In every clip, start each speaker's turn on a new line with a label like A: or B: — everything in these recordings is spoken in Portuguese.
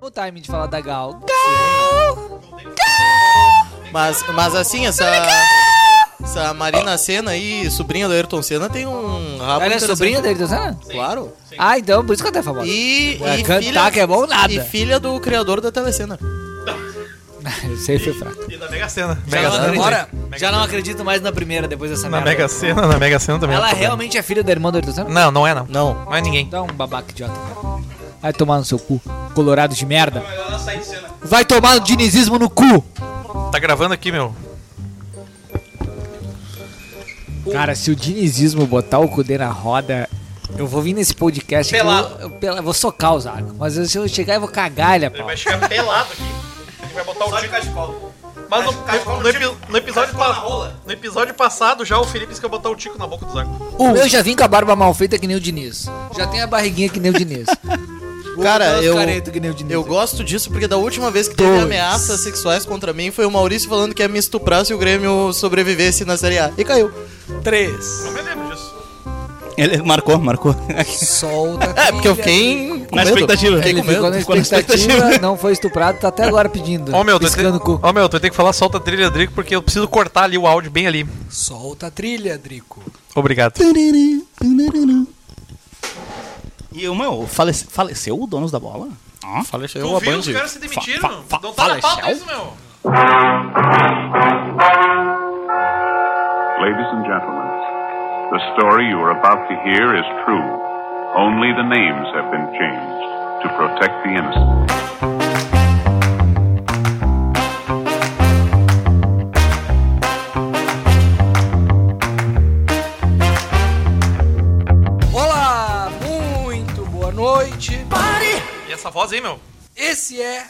A: o timing de falar da Gal. Gal!
B: Mas, mas assim, essa. Essa Marina Senna aí, sobrinha do Ayrton Senna, tem um rabo.
A: Ela é
B: interessante.
A: sobrinha da Ayrton Senna?
B: Claro.
A: Ah, então, por isso que ela é famosa.
B: E,
A: É,
B: e
A: cantar que é bom nada.
B: E filha do criador da Telecena.
A: Isso aí foi fraco.
C: E da Mega Sena. é
A: Já
C: Mega
A: não,
C: Sena.
A: agora, já não acredito mais na primeira, depois dessa
C: Na
A: merda.
C: Mega Sena, na Mega Sena tá também.
A: Ela realmente é filha da irmã do Ayrton Senna?
C: Não, não é não.
B: Não.
C: Não é ninguém.
A: Dá um babaca idiota. Vai tomar no seu cu, colorado de merda. Vai tomar no dinizismo no cu.
C: Tá gravando aqui, meu.
A: Cara, se o dinizismo botar o cudê na roda, eu vou vir nesse podcast. que
D: Pelado.
A: Eu, eu, pela- eu vou socar os arcos. Mas se eu chegar, eu vou cagar ele, a
C: Ele
A: pau.
C: vai chegar pelado aqui. Ele vai botar o título. Mas no, no- no epi- no episódio pa- no episódio passado já o Felipe disse que ia botar o Tico na boca do Zago.
A: O meu Um, já vim com a barba mal feita que nem o Diniz. Já tem a barriguinha que nem o Diniz. Vou botar
B: Cara,
A: os
B: eu.
A: caretos que nem o Diniz.
B: Eu gosto disso porque da última vez que teve
A: Dois.
B: ameaças sexuais contra mim foi o Maurício falando que ia me estuprar se o Grêmio sobrevivesse na Série A. E caiu.
C: Não me lembro disso.
D: Ele marcou, marcou.
A: Solta.
B: É, porque eu fiquei
A: filha.
B: em- com
D: Na
B: medo.
D: expectativa.
B: Fiquei
A: Ele
B: com medo.
A: ficou na
D: ficou na
A: expectativa,
D: expectativa.
A: não foi estuprado, tá até agora pedindo.
C: Ó, meu, tu vai ter-
A: piscando o cu.
C: Ó, meu, tu vai ter que falar solta a trilha, Drico, porque eu preciso cortar ali o áudio bem ali.
A: Solta a trilha, Drico.
C: Obrigado.
D: E o meu, falece- faleceu o Donos da Bola? Ó.
B: Faleceu
C: Tu
B: a
C: viu?
B: Band.
C: Os caras se demitiram?
D: Fa- fa-
C: Não tá na pauta
D: faleceu?
C: isso, meu.
E: Ladies and gentlemen, the story you are about to hear is true. Only the names have been changed to protect the innocent.
A: Olá, muito boa noite.
C: E essa voz aí, meu?
A: Esse é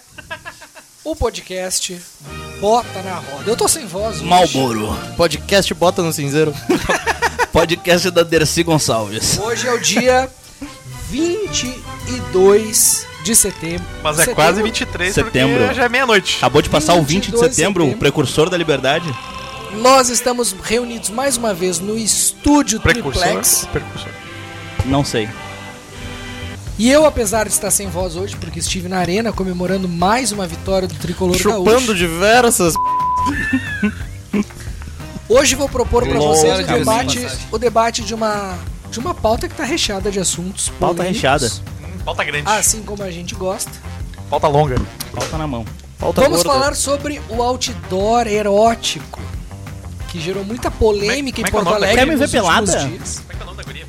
A: o podcast Bota na Roda. Eu tô sem voz hoje.
D: Malboro.
B: Podcast Bota no Cinzeiro.
D: Podcast da Dercy Gonçalves.
A: Hoje é o dia 22 de setembro.
C: Mas é
A: Setembro-
C: quase 23 porque
D: Setembro. Tá
C: já é meia-noite.
D: Acabou de passar o 20 de
A: 22 de
D: setembro,
A: setembro.
D: o precursor da liberdade.
A: Nós estamos reunidos mais uma vez no estúdio Triplex.
C: Precursor. Precursor.
D: Não sei.
A: E eu, apesar de estar sem voz hoje, porque estive na arena comemorando mais uma vitória do Tricolor
B: Chupando
A: Gaúcho,
B: diversas.
A: hoje vou propor pra
D: Glória
A: vocês o
D: de
A: debate,
B: Deus.
A: o debate de uma de uma pauta que tá recheada de assuntos.
D: Pauta
A: polêmicos,
D: recheada.
C: Hum, Pauta grande.
A: Assim como a gente gosta.
C: Pauta longa.
D: Pauta na mão.
B: Falta
A: Vamos
B: gorda.
A: falar sobre o outdoor erótico, que gerou muita polêmica
C: Como
A: em
C: é- como é que
A: Porto
C: é o nome
A: Alegre.
D: daquele? Quer me ver
A: nos últimos
D: pelada?
A: dias.
C: Como é que é o nome da guria?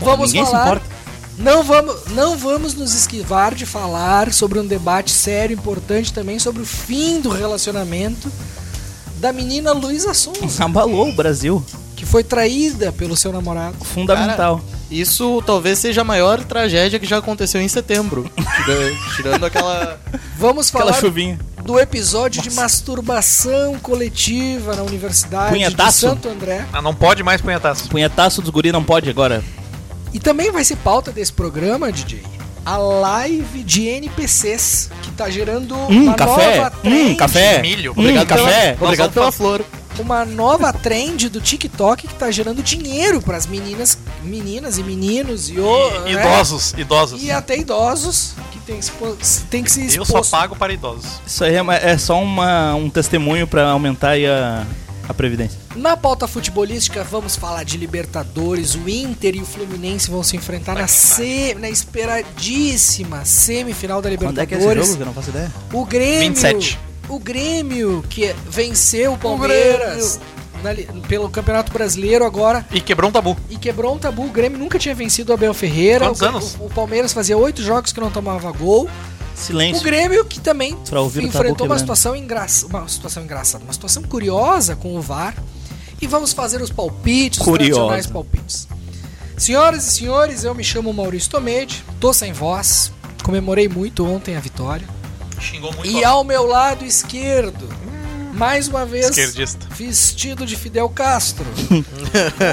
A: Vamos
D: ninguém se
A: falar.
D: importa.
A: Não vamos, não vamos nos esquivar de falar sobre um debate sério, importante também, sobre o fim do relacionamento da menina Luísa Sons,
D: Abalou o Brasil.
A: que foi traída pelo seu namorado.
D: Fundamental.
B: Isso talvez seja a maior tragédia que já aconteceu em setembro. Tira- Tirando aquela.
A: Vamos
D: Aquela
A: falar
D: chuvinha.
A: do episódio de masturbação coletiva na Universidade de
D: Punhetaço?
A: Santo André.
C: Ah, não pode mais punhetaço.
D: Punhetaço dos guri não pode agora.
A: E também vai ser pauta desse programa, DJ, a live de NPCs, que tá gerando
D: Hum,
A: uma
D: café.
A: nova
D: Hum,
A: trend,
D: café.
C: milho.
D: Hum, café.
B: Pela, obrigado pela flor.
A: uma nova trend do TikTok que tá gerando dinheiro pras meninas, meninas e meninos e, o-
C: E-
A: né?
C: Idosos, idosos.
A: e até idosos que tem, que se pos- tem que se
C: Eu
A: expor.
C: só pago para idosos.
D: Isso aí é, uma- é só uma, um testemunho pra aumentar aí a, a previdência.
A: Na pauta futebolística, vamos falar de Libertadores. O Inter e o Fluminense vão se enfrentar na, se- na esperadíssima semifinal da
D: Quando
A: Libertadores.
D: é que é esse jogo? Eu não faço ideia.
A: O Grêmio.
C: 27.
A: O Grêmio que venceu o Palmeiras na li- pelo Campeonato Brasileiro agora
C: E quebrou um tabu.
A: e quebrou um tabu. O Grêmio nunca tinha vencido o Abel Ferreira.
C: Quantos
A: o,
C: anos?
A: O, o Palmeiras fazia oito jogos que não tomava gol. O
D: Silêncio.
A: Grêmio que também
D: Pra ouvir o tabu
A: enfrentou uma
D: quebrando.
A: situação, engraça, uma situação engraçada, uma situação curiosa com o VAR. E vamos fazer os palpites, os
D: Curiosa.
A: tradicionais palpites. Senhoras e senhores, eu me chamo Maurício Tomedi, tô sem voz, comemorei muito ontem a vitória.
C: Xingou muito.
A: E
C: ó.
A: ao meu lado esquerdo, mais uma vez,
C: Esquerdista.
A: vestido de Fidel Castro,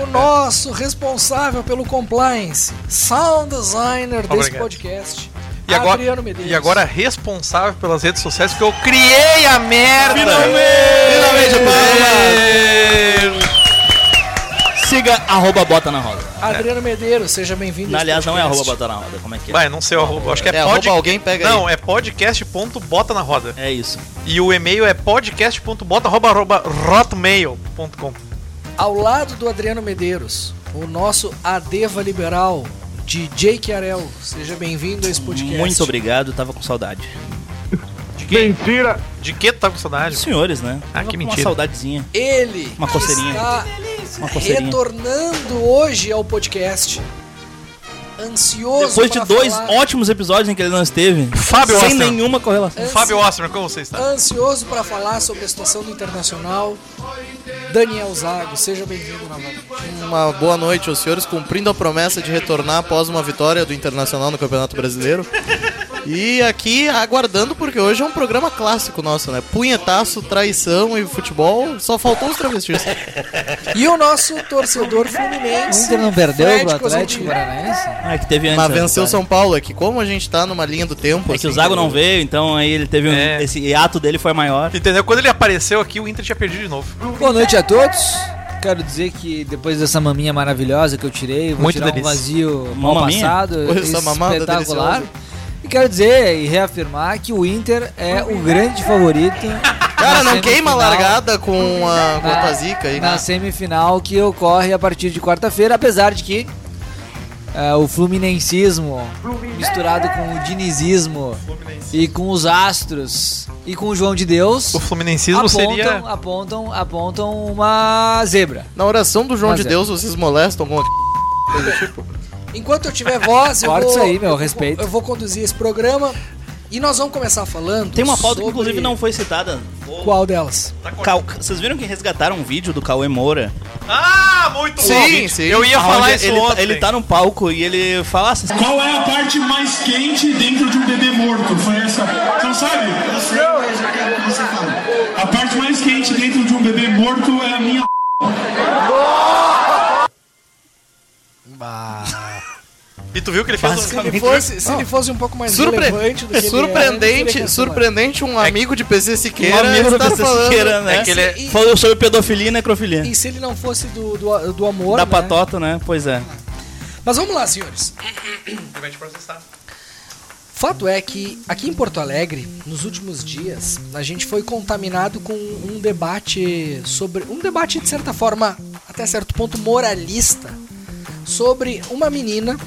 A: o nosso responsável pelo compliance, sound designer desse
C: Obrigado.
A: podcast,
C: E agora,
A: Adriano Medeiros.
C: e agora é responsável pelas redes sociais porque eu criei a merda.
D: Finalmente!
B: Finalmente, palmas!
D: Se siga arroba bota na roda.
C: é, né?
A: Adriano Medeiros, seja bem-vindo.
D: Não,
A: ao
D: aliás, não é
A: podcast.
D: arroba bota na roda, como é que é?
C: Vai, não sei o arroba. Acho que é,
B: É,
C: pod...
B: arroba alguém pega
C: Não, é podcast.bota na roda.
D: É isso.
C: E o e-mail é podcast.bota.rotmail.com.
A: Ao lado do Adriano Medeiros, o nosso Adeva Liberal, DJ Chiarel. Seja bem-vindo a esse podcast.
D: Muito obrigado, tava com saudade.
C: De que? Mentira! De que tu tá com saudade?
D: Os senhores, né?
C: Ah,
D: Tava
C: que
D: com
C: mentira.
D: Uma saudadezinha,
A: Ele
D: Uma coceirinha.
A: está é
D: uma coceirinha.
A: retornando hoje ao podcast. Ansioso
D: Depois de
A: para
D: dois
A: falar,
D: ótimos episódios em que ele não esteve,
C: Fábio
D: sem
C: Ostra.
D: nenhuma correlação.
A: ansi-
C: Fábio Osterman, como você está?
A: Ansioso para falar sobre a situação do Internacional. Daniel Zago, seja bem-vindo novamente.
B: Uma boa noite aos senhores, cumprindo a promessa de retornar após uma vitória do Internacional no Campeonato Brasileiro. E aqui aguardando, porque hoje é um programa clássico nosso, né? Punhetaço, traição e futebol, só faltou os travestis.
A: E o nosso torcedor fluminense.
F: O Inter não perdeu
A: Fred
F: pro Atlético
A: Cosentino.
F: Paranaense?
D: Ah, que teve antes.
B: Mas
D: né,
B: venceu
D: cara?
B: São Paulo, é que como a gente tá numa linha do tempo.
D: É que o
B: assim,
D: Zago não veio, então aí ele teve um.
C: É.
D: Esse ato dele foi maior.
C: Entendeu? Quando ele apareceu aqui, o Inter tinha perdido de novo.
F: Boa noite a todos. Quero dizer que depois dessa maminha maravilhosa que eu tirei, vou
C: Muito
F: tirar
C: delícia.
F: um vazio
D: Uma
F: mal
D: maminha?
F: passado,
B: Oi, essa mamada
F: espetacular.
B: deliciosa.
F: E quero dizer e reafirmar que o Inter é o grande favorito.
B: Cara,
F: na
D: Tá
B: não queima a
F: semifinal-
B: largada com a,
F: Ah,
B: com a tua zica aí.
F: Na semifinal que ocorre a partir de quarta-feira, apesar de que é, o fluminensismo misturado com o dinizismo e com os astros e com o João de Deus
C: O fluminensismo
A: Ah,
F: apontam,
C: seria.
A: então-
F: apontam, apontam uma zebra.
B: Na oração do João
F: Mas
B: de
F: é.
B: Deus, vocês molestam alguma
A: Enquanto eu tiver voz, eu
F: Corta
A: vou.
F: isso aí, meu,
A: eu-
F: respeito.
A: Eu vou conduzir esse programa. E nós vamos começar falando.
D: Tem uma pauta que
A: sobre-
D: inclusive não foi citada.
A: Qual delas?
D: Cau- Vocês viram que resgataram um vídeo do Cauê Moura?
C: Ah, muito
B: Sim,
C: bom! gente.
B: sim.
C: Eu ia
D: Aonde
C: falar isso
D: ele, tá-
C: ontem.
D: ele tá no palco e ele fala assim.
G: Qual é a parte mais quente dentro de um bebê morto? Foi essa. Você não sabe? Eu sei, mas eu quero que você fale. A parte mais quente dentro de um bebê morto é a minha.
F: Ah,
C: E tu viu que ele fez
A: Se
C: um...
A: ele fosse, se ele fosse um pouco mais
B: Surpre-
A: relevante do que ele é, eu
B: surpreendente,
A: teria
B: surpreendente um amigo de PC Siqueira
D: É Um amigo do
B: estar
D: PC
B: falando-
D: Siqueira, né?
B: É que ele é-
A: E-
D: Falou sobre pedofilia e necrofilia.
A: E se ele não fosse do, do, do amor.
D: da
A: né?
D: patota, né? Pois é.
A: Mas vamos lá, senhores.
C: Ele vai te processar.
A: Fato é que aqui em Porto Alegre, nos últimos dias, a gente foi contaminado com um debate sobre. Um debate, de certa forma, até certo ponto, moralista, sobre uma menina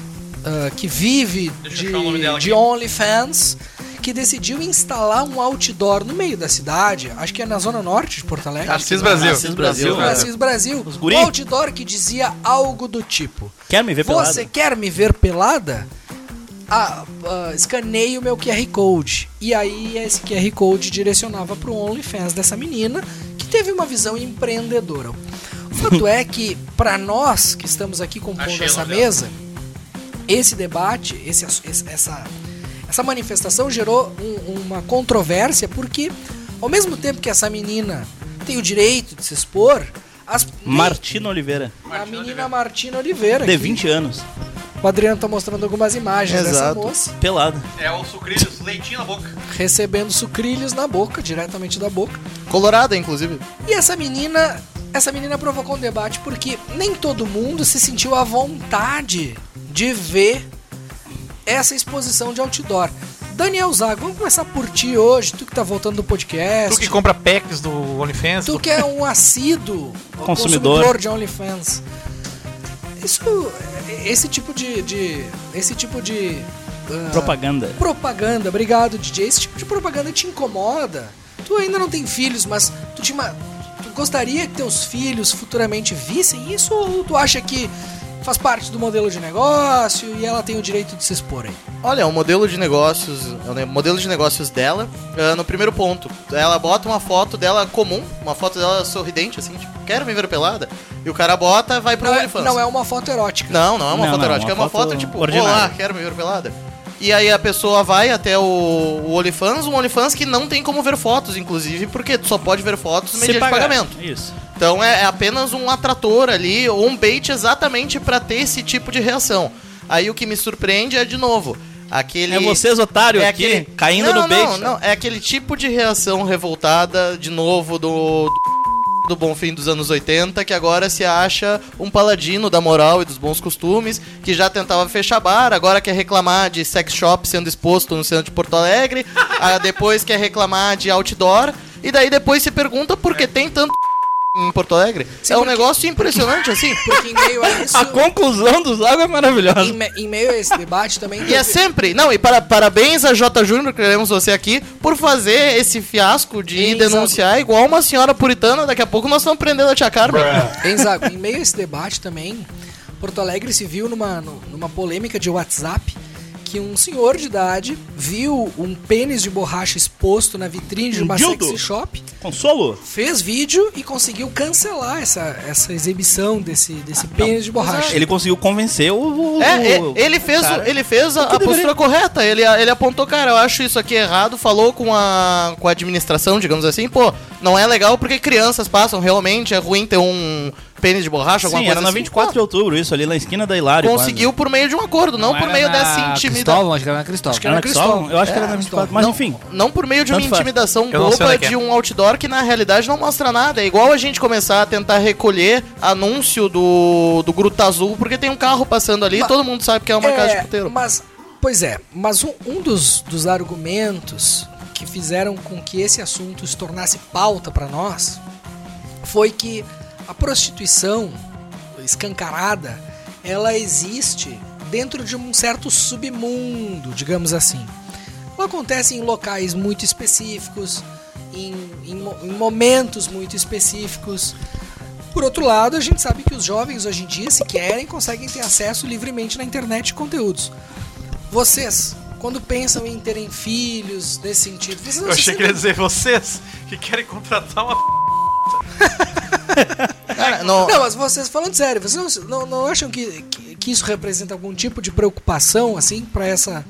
A: ah, que vive
C: Deixa eu
A: de,
C: achar o nome dela
A: de
C: aqui.
A: OnlyFans, que decidiu instalar um outdoor no meio da cidade, acho que é na zona norte de Porto Alegre.
C: Assis Brasil.
B: Assis Brasil.
A: No Assis Brasil,
D: né? Os
A: um
D: guri?
A: outdoor que dizia algo do tipo.
D: Quer me ver pelado?
A: Você quer me ver pelada? Ah, ah, escaneie o meu QR Code. E aí esse QR Code direcionava pro OnlyFans dessa menina, que teve uma visão empreendedora. O fato é que, para nós que estamos aqui compondo
C: Achei
A: essa
C: ela dela.
A: mesa, esse debate, esse ass- esse- essa, essa manifestação gerou um- uma controvérsia, porque ao mesmo tempo que essa menina tem o direito de se expor, as,
D: Martina Oliveira,
A: a menina Martina
B: é
A: Oliveira,
D: de
A: que-
D: 20 anos,
A: o Adriano tá mostrando algumas imagens dessa
B: Exato.
A: moça
D: pelada.
C: É o sucrilhos, leitinho na boca.
A: recebendo sucrilhos na boca, diretamente da boca.
B: Colorada, inclusive.
A: E essa menina, essa menina provocou um debate porque nem todo mundo se sentiu à vontade de ver essa exposição de outdoor. Daniel Zago, vamos começar por ti hoje, tu que tá voltando do podcast.
C: Tu que compra packs do OnlyFans.
A: Tu que é um assíduo
D: Consumidor.
A: de OnlyFans. Isso, esse tipo de, de esse tipo de
B: É.
A: ah,
D: Propaganda.
A: propaganda, obrigado DJ, esse tipo de propaganda te incomoda? Tu ainda não tem filhos, mas tu, te ima- tu gostaria que teus filhos futuramente vissem isso ou tu acha que faz parte do modelo de negócio e ela tem o direito de se expor aí?
B: Olha, o modelo de negócios, é o ne- modelo de negócios dela, ah, no primeiro ponto, ela bota uma foto dela comum, uma foto dela sorridente, assim, tipo, quero me ver pelada. E o cara bota, vai pro
A: Não é,
B: OnlyFans.
A: não é uma foto erótica.
B: Não, não é uma
D: Não,
B: foto
D: não,
B: erótica,
D: uma
B: é uma foto,
D: foto
B: tipo,
D: ordinária.
B: olá, quero me ver pelada. E aí a pessoa vai até o, o OnlyFans, um OnlyFans que não tem como ver fotos, inclusive, porque tu só pode ver fotos
D: Se
B: mediante
D: pagar.
B: pagamento.
D: Isso.
B: Então é, é apenas um atrator ali, ou um bait exatamente pra ter esse tipo de reação. Aí o que me surpreende é de novo. Aquele.
D: É vocês, otário,
B: é
D: aqui, caindo
B: não,
D: no
B: não,
D: bait.
B: Não, é aquele tipo de reação revoltada de novo do. do do Bonfim dos anos 80, que agora se acha um paladino da moral e dos bons costumes, que já tentava fechar bar, agora quer reclamar de sex shop sendo exposto no centro de Porto Alegre, ah, depois quer reclamar de outdoor, e daí depois se pergunta por que tem tanto em Porto Alegre. é um
A: porque-
B: negócio impressionante, assim.
A: Porque em meio a isso.
D: A conclusão dos lagos é maravilhosa.
A: Em, me- em meio a esse debate também.
B: E é
A: teve-
B: sempre. Não, e para, parabéns a J. Júnior, que queremos você aqui, por fazer esse fiasco de ir
A: Exato.
B: denunciar igual uma senhora puritana. Daqui a pouco nós estamos prendendo a tia Carmen.
A: Hein, Zago? Em meio a esse debate também, Porto Alegre se viu numa, nu- numa polêmica de WhatsApp que um senhor de idade viu um pênis de borracha exposto na vitrine de
D: Um
A: uma
D: dildo?
A: sexy shop,
D: Consolo?
A: fez vídeo e conseguiu cancelar essa, essa exibição desse, desse
D: Ah,
A: pênis de borracha.
D: Ele conseguiu convencer o. o-
B: É,
D: o-
B: e- ele fez, o-
D: cara.
B: ele fez a,
D: O que
B: a postura
D: deveria-
B: correta. Ele, ele apontou, cara, eu acho isso aqui errado. Falou com a, com a administração, digamos assim, pô, não é legal porque crianças passam. Realmente é ruim ter um pênis de borracha, alguma
D: Sim,
B: coisa
D: era na
B: assim.
D: 24 de outubro, isso, ali na esquina da
B: Pô,
D: Hilário.
B: Conseguiu por meio de um acordo, não, por
F: era
B: meio
F: na
B: dessa intimidação.
F: Ah, Cristóvão, acho que era na Cristóvão.
D: quase. Era na Cristóvão? Eu acho que era na 24, mas
B: Não,
D: enfim.
B: Não por meio de uma
D: Tanto faz.
B: intimidação
C: Eu não sei
B: boba
C: onde é que
B: de
C: é.
B: um outdoor que na realidade não mostra nada. É igual a gente começar a tentar recolher anúncio do, do Gruta Azul, porque tem um carro passando ali e
A: Mas-
B: todo mundo sabe que é uma
A: É,
B: casa de puteiro.
A: Mas, pois é, mas um, um dos, dos argumentos que fizeram com que esse assunto se tornasse pauta para nós foi que a prostituição escancarada ela existe dentro de um certo submundo, digamos assim. Ela acontece em locais muito específicos, em, em mo- em momentos muito específicos. Por outro lado, a gente sabe que os jovens hoje em dia, se querem, conseguem ter acesso livremente na internet de conteúdos. Vocês, quando pensam em terem filhos nesse sentido, vocês não
C: Eu achei
A: se
C: que ele ia dizer vocês que querem contratar uma. p****.
B: Cara, não,
A: Não, mas vocês, falando sério, vocês não, não, não acham que, que, que isso representa algum tipo de preocupação, assim, pra essa,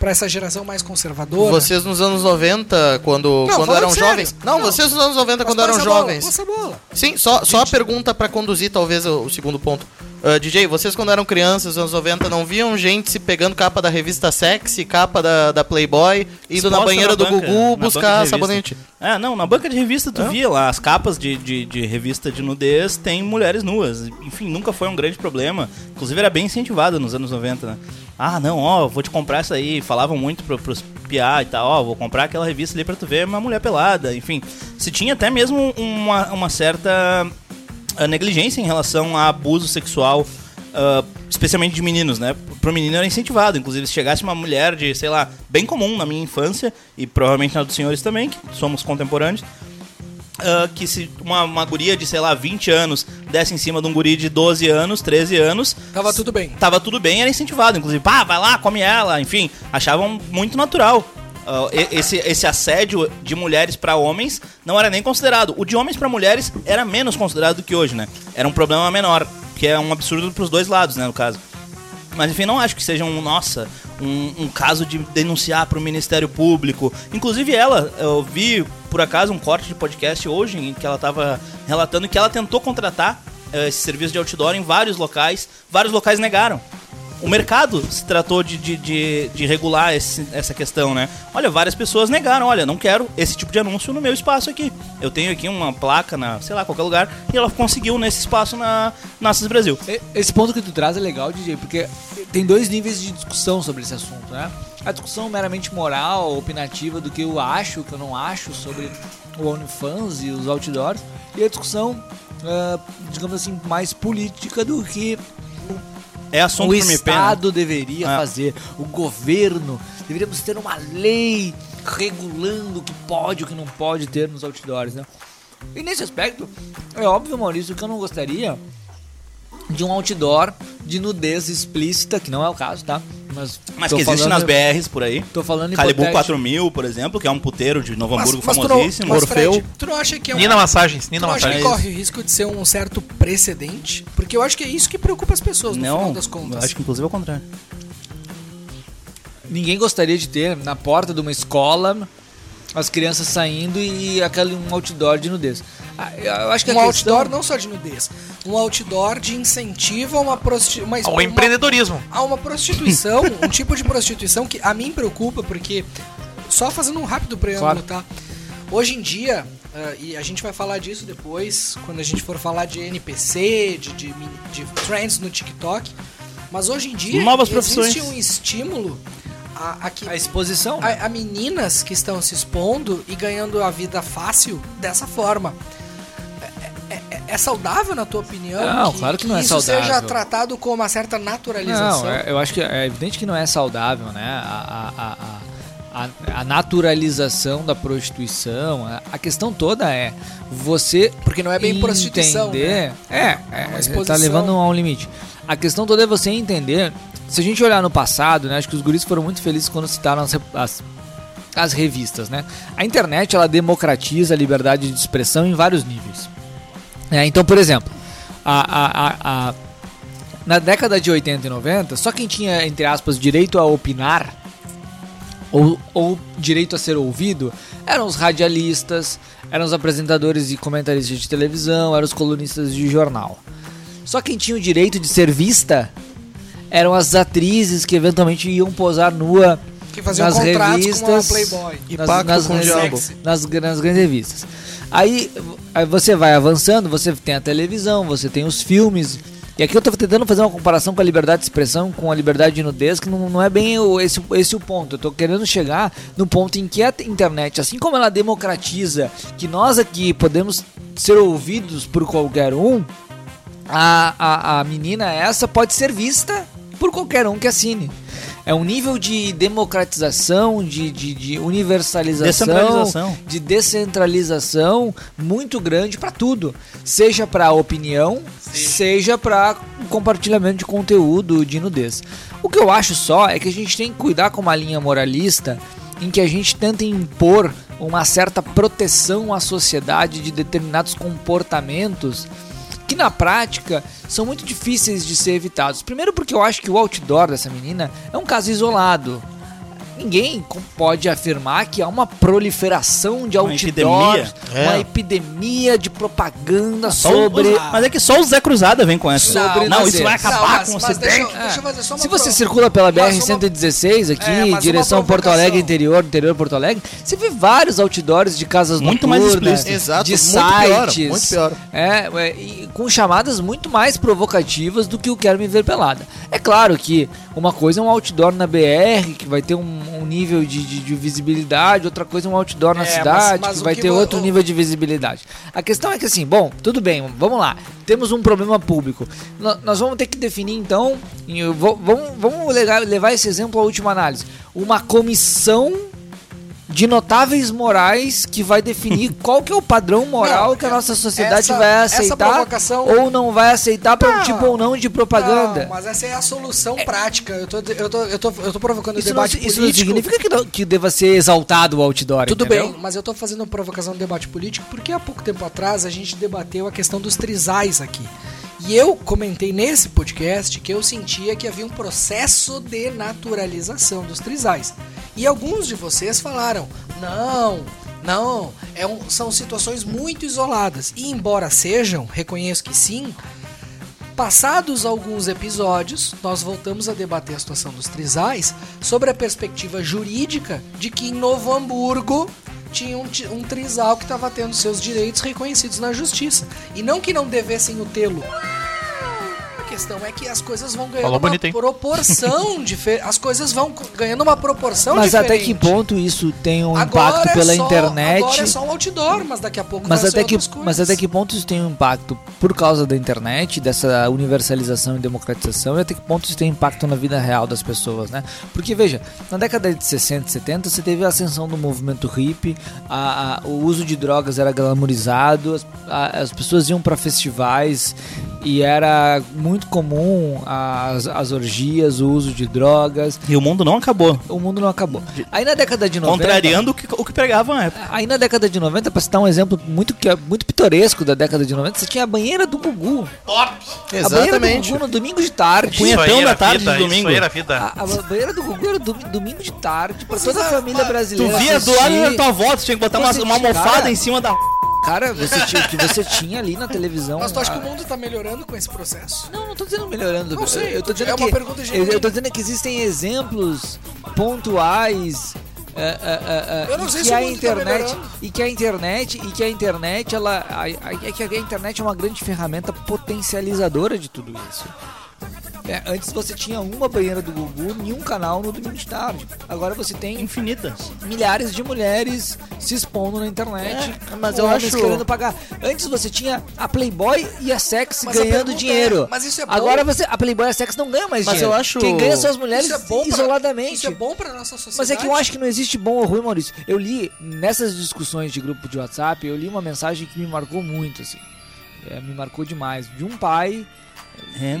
A: pra essa geração mais conservadora?
B: vocês nos anos 90, quando,
A: Não,
B: quando
A: falando
B: eram
A: sério.
B: jovens. Não,
A: Não.
B: vocês nos anos 90,
A: Mas
B: quando
A: passa
B: eram
A: a bola,
B: jovens.
A: passa a bola.
B: Sim, só, só a pergunta pra conduzir, talvez, o, o segundo ponto. Ah, DJ, vocês quando eram crianças, nos anos 90, não viam gente se pegando capa da revista Sexy, capa da, da Playboy, indo
D: Exposta
B: na banheira do
D: banca, na
B: Gugu
D: banca
B: buscar
D: de revista.
B: sabonete?
D: É, não, na banca de revista tu via lá, as capas de, de, de revista de nudez tem mulheres nuas. Enfim, nunca foi um grande problema. Inclusive era bem incentivado nos anos 90, né? Ah, não, ó, vou te comprar essa aí. Falavam muito pro, pros piá e tal, ó, vou comprar aquela revista ali pra tu ver uma mulher pelada. Enfim, se tinha até mesmo uma, uma certa a negligência em relação a abuso sexual, ah, especialmente de meninos, né? Pro menino era incentivado. Inclusive, se chegasse uma mulher de, sei lá, bem comum na minha infância, e provavelmente na dos senhores também, que somos contemporâneos, ah, que se uma, uma guria de, sei lá, 20 anos desse em cima de um guri de 12 anos, 13 anos.
A: Tava tudo bem.
D: Tava tudo bem, era incentivado. Inclusive, pá, vai lá, come ela. Enfim, achavam muito natural. Ah, e- esse, esse assédio de mulheres pra homens não era nem considerado. O de homens pra mulheres era menos considerado do que hoje, né? Era um problema menor, que é um absurdo pros dois lados, né, no caso. Mas enfim, não acho que seja um, nossa, um, um caso de denunciar para o Ministério Público. Inclusive ela, eu vi por acaso um corte de podcast hoje em que ela estava relatando que ela tentou contratar eh, esse serviço de outdoor em vários locais, vários locais negaram. O mercado se tratou de, de, de, de regular esse- essa questão, né? Olha, várias pessoas negaram, olha, não quero esse tipo de anúncio no meu espaço aqui. Eu tenho aqui uma placa na, sei lá, qualquer lugar, e ela conseguiu nesse espaço na Naças Brasil.
F: E- Esse ponto que tu traz é legal, DJ, porque tem dois níveis de discussão sobre esse assunto, né? A discussão meramente moral, opinativa, do que eu acho, o que eu não acho sobre o OnlyFans e os outdoors, e a discussão, ah, digamos assim, mais política do que
D: É assunto
F: o
D: pra me pena.
F: Estado deveria
D: Ah.
F: fazer, o governo. Deveríamos ter uma lei regulando o que pode e o que não pode ter nos outdoors, né? E nesse aspecto, é óbvio, Maurício, que eu não gostaria de um outdoor de nudez explícita, que não é o caso, tá? Mas,
D: Mas
F: tô
D: que existe
F: falando-
D: nas BRs por aí.
F: Tô falando
D: Calibu
F: hipotético.
D: 4000, por exemplo, que é um puteiro de Novo Hamburgo
A: tu não,
D: famosíssimo.
A: mas
D: Orfeu.
A: Fred, tu não acha que é um...
C: Nina Massagens, Nina
A: tu não acha
C: Massagens.
A: que corre o risco de ser um certo precedente? Porque eu acho que é isso que preocupa as pessoas, no final
D: não,
A: das contas.
D: acho que inclusive é o contrário.
F: Ninguém gostaria de ter na porta de uma escola as crianças saindo e aquele um outdoor de nudez. Ah, Eu eu acho que
A: Um
F: a questão...
A: outdoor não só de nudez, um outdoor de incentivo a uma prostituição.
C: Ao empreendedorismo.
A: há uma prostituição, um tipo de prostituição que a mim preocupa, porque só fazendo um rápido preâmbulo,
F: Claro.
A: tá? Hoje em dia, ah, Ah, e a gente vai falar disso depois, quando a gente for falar de NPC, de, de, mini- de trends no TikTok. Mas hoje em dia
D: Novas
A: existe
D: profissões.
A: um estímulo a, a
F: é
A: que-
H: A exposição?
F: né?
A: a, a meninas que estão se expondo e ganhando a vida fácil dessa forma. É, é- é- é saudável, na tua opinião?
H: Não, claro que não é
A: isso seja
H: saudável.
A: tratado com uma certa naturalização.
H: Não, é- eu acho que é evidente que não é saudável, né? A, a- a- a- a- a naturalização da prostituição, a, a questão toda é você.
A: Porque não é bem prostituição,
H: entender- É, é, tá
A: exposição.
H: levando a um limite. A questão toda é você entender. Se a gente olhar no passado, né? Acho que os guris foram muito felizes quando citaram as, rep- as as revistas, né? A internet ela democratiza a liberdade de expressão em vários níveis. né? então, por exemplo, a- a- a- a- na década de 80 e 90, só quem tinha, entre aspas, direito a opinar ou, ou direito a ser ouvido eram os radialistas, eram os apresentadores e comentaristas de televisão, eram os colunistas de jornal. Só quem tinha o direito de ser vista eram as atrizes que eventualmente iam posar nua
A: Que faziam
H: nas
A: contratos com
H: revistas,
A: a Playboy.
B: E pacto com o
H: nas-
B: diabo.
H: Nas, nas grandes revistas. Aí, v- aí você vai avançando, você tem a televisão, você tem os filmes. E aqui eu tô tentando fazer uma comparação com a liberdade de expressão, com a liberdade de nudez, que não, não é bem o- esse, esse o ponto. Eu tô querendo chegar no ponto em que a internet, assim como ela democratiza, que nós aqui podemos ser ouvidos por qualquer um, a, a, a menina essa pode ser vista por qualquer um que assine. É um nível de democratização, de, de, de universalização,
D: Descentralização.
H: de descentralização muito grande para tudo. Seja para opinião, seja para compartilhamento de conteúdo de nudez. O que eu acho só é que a gente tem que cuidar com uma linha moralista em que a gente tenta impor uma certa proteção à sociedade de determinados comportamentos que na prática são muito difíceis de ser evitados. Primeiro porque eu acho que o outdoor dessa menina é um caso isolado. Ninguém com- pode afirmar que há uma proliferação de
D: Uma
H: outdoors,
D: epidemia.
B: É.
H: uma epidemia de propaganda
A: um-
D: Só
H: sobre
D: os- mas é que só o Zé Cruzada vem com essa.
H: Sobre
D: não,
H: nascer.
D: isso vai
A: Não,
D: acabar
A: mas-
D: com o
A: mas deixa eu-
D: Ocidente.
A: deixa eu fazer só uma
H: Ah, é. Se você
A: pro-
H: circula pela
A: mas uma-
H: BR-116 aqui,
A: É, mas uma
H: direção Porto
A: provocação.
H: Alegre, interior, interior Porto Alegre, você vê vários outdoors de casas
D: Muito mais
H: noturnas,
D: explícitos.
B: Exato,
H: de
B: muito
H: sites,
B: pior, muito pior.
H: É, é, e com chamadas muito mais provocativas do que o Quero Me Ver Pelada. É claro que uma coisa é um outdoor na BR, que vai ter um, um nível de, de- de visibilidade, outra coisa é um outdoor na
A: É,
H: cidade,
A: mas- mas
H: que
A: o
H: vai
A: que
H: ter
A: vo-
H: outro
A: o-
H: nível de visibilidade. A questão é que assim, bom, tudo bem, vamos lá. Temos um problema público. Nó- nós vamos ter que definir então, em- eu vou- vamos, vamos legar- levar esse exemplo à última análise. Uma comissão de notáveis morais que vai definir qual que é o padrão moral
A: Não,
H: que a nossa sociedade
A: essa-
H: vai
A: essa
H: aceitar
A: provocação-
H: ou não vai aceitar para um
A: Não,
H: tipo ou não de propaganda.
A: Não, mas essa é a solução prática. Eu tô, eu tô, eu tô, eu tô provocando o
H: Isso, não,
A: debate
H: isso não
A: político.
H: significa que, não- que deva ser exaltado o outdoor.
A: Tudo
H: entendeu?
A: bem, mas eu tô fazendo uma provocação no debate político porque há pouco tempo atrás a gente debateu a questão dos trisais aqui. E eu comentei nesse podcast que eu sentia que havia um processo de naturalização dos trisais. E alguns de vocês falaram: não, não, é um- são situações muito isoladas. E embora sejam, reconheço que sim, Passados alguns episódios, nós voltamos a debater a situação dos trisais sobre a perspectiva jurídica de que em Novo Hamburgo tinha um, ti- um trisal que estava tendo seus direitos reconhecidos na justiça. E não que não devessem o tê-lo. A questão é que as coisas vão ganhando
C: Falou
A: uma
C: bonito, hein?
A: proporção diferente. As coisas vão co- ganhando uma proporção
H: Mas
A: diferente.
H: até que ponto isso tem um
A: Agora
H: impacto
A: é
H: pela
A: só-
H: internet?
A: Agora é só um outdoor, mas daqui a pouco
H: Mas
A: vai
H: até,
A: ser
H: que,
A: outras
H: mas
A: coisas.
H: até que ponto isso tem um impacto por causa da internet, dessa universalização e democratização, e até que ponto isso tem impacto na vida real das pessoas, né? Porque, veja, na década de 60 e 70, você teve a ascensão do movimento hippie, a- a- o uso de drogas era glamourizado, as, a- as pessoas iam para festivais e era muito comum as, as orgias, o uso de drogas,
D: E o mundo não acabou.
H: o mundo não acabou. Aí na década de 90...
D: Contrariando o que, o que pregava na época.
H: Aí na década de 90, pra citar um exemplo muito, que é muito pitoresco da década de 90, você tinha a banheira do Gugu. A banheira do
B: Exatamente.
H: Gugu no domingo de tarde. Ah.
D: Punhetão
C: Isso aí era
D: da tarde
C: vida,
D: de domingo.
C: Isso aí era vida.
H: A, a banheira do Gugu era do, domingo de tarde, pra toda a família
D: Tu
H: brasileira.
D: via do
H: assistir.
D: lado da tua avó, tu tinha que botar uma,
H: Você
D: uma
H: tinha-
D: almofada
H: cara.
D: em cima da.
H: Cara, você tinha, o que você tinha ali na televisão.
A: Mas tu acha que
H: a-
A: o mundo tá melhorando com esse processo?
H: Não, não tô dizendo melhorando.
A: Não sei,
H: eu tô dizendo
A: é
H: que,
A: uma pergunta
H: eu- eu,
A: genuína.
H: tô dizendo que existem exemplos pontuais é, é, é,
A: Eu não
H: e
A: sei
H: que
A: se o
H: a
A: mundo tá
H: internet
A: melhorando.
H: e que a internet e que a internet ela a- a- é que a internet é uma grande ferramenta potencializadora de tudo isso. É, antes você tinha uma banheira do Gugu e um canal no domingo de tarde. Agora você tem
D: Infinitas.
H: milhares de mulheres se expondo na internet.
B: É, mas eu
H: homens
B: acho-
H: querendo pagar. Antes você tinha a Playboy e a Sex
A: Mas a
H: ganhando
A: pergunta
H: dinheiro.
A: é, mas isso é bom?
H: Agora você a Playboy e a Sex não ganham mais
B: Mas
H: dinheiro.
B: eu acho-
H: Quem ganha são as mulheres
A: Isso é bom pra-
H: isoladamente.
A: Isso é bom pra nossa sociedade.
H: Mas é que eu acho que não existe bom ou ruim, Maurício. Eu li nessas discussões de grupo de WhatsApp, eu li uma mensagem que me marcou muito, assim. É, me marcou demais. De um pai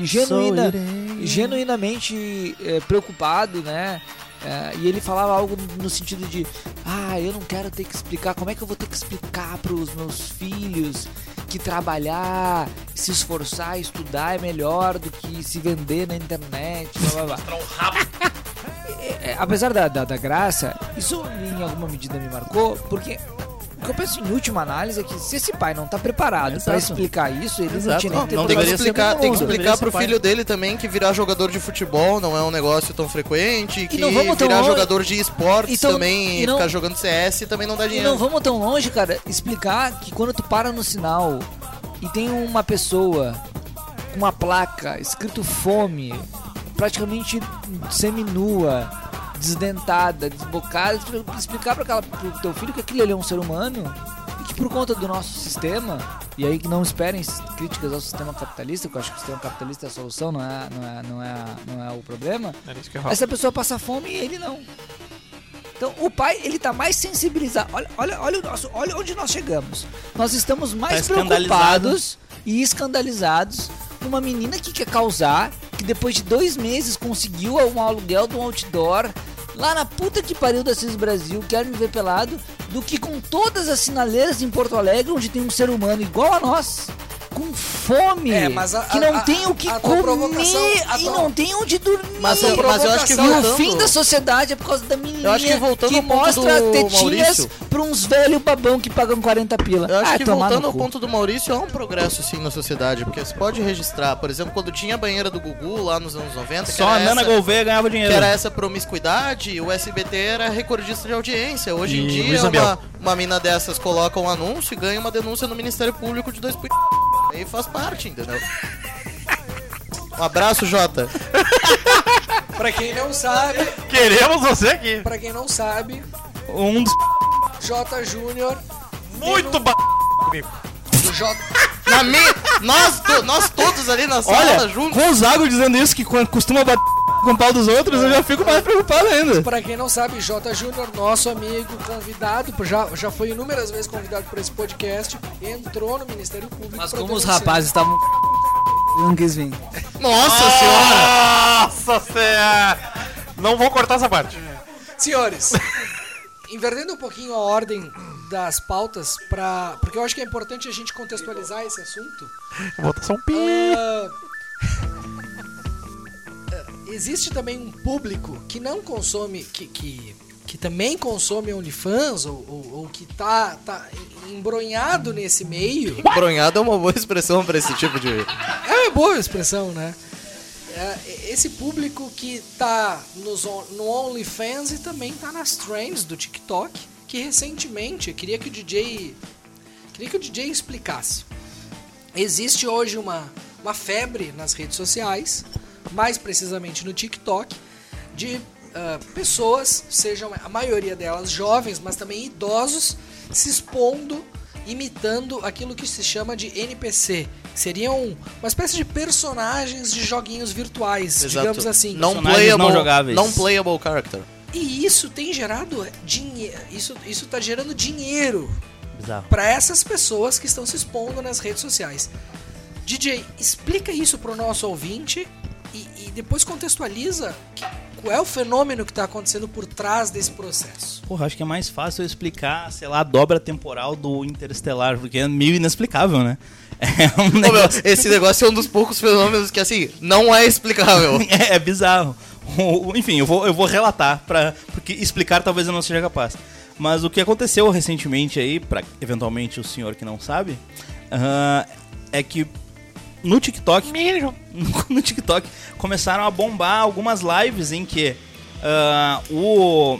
H: genuína, genuinamente é, preocupado, né? É, e ele falava algo no sentido de: Ah, eu não quero ter que explicar. Como é que eu vou ter que explicar para os meus filhos que trabalhar, se esforçar, estudar é melhor do que se vender na internet? Blá, blá, blá.
B: um
H: É, apesar da, da, da graça, isso em alguma medida me marcou, porque o que eu penso em última análise é que se esse pai não tá preparado pra
D: Exato.
H: explicar isso, ele não
B: Exato.
H: tinha nem
B: Não,
H: que ter
B: não
H: botado
B: deveria
H: isso
B: explicar,
H: no
B: tem que
H: mundo.
B: explicar pro
D: Deveria ser
B: filho dele também que virar jogador de futebol não é um negócio tão frequente, que
H: não vamos tão
B: virar
H: longe.
B: jogador de esportes
H: Então,
B: também,
H: e não-
B: ficar jogando CS também não dá
H: E
B: dinheiro.
H: não vamos tão longe, cara, explicar que quando tu para no sinal e tem uma pessoa com uma placa escrito fome, praticamente seminua, desdentada, desbocada, expli- explicar para aquela pro teu filho que aquele ali é um ser humano e que por conta do nosso sistema e aí que não esperem s- críticas ao sistema capitalista, que eu acho que o sistema capitalista é a solução, não é, não é, não é, não é o problema.
C: Era isso que eu ia falar.
H: Essa pessoa passa fome e ele não. Então o pai, ele tá mais sensibilizado. Olha, olha, olha, o nosso, olha onde nós chegamos. Nós estamos mais
D: Tá
H: preocupados e escandalizados com uma menina que quer causar, que depois de dois meses conseguiu um aluguel de um outdoor lá na puta que pariu da Cis Brasil, quer me ver pelado, do que com todas as sinaleiras em Porto Alegre, onde tem um ser humano igual a nós. Com fome,
A: É, mas a-
H: que não
A: a-
H: tem
A: a-
H: o que
A: a tua provocação-
H: comer
A: a
H: e
A: tua-
H: não tem onde dormir.
B: Mas eu- mas eu acho que
H: E
B: voltando-
H: o fim da sociedade é por causa da menina
B: Eu acho que voltando ao ponto
H: mostra
B: do
H: tetinhas
B: Maurício-
H: pra uns velhos babão que pagam 40 pila.
B: Eu acho
H: Ah,
B: que
H: tomar
B: voltando
H: no
B: ao
H: cu.
B: ponto do Maurício, há um progresso sim na sociedade, porque você pode registrar, por exemplo, quando tinha a banheira do Gugu lá nos anos 90, que
D: Só a
B: era
D: Nana
B: essa-
D: Gouveia ganhava
B: que
D: dinheiro.
B: era essa promiscuidade, o SBT era recordista de audiência. Hoje em
C: E
B: dia,
C: Luiz
B: uma,
C: Ambiel.
B: uma mina dessas coloca um anúncio e ganha uma denúncia no Ministério Público de dois p... Aí faz parte, entendeu? Um abraço, Jota.
A: Pra quem não sabe,
C: Queremos você aqui.
A: pra quem não sabe,
D: Um dos...
A: J Júnior
C: Muito ba... comigo.
A: do J
B: Na mi... nós, to- nós todos ali na sala
I: Olha,
B: juntos.
I: com o Zago dizendo isso, que quando costuma bater com o pau dos outros, eu já fico mais preocupado ainda.
A: Pra quem não sabe, J. Júnior, nosso amigo, convidado, já, já foi inúmeras vezes convidado por esse podcast, entrou no Ministério Público.
H: Mas
A: pra
H: como os
A: denunciar.
H: rapazes estavam... Não quis vir.
B: Nossa senhora!
C: Nossa senhora. Não vou cortar essa parte.
A: Senhores, invertendo um pouquinho a ordem das pautas, pra, porque eu acho que é importante a gente contextualizar esse assunto.
C: Vou botar só um pi.
A: Ah, existe também um público que não consome, que, que, que também consome OnlyFans ou, ou, ou que tá, tá embronhado nesse meio.
B: Bronhado é uma boa expressão pra esse tipo de.
A: É uma boa expressão, né? É, Esse público que tá nos, on- no OnlyFans e também tá nas trends do TikTok, que recentemente, eu queria que o DJ. Queria que o DJ explicasse. Existe hoje uma, uma febre nas redes sociais, mais precisamente no TikTok, de ah, pessoas, sejam a maioria delas jovens, mas também idosos, se expondo, imitando aquilo que se chama de NPC. que Seriam uma espécie de personagens de joguinhos virtuais, digamos assim.
B: Não
D: Personagens
B: playable,
D: não
B: não,
D: jogáveis.
B: playable character.
A: E isso tem gerado dinheiro. Isso, isso tá gerando dinheiro
D: Bizarro.
A: para essas pessoas que estão se expondo nas redes sociais. DJ, explica isso pro nosso ouvinte e, e depois contextualiza que- qual é o fenômeno que tá acontecendo por trás desse processo.
D: Porra, acho que é mais fácil eu explicar, sei lá, a dobra temporal do Interestelar, porque é meio inexplicável, né? É um
B: Ô, meu,
D: negócio...
B: esse negócio é um dos poucos fenômenos que, assim, não é explicável.
D: É, é bizarro. O- o- Enfim, eu vou, eu vou relatar, pra, porque explicar talvez eu não seja capaz. Mas o que aconteceu recentemente aí, pra eventualmente o senhor que não sabe, ah, é que no TikTok. No TikTok começaram a bombar algumas lives em que ah, o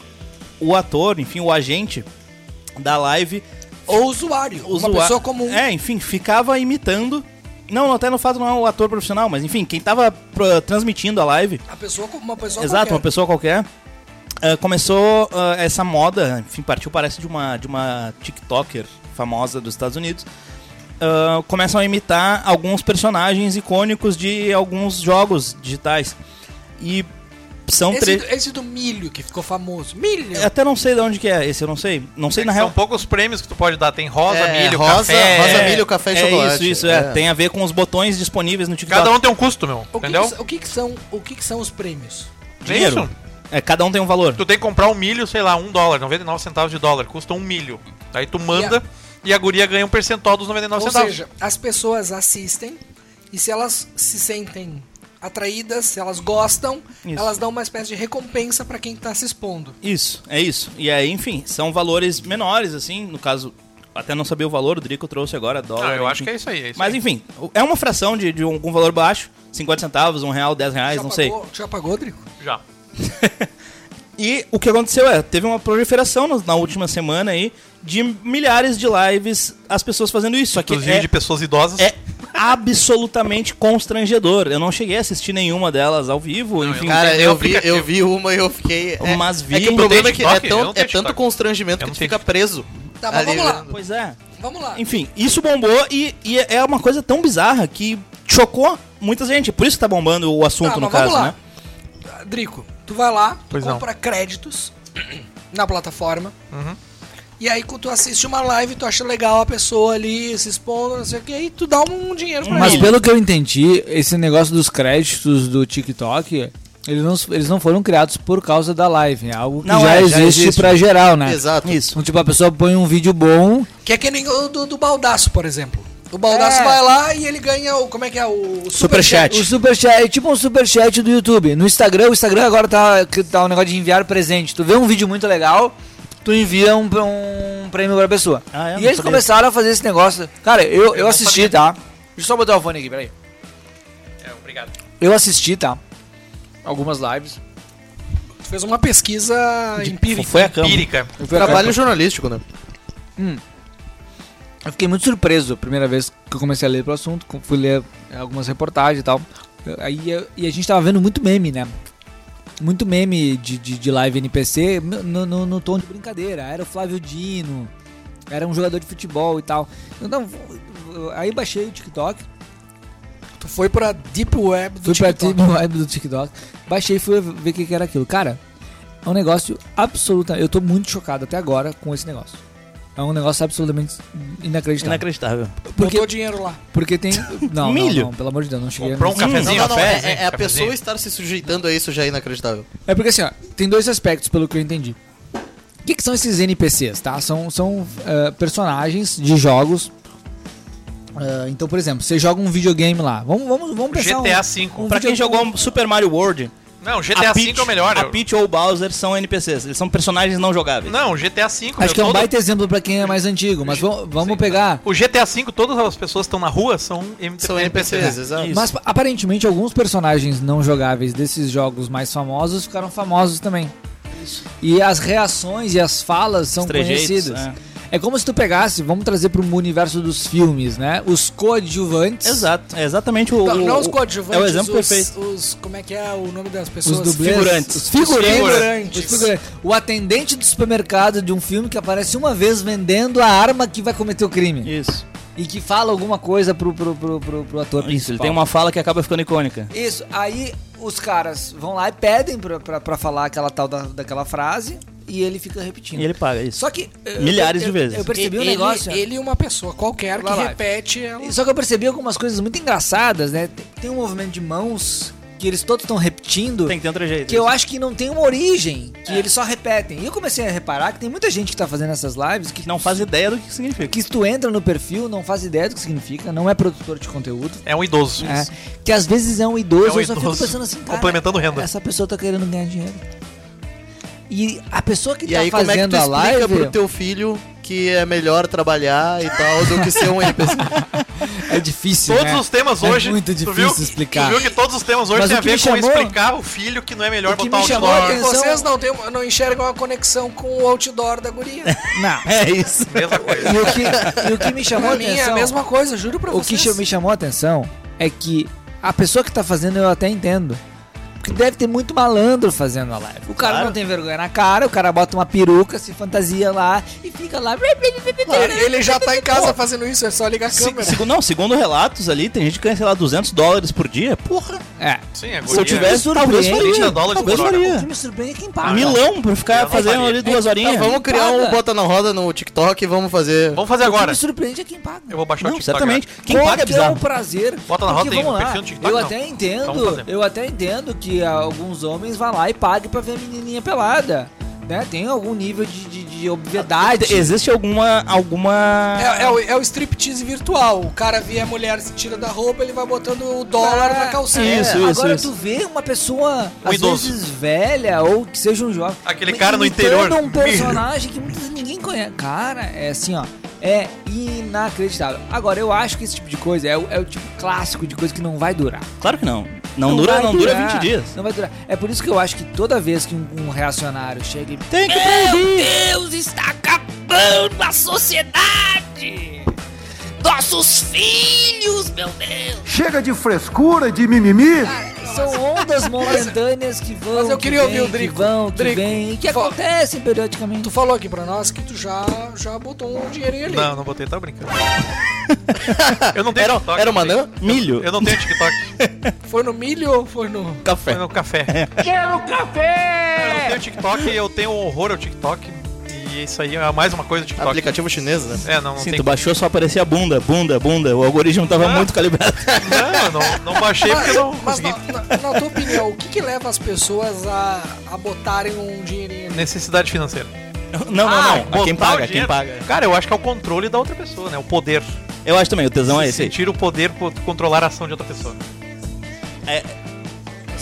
D: o ator, enfim, o agente da live
A: Ou usuário. Uma
D: usua-
A: pessoa comum.
D: É, enfim, ficava imitando. Não, até no fato não é o ator profissional, mas enfim, quem tava pro- transmitindo a live,
A: A pessoa, como uma pessoa
D: exato, uma
A: qualquer.
D: pessoa qualquer, ah, começou ah, essa moda, enfim, partiu parece de uma, de uma TikToker famosa dos Estados Unidos. ah, começam a imitar alguns personagens icônicos de alguns jogos digitais. E são
A: Esse,
D: três.
A: do- esse do milho que ficou famoso. Milho!
D: Até não sei de onde que é esse, eu não sei. Não sei na real.
C: É São poucos prêmios que tu pode dar. Tem rosa,
B: É,
C: milho,
B: rosa,
C: café.
B: rosa,
C: é.
B: milho, café e
D: é
B: chocolate.
D: Isso, isso, é.
B: É.
D: Tem a ver com os botões disponíveis no TikTok.
C: Cada um tem um custo, meu.
A: O, que
C: entendeu?
A: que, o que que são, o que que são os prêmios?
D: dinheiro.
C: Isso.
D: É, cada um tem um valor.
C: Tu tem que comprar um milho, sei lá, um dólar, 99 centavos de dólar. Custa um milho. Aí tu manda
A: Yeah.
C: e a guria ganha um percentual dos 99
A: Ou
C: centavos.
A: seja, as pessoas assistem e se elas se sentem atraídas, se elas gostam,
D: Isso.
A: elas dão uma espécie de recompensa pra quem tá se expondo.
D: Isso, é isso. E aí, enfim, são valores menores, assim, no caso, até não sabia o valor, o Drico trouxe agora dólar.
C: Não, eu acho
D: enfim.
C: que é isso aí. É isso
D: Mas
C: aí.
D: enfim, é uma fração de, de algum valor baixo, 50 centavos, 1 real, 10 reais,
A: já
D: não sei.
A: pagou, Já pagou, Drico?
C: Já.
D: E o que aconteceu é, teve uma proliferação no- na última semana aí de milhares de lives, as pessoas fazendo isso. Só que
C: Inclusive
D: é-
C: de pessoas idosas.
D: é absolutamente constrangedor. Eu não cheguei a assistir nenhuma delas ao vivo, enfim.
B: Cara,
C: tem
B: eu
C: nem
B: vi,
C: aplicativo.
B: eu vi uma e eu fiquei. É,
D: Mas vi.
B: é que o
D: Não
B: problema
C: tem
B: é que é,
C: TikTok? Eu
B: tão,
C: não
B: é
C: tenho
B: tanto
C: TikTok.
B: constrangimento
C: Eu
B: que
C: não
B: tu
C: tenho
B: fica preso.
A: Tá, mas
B: ali,
A: vamos lá.
D: Pois é.
A: Vamos lá.
D: Enfim, isso bombou e, e é uma coisa tão bizarra que chocou muita gente. Por isso que tá bombando o assunto,
A: Tá,
D: no
A: mas vamos
D: caso,
A: lá.
D: né?
A: Ah, Drico, tu vai lá, tu
C: Pois não.
A: compra créditos na plataforma. E aí quando tu assiste uma live, tu acha legal a pessoa ali se expondo, não sei o que, e tu dá um dinheiro pra
D: Mas
A: ela.
F: Mas pelo que eu entendi, esse negócio dos créditos do TikTok, eles não, eles não foram criados por causa da live. É algo que
D: Não,
F: já,
D: é,
F: existe
D: já existe.
F: pra geral, né?
B: Exato.
D: Isso.
F: Então, tipo, a pessoa põe um vídeo bom.
A: Que é que nem o do, do Baldaço, por exemplo. O Baldaço
F: É.
A: vai lá e ele ganha o. Como é que é? O
D: Superchat.
F: O superchat, é tipo um superchat do YouTube. No Instagram, o Instagram agora tá, que tá um negócio de enviar presente. Tu vê um vídeo muito legal, tu envia um, um prêmio pra pessoa.
D: Ah, eu não
F: e eles
D: sabia.
F: começaram a fazer esse negócio. Cara, eu, eu, assisti, tá? Deixa eu só botar o fone aqui, peraí.
C: É, obrigado.
F: Eu assisti, tá? Algumas lives.
A: Tu fez uma pesquisa Tá empírica.
D: Foi a cama.
C: Empírica.
F: Eu fui atrás-
B: Trabalho jornalístico, né?
F: Eu fiquei muito surpreso a primeira vez que eu comecei a ler pro assunto, com- fui ler eh, algumas reportagens e tal. Eu- Aí eu- e a gente tava vendo muito meme, né? Muito meme de, de, de live NPC no, no- no, no tom de brincadeira. Era o Flávio Dino, era um jogador de futebol e tal. Então, aí baixei o TikTok,
A: Tu foi pra Deep Web do
F: fui pra
A: TikTok.
F: time web do TikTok, baixei e fui ver o que, que era aquilo. Cara, é um negócio absolutamente. Eu tô muito chocado até agora com esse negócio. É um negócio absolutamente inacreditável.
D: Inacreditável.
A: Botou dinheiro lá.
F: Porque tem. Não,
D: Milho.
F: Não, não, pelo amor de Deus, não cheguei
C: Comprou um
F: nesse-
B: Não,
C: cafezinho,
B: não, não.
C: café,
B: é- é,
C: gente,
B: é a
C: cafezinho.
B: pessoa estar se sujeitando a isso já é inacreditável.
F: É porque assim, ó, tem dois aspectos pelo que eu entendi. O que, que são esses NPCs, tá? São, são eh, personagens de jogos. Ah, então, por exemplo, você joga um videogame lá. Vamos, vamos, vamos pensar. um-
C: GTA V.
F: um
D: Pra quem
F: videogame-
D: jogou Super Mario World,
C: Não, GTA
D: a
C: V
D: Peach,
C: é o melhor.
D: A Peach ou o Bowser são NPCs, eles são personagens não jogáveis.
C: Não, GTA V. meu,
F: Acho que é um
C: todo-
F: baita exemplo pra quem é mais antigo, mas vamos, vamos pegar.
C: O GTA V, todas as pessoas que estão na rua são, M-
B: São NPCs, exato.
D: Isso.
F: Mas aparentemente alguns personagens não jogáveis desses jogos mais famosos ficaram famosos também. E as reações e as falas são
D: Os trejeitos,
F: conhecidas.
D: é.
F: É. como se tu pegasse, vamos trazer pro universo dos filmes, né? Os coadjuvantes.
D: Exato, é exatamente o.
A: Não,
D: o-
A: não os
D: o-
A: coadjuvantes.
D: É o exemplo
A: os,
D: perfeito.
A: os- Como é que é o nome das
F: Os
A: pessoas?
F: dublês,
D: figurantes.
F: Os figurantes,
A: Os
F: os
A: figurantes.
F: figurantes. O atendente do supermercado de um filme que aparece uma vez vendendo a arma que vai cometer o crime.
D: Isso.
F: E que fala alguma coisa pro, pro, pro, pro, pro ator
D: Isso,
F: principal.
D: ele tem uma fala que acaba ficando icônica.
F: Isso, aí os caras vão lá e pedem pra, pra, pra falar aquela tal da, daquela frase e ele fica repetindo.
D: E ele paga, isso.
F: Só que. eu-
D: Milhares
F: eu-
D: de vezes.
F: Eu percebi um
A: ele,
F: negócio.
A: Ele e uma pessoa qualquer que
F: Lá, lá.
A: repete. é um Ela...
F: Só que eu percebi algumas coisas muito engraçadas, né? Tem, tem um movimento de mãos que eles todos estão repetindo.
D: Tem que É. ter um trejeito.
F: Que eu acho que não tem uma origem, que eles só repetem. E eu comecei a reparar que tem muita gente que tá fazendo essas lives que,
D: que não faz ideia do que significa.
F: que se tu entra no perfil, não faz ideia do que significa, não é produtor de conteúdo.
C: É um idoso.
F: É, que às vezes é um
C: É
F: idoso,
C: um
F: eu só
C: idoso.
F: fico pensando assim, cara,
C: Complementando renda.
F: Essa pessoa tá querendo ganhar dinheiro. E a pessoa que
B: E
F: tá
B: aí, como é que
F: fazendo
B: tu
F: a
B: explica
F: live,
B: pro teu filho
F: que
B: que é melhor trabalhar e tal do que ser um NPC.
F: É difícil,
C: Todos
F: né?
C: os temas
F: É
C: hoje.
F: muito
C: tu
F: difícil
C: viu que-
F: explicar.
C: Tu viu que todos os temas hoje
F: Mas
C: têm
F: o
C: a
F: que
C: ver
F: me
C: com
F: chamou-
C: explicar o filho que não é melhor
F: O que
C: botar
F: me
C: um
F: chamou a
C: outdoor.
F: atenção-
A: Vocês não, tem, não enxergam a conexão com o outdoor da guria.
F: Não.
D: É isso.
C: Mesma coisa.
F: E o que, e o que me chamou a
A: pra mim é a
F: atenção...
A: mesma coisa, juro pra
F: O que
A: vocês.
F: cha- me chamou a atenção é que a pessoa que tá fazendo eu até entendo. Porque deve ter muito malandro fazendo a live. O cara
D: Claro.
F: não tem vergonha na cara, o cara bota uma peruca, se fantasia lá e fica lá.
A: Claro, ele já tá em casa fazendo isso, é só ligar a
D: Se-
A: câmera.
D: segu- não, segundo relatos ali, tem gente que ganha, sei lá, 200 dólares por dia. Porra.
F: É.
C: Sim, é
D: Se eu
C: guria.
D: tivesse, talvez
F: surpreende.
D: faria.
C: 30 dólares
D: Talvez
C: por hora.
F: O
D: faria.
F: que me surpreende é quem paga.
D: Milão pra
C: Eu
D: ficar
C: não
D: fazendo
C: faria.
D: ali duas
B: Tá,
D: horinhas.
B: vamos criar um
F: Paga.
B: bota na roda no TikTok e vamos fazer.
C: é Vamos fazer
F: O que
C: agora.
F: me surpreende é quem paga.
C: Eu vou baixar o
D: Não,
C: TikTok.
D: certamente. Quem
F: Qual
D: paga é
F: que é o
D: bizarro.
F: prazer?
C: Bota na
F: Porque,
C: roda aí,
F: vamos
C: no
F: lá,
C: perfil do TikTok,
F: Eu
C: não.
F: até
C: Vamos
F: entendo,
C: fazer.
F: eu até entendo que alguns homens vão lá e pagam pra ver a menininha pelada. Né? Tem algum nível de, de, de obviedade.
D: Existe alguma. alguma...
A: É, é o, é o striptease virtual. O cara vê a mulher, se tira da roupa, ele vai botando o dólar
F: Ah,
A: na calcinha.
D: Isso,
F: é. Agora
D: isso, isso.
F: tu vê uma pessoa,
C: Um
F: às
C: idoso.
F: vezes velha ou que seja um jovem.
C: Aquele
F: mas
C: cara no
F: imitando
C: interior.
F: um personagem que muitas vezes ninguém conhece. Cara, é assim, ó. É inacreditável. Agora, eu acho que esse tipo de coisa é, o- é o tipo clássico de coisa que não vai durar.
D: Claro que não. Não, dura,
F: vai
D: não dura
F: durar.
D: 20 dias.
F: Não vai durar. É por isso que eu acho que toda vez que um, um reacionário chega e.
D: Tem que
F: Deus está acabando a sociedade! Nossos filhos, meu Deus! Ah,
H: Chega de frescura, de mimimi.
F: São ondas momentâneas que vão.
A: Mas eu
F: que
A: queria
F: vêm,
A: ouvir o
F: que
A: Drico.
F: vão, que
A: Drico,
F: vêm, e que
A: fala.
F: acontecem
A: Tu
F: periodicamente.
A: falou aqui pra nós que tu já, já botou um dinheirinho ali.
C: Não, não botei, tá brincando. Eu não tenho
B: Era,
C: TikTok.
B: era uma anã?
D: Milho.
C: Eu não tenho TikTok.
A: Foi no milho ou foi no.
C: Foi
B: Café.
C: no café.
F: É.
H: Quero
C: Eu não
H: café!
C: tenho TikTok, eu tenho horror ao TikTok. E isso aí é mais uma coisa do TikTok.
B: Aplicativo chinês, né?
C: É, não, não
D: Sim,
C: tem.
D: tu baixou, só aparecia bunda, bunda, bunda. O algoritmo tava
C: Ah.
D: muito calibrado.
C: Não, eu não, não baixei porque
A: Mas,
C: eu não
A: mas
C: consegui.
A: na, na- na tua opinião, o que, que leva as pessoas a, a botarem um dinheirinho ali?
C: Necessidade financeira.
D: Não, não,
C: Ah,
D: não.
C: botar
D: quem
C: o
D: paga, quem
C: dinheiro-
D: paga.
C: Cara, eu acho que é o controle da outra pessoa, né? O poder.
D: Eu acho também, o tesão é esse aí.
C: Sentir o poder por controlar a ação de outra pessoa.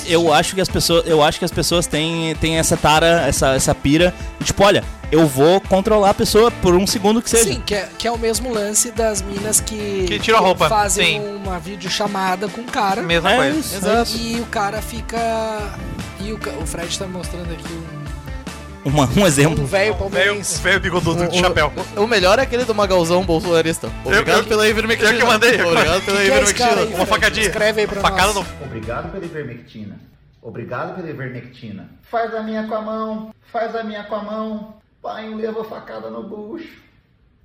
D: Eu acho que as pessoas, eu acho que as pessoas têm, têm essa tara, essa, essa pira. Tipo, olha, eu vou controlar a pessoa por um segundo que seja.
A: Sim, que é, que é o mesmo lance das minas que.
C: Que tiram a roupa,
A: Fazem
C: sim.
A: uma videochamada com o cara.
C: Mesma
D: É
C: coisa.
D: isso.
A: E o cara fica. E o, ca- o Fred tá mostrando aqui um-
D: Uma- um
A: um
D: exemplo.
A: velho
C: Velho,
A: palmeirense.
C: velho bigodudo de chapéu.
B: O, o melhor é aquele do Magalzão bolsonarista. Obrigado
C: eu-
B: pela ivermectina.
C: eu que mandei.
B: Obrigado pela
A: Que é esse cara aí,
B: ivermectina.
A: Fred?
C: facadinha.
A: Escreve aí pra
C: Facada
A: nós.
C: no.
J: Obrigado pela ivermectina. Obrigado pela ivermectina. Faz a minha com a mão. Faz a minha com a mão. Pai levou facada no bucho.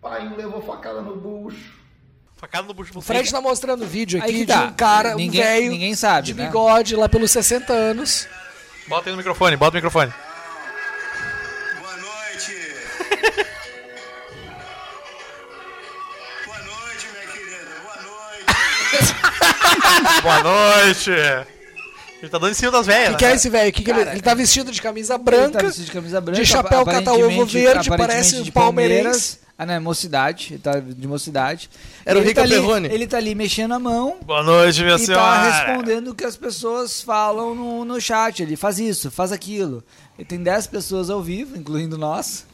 J: Pai levou facada no bucho.
C: Facada no bucho do
A: O Fred tá mostrando vídeo
F: Aí
A: aqui de
F: que tá.
A: um cara, um
F: Ninguém-
A: velho
F: ninguém sabe,
A: de
F: né?
A: bigode lá pelos 60 anos.
C: Bota aí no microfone, bota o microfone.
H: Boa noite! Boa noite, minha querida. Boa noite.
C: Boa noite! Ele tá dando em cima das velhas.
A: O que é
C: né?
A: esse velho? Que que ele, ele tá vestido de camisa
F: Ele tá
A: branca.
F: vestido de camisa branca,
A: de chapéu
F: aparentemente-
A: cata-ovo verde,
F: aparentemente
A: parece
F: de
A: um palmeirense.
F: Ah, não, é mocidade. Ele tá de mocidade.
B: Era o
F: Ele
B: Rica
F: tá ali-
B: Perrone.
F: Ele tá ali mexendo a mão
C: Boa noite, minha
F: e
C: senhora.
F: tá respondendo o que as pessoas falam no, no chat. Ele faz isso, faz aquilo. E tem 10 pessoas ao vivo, incluindo nós.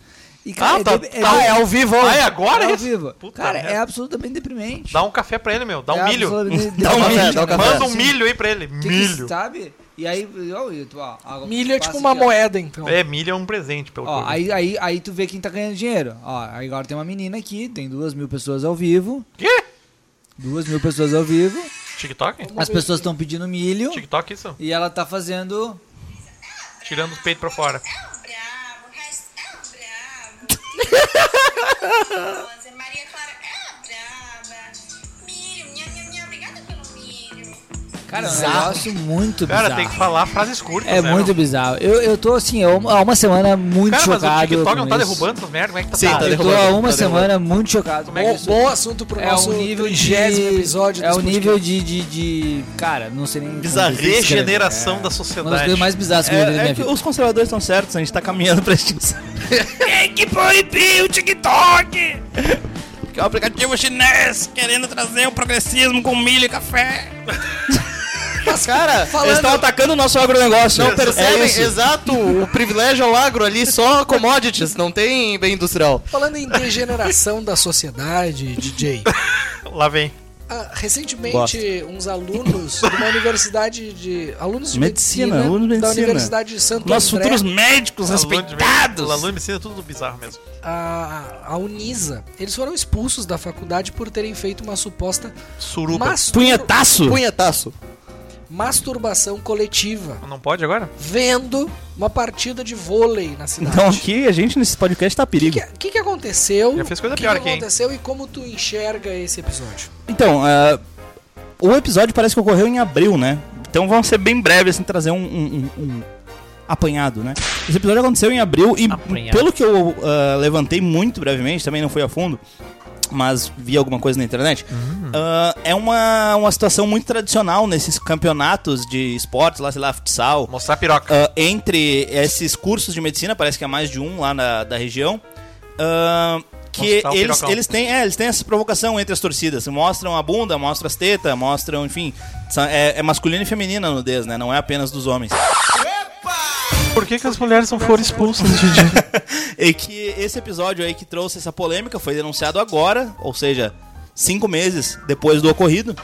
F: E,
C: Ah, tá-
F: de-
C: tá-
F: de-
C: é ao vivo, ó. Ah, é agora
F: É ao
C: isso?
F: vivo.
C: Puta
F: cara,
C: merda.
F: é absolutamente deprimente.
C: Dá um café pra ele, meu. Dá um
F: É
C: milho.
F: absolutamente
B: Dá um
F: deprimente,
B: milho, dá um
F: né?
B: café.
C: Manda um
F: Assim,
C: milho aí pra ele.
F: que que
C: Milho.
F: sabe? E aí, ó, e tu, ó, ó,
A: Milho é
F: passa
A: tipo uma
F: aqui, ó.
A: moeda, então.
C: É, milho é um presente, pelo
F: Ó,
C: que eu vi.
F: aí, aí, aí tu vê quem tá ganhando dinheiro. Ó, aí agora tem uma menina aqui, tem duas mil pessoas ao vivo.
C: Quê?
F: Duas mil pessoas ao vivo.
C: TikTok?
F: As pessoas estão pedindo milho.
C: TikTok, isso?
F: E ela tá fazendo.
C: Tirando os peitos pra fora.
H: É um bravo, é rastão bravo. Rosa, um Maria Clara é brava. Milho, minha, minha, minha, obrigada pelo milho.
F: Cara, é um negócio muito
C: Cara,
F: bizarro.
C: tem que falar frases curtas,
F: É
C: né,
F: muito
C: meu?
F: bizarro. Eu, eu tô assim, eu- há uma semana muito
C: Cara, mas
F: chocado.
C: o TikTok
F: com
C: não tá
F: isso.
C: derrubando essas merdas? Como é que tá?
B: Sim,
C: tá.
B: tá
C: é
F: Eu tô há
B: derrubando,
F: uma
B: tá
F: semana muito chocado. Como
A: Bom, bom assunto pro
F: É
A: nosso
F: um nível de.
A: 30º episódio
F: é
A: desse
F: um nível
A: podcast.
F: de, de, de- Cara, não sei nem. como
B: Bizarrice,
F: dizer, cara.
C: Regeneração da
F: É Uma das
C: sociedade.
F: coisas mais bizarras que eu já vi na
D: É, é
F: minha
D: que
F: vida.
D: os conservadores estão certos, a gente tá caminhando pra extinção. Tem que proibir o TikTok! Porque é um aplicativo chinês querendo trazer o progressismo com milho e café.
A: Mas,
B: Cara,
D: Eles
A: falando,
D: estão atacando o nosso agronegócio.
B: Não percebem?
D: É isso.
B: Exato, o privilégio ao agro ali só commodities, não tem bem industrial.
A: falando em degeneração da sociedade, DJ.
F: tá
C: Lá vem.
A: ah, recentemente, uns alunos de uma universidade de. Alunos de
D: Medicina,
A: medicina,
D: alunos de
A: da
D: medicina.
A: Universidade de Santo
D: Nossos
A: André.
D: futuros médicos respeitados.
C: Lalu é tudo bizarro mesmo.
A: a, a Unisa, eles foram expulsos da faculdade por terem feito uma suposta
C: Suruba.
A: mastur-
D: Punhetaço.
B: Punhetaço.
A: masturbação coletiva,
C: Não pode agora?
A: vendo uma partida de vôlei na cidade.
D: Então aqui a gente nesse podcast tá a
A: o
D: perigo.
A: que, que, que aconteceu?
C: Já fez coisa
A: O que
C: pior
A: que
C: aqui, hein?
A: aconteceu e como tu enxerga esse episódio?
D: Então, ah, o episódio parece que ocorreu em abril, né? Então vamos ser bem breves, assim, trazer um, um- um- um apanhado, né? Esse episódio aconteceu em abril e pelo que eu ah, levantei muito brevemente, também não fui a fundo, mas vi alguma coisa na internet, ah, é uma, uma situação muito tradicional nesses campeonatos de esportes, lá, sei lá, futsal,
C: Mostrar a piroca.
D: Ah, entre esses cursos de medicina, parece que há mais de um lá na, da região. ah, que
C: Mostrar o
D: eles,
C: pirocão.
D: eles têm é, eles têm essa provocação entre as torcidas. Mostram a bunda, mostram as tetas, mostram, enfim. são- É, é masculino e feminina a nudez, né? Não é apenas dos homens.
C: Por que, que as mulheres não foram expulsas, Didi?
D: E que esse episódio aí que trouxe essa polêmica foi denunciado agora, ou seja, cinco meses depois do ocorrido.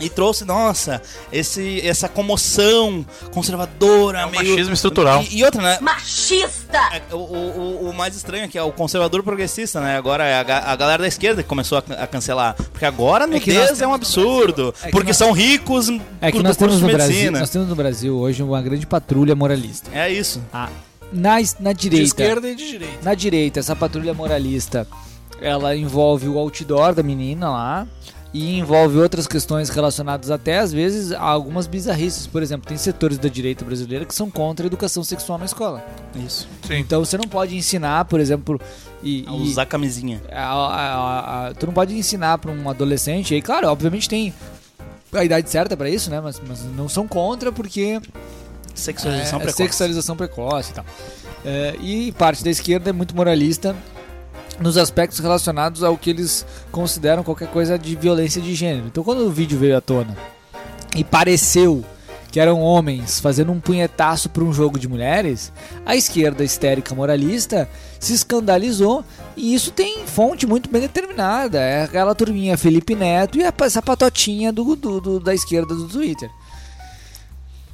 D: E trouxe, nossa, esse, essa comoção conservadora,
C: um
D: meio...
C: machismo estrutural.
D: E, e outra, né?
H: Machista!
D: É, O, o- o- o mais estranho é que é o conservador progressista, né? Agora é a, ga- a galera da esquerda que começou a, can- a cancelar. Porque agora a nudez é, um absurdo.
F: que
D: porque
F: nós-
D: são ricos
F: É que
D: com-
F: nós
D: com curso
F: temos, no
D: de
F: Brasil, nós temos no Brasil hoje uma grande patrulha moralista.
D: É isso.
F: Ah, Na, es- na
A: De
F: direita,
A: esquerda e de direita.
F: na direita, essa patrulha moralista, ela envolve o outdoor da menina lá e envolve outras questões relacionadas até às vezes a algumas bizarrices. Por exemplo, tem setores da direita brasileira que são contra a educação sexual na escola.
D: Isso.
C: Sim.
F: Então você não pode ensinar, por exemplo, e,
D: A
F: e-
D: usar camisinha.
F: a- a- a- a- tu não pode ensinar pra um adolescente. E claro, obviamente tem a idade certa pra isso, né? Mas, mas não são contra porque
D: Sexualização
F: é,
D: precoce.
F: sexualização precoce e tal. É, e parte da esquerda é muito moralista nos aspectos relacionados ao que eles consideram qualquer coisa de violência de gênero. Então, quando o vídeo veio à tona e pareceu que eram homens fazendo um punhetaço para um jogo de mulheres, a esquerda histérica moralista se escandalizou e isso tem fonte muito bem determinada. É aquela turminha Felipe Neto e a pa- essa patotinha do, do- do- da esquerda do Twitter.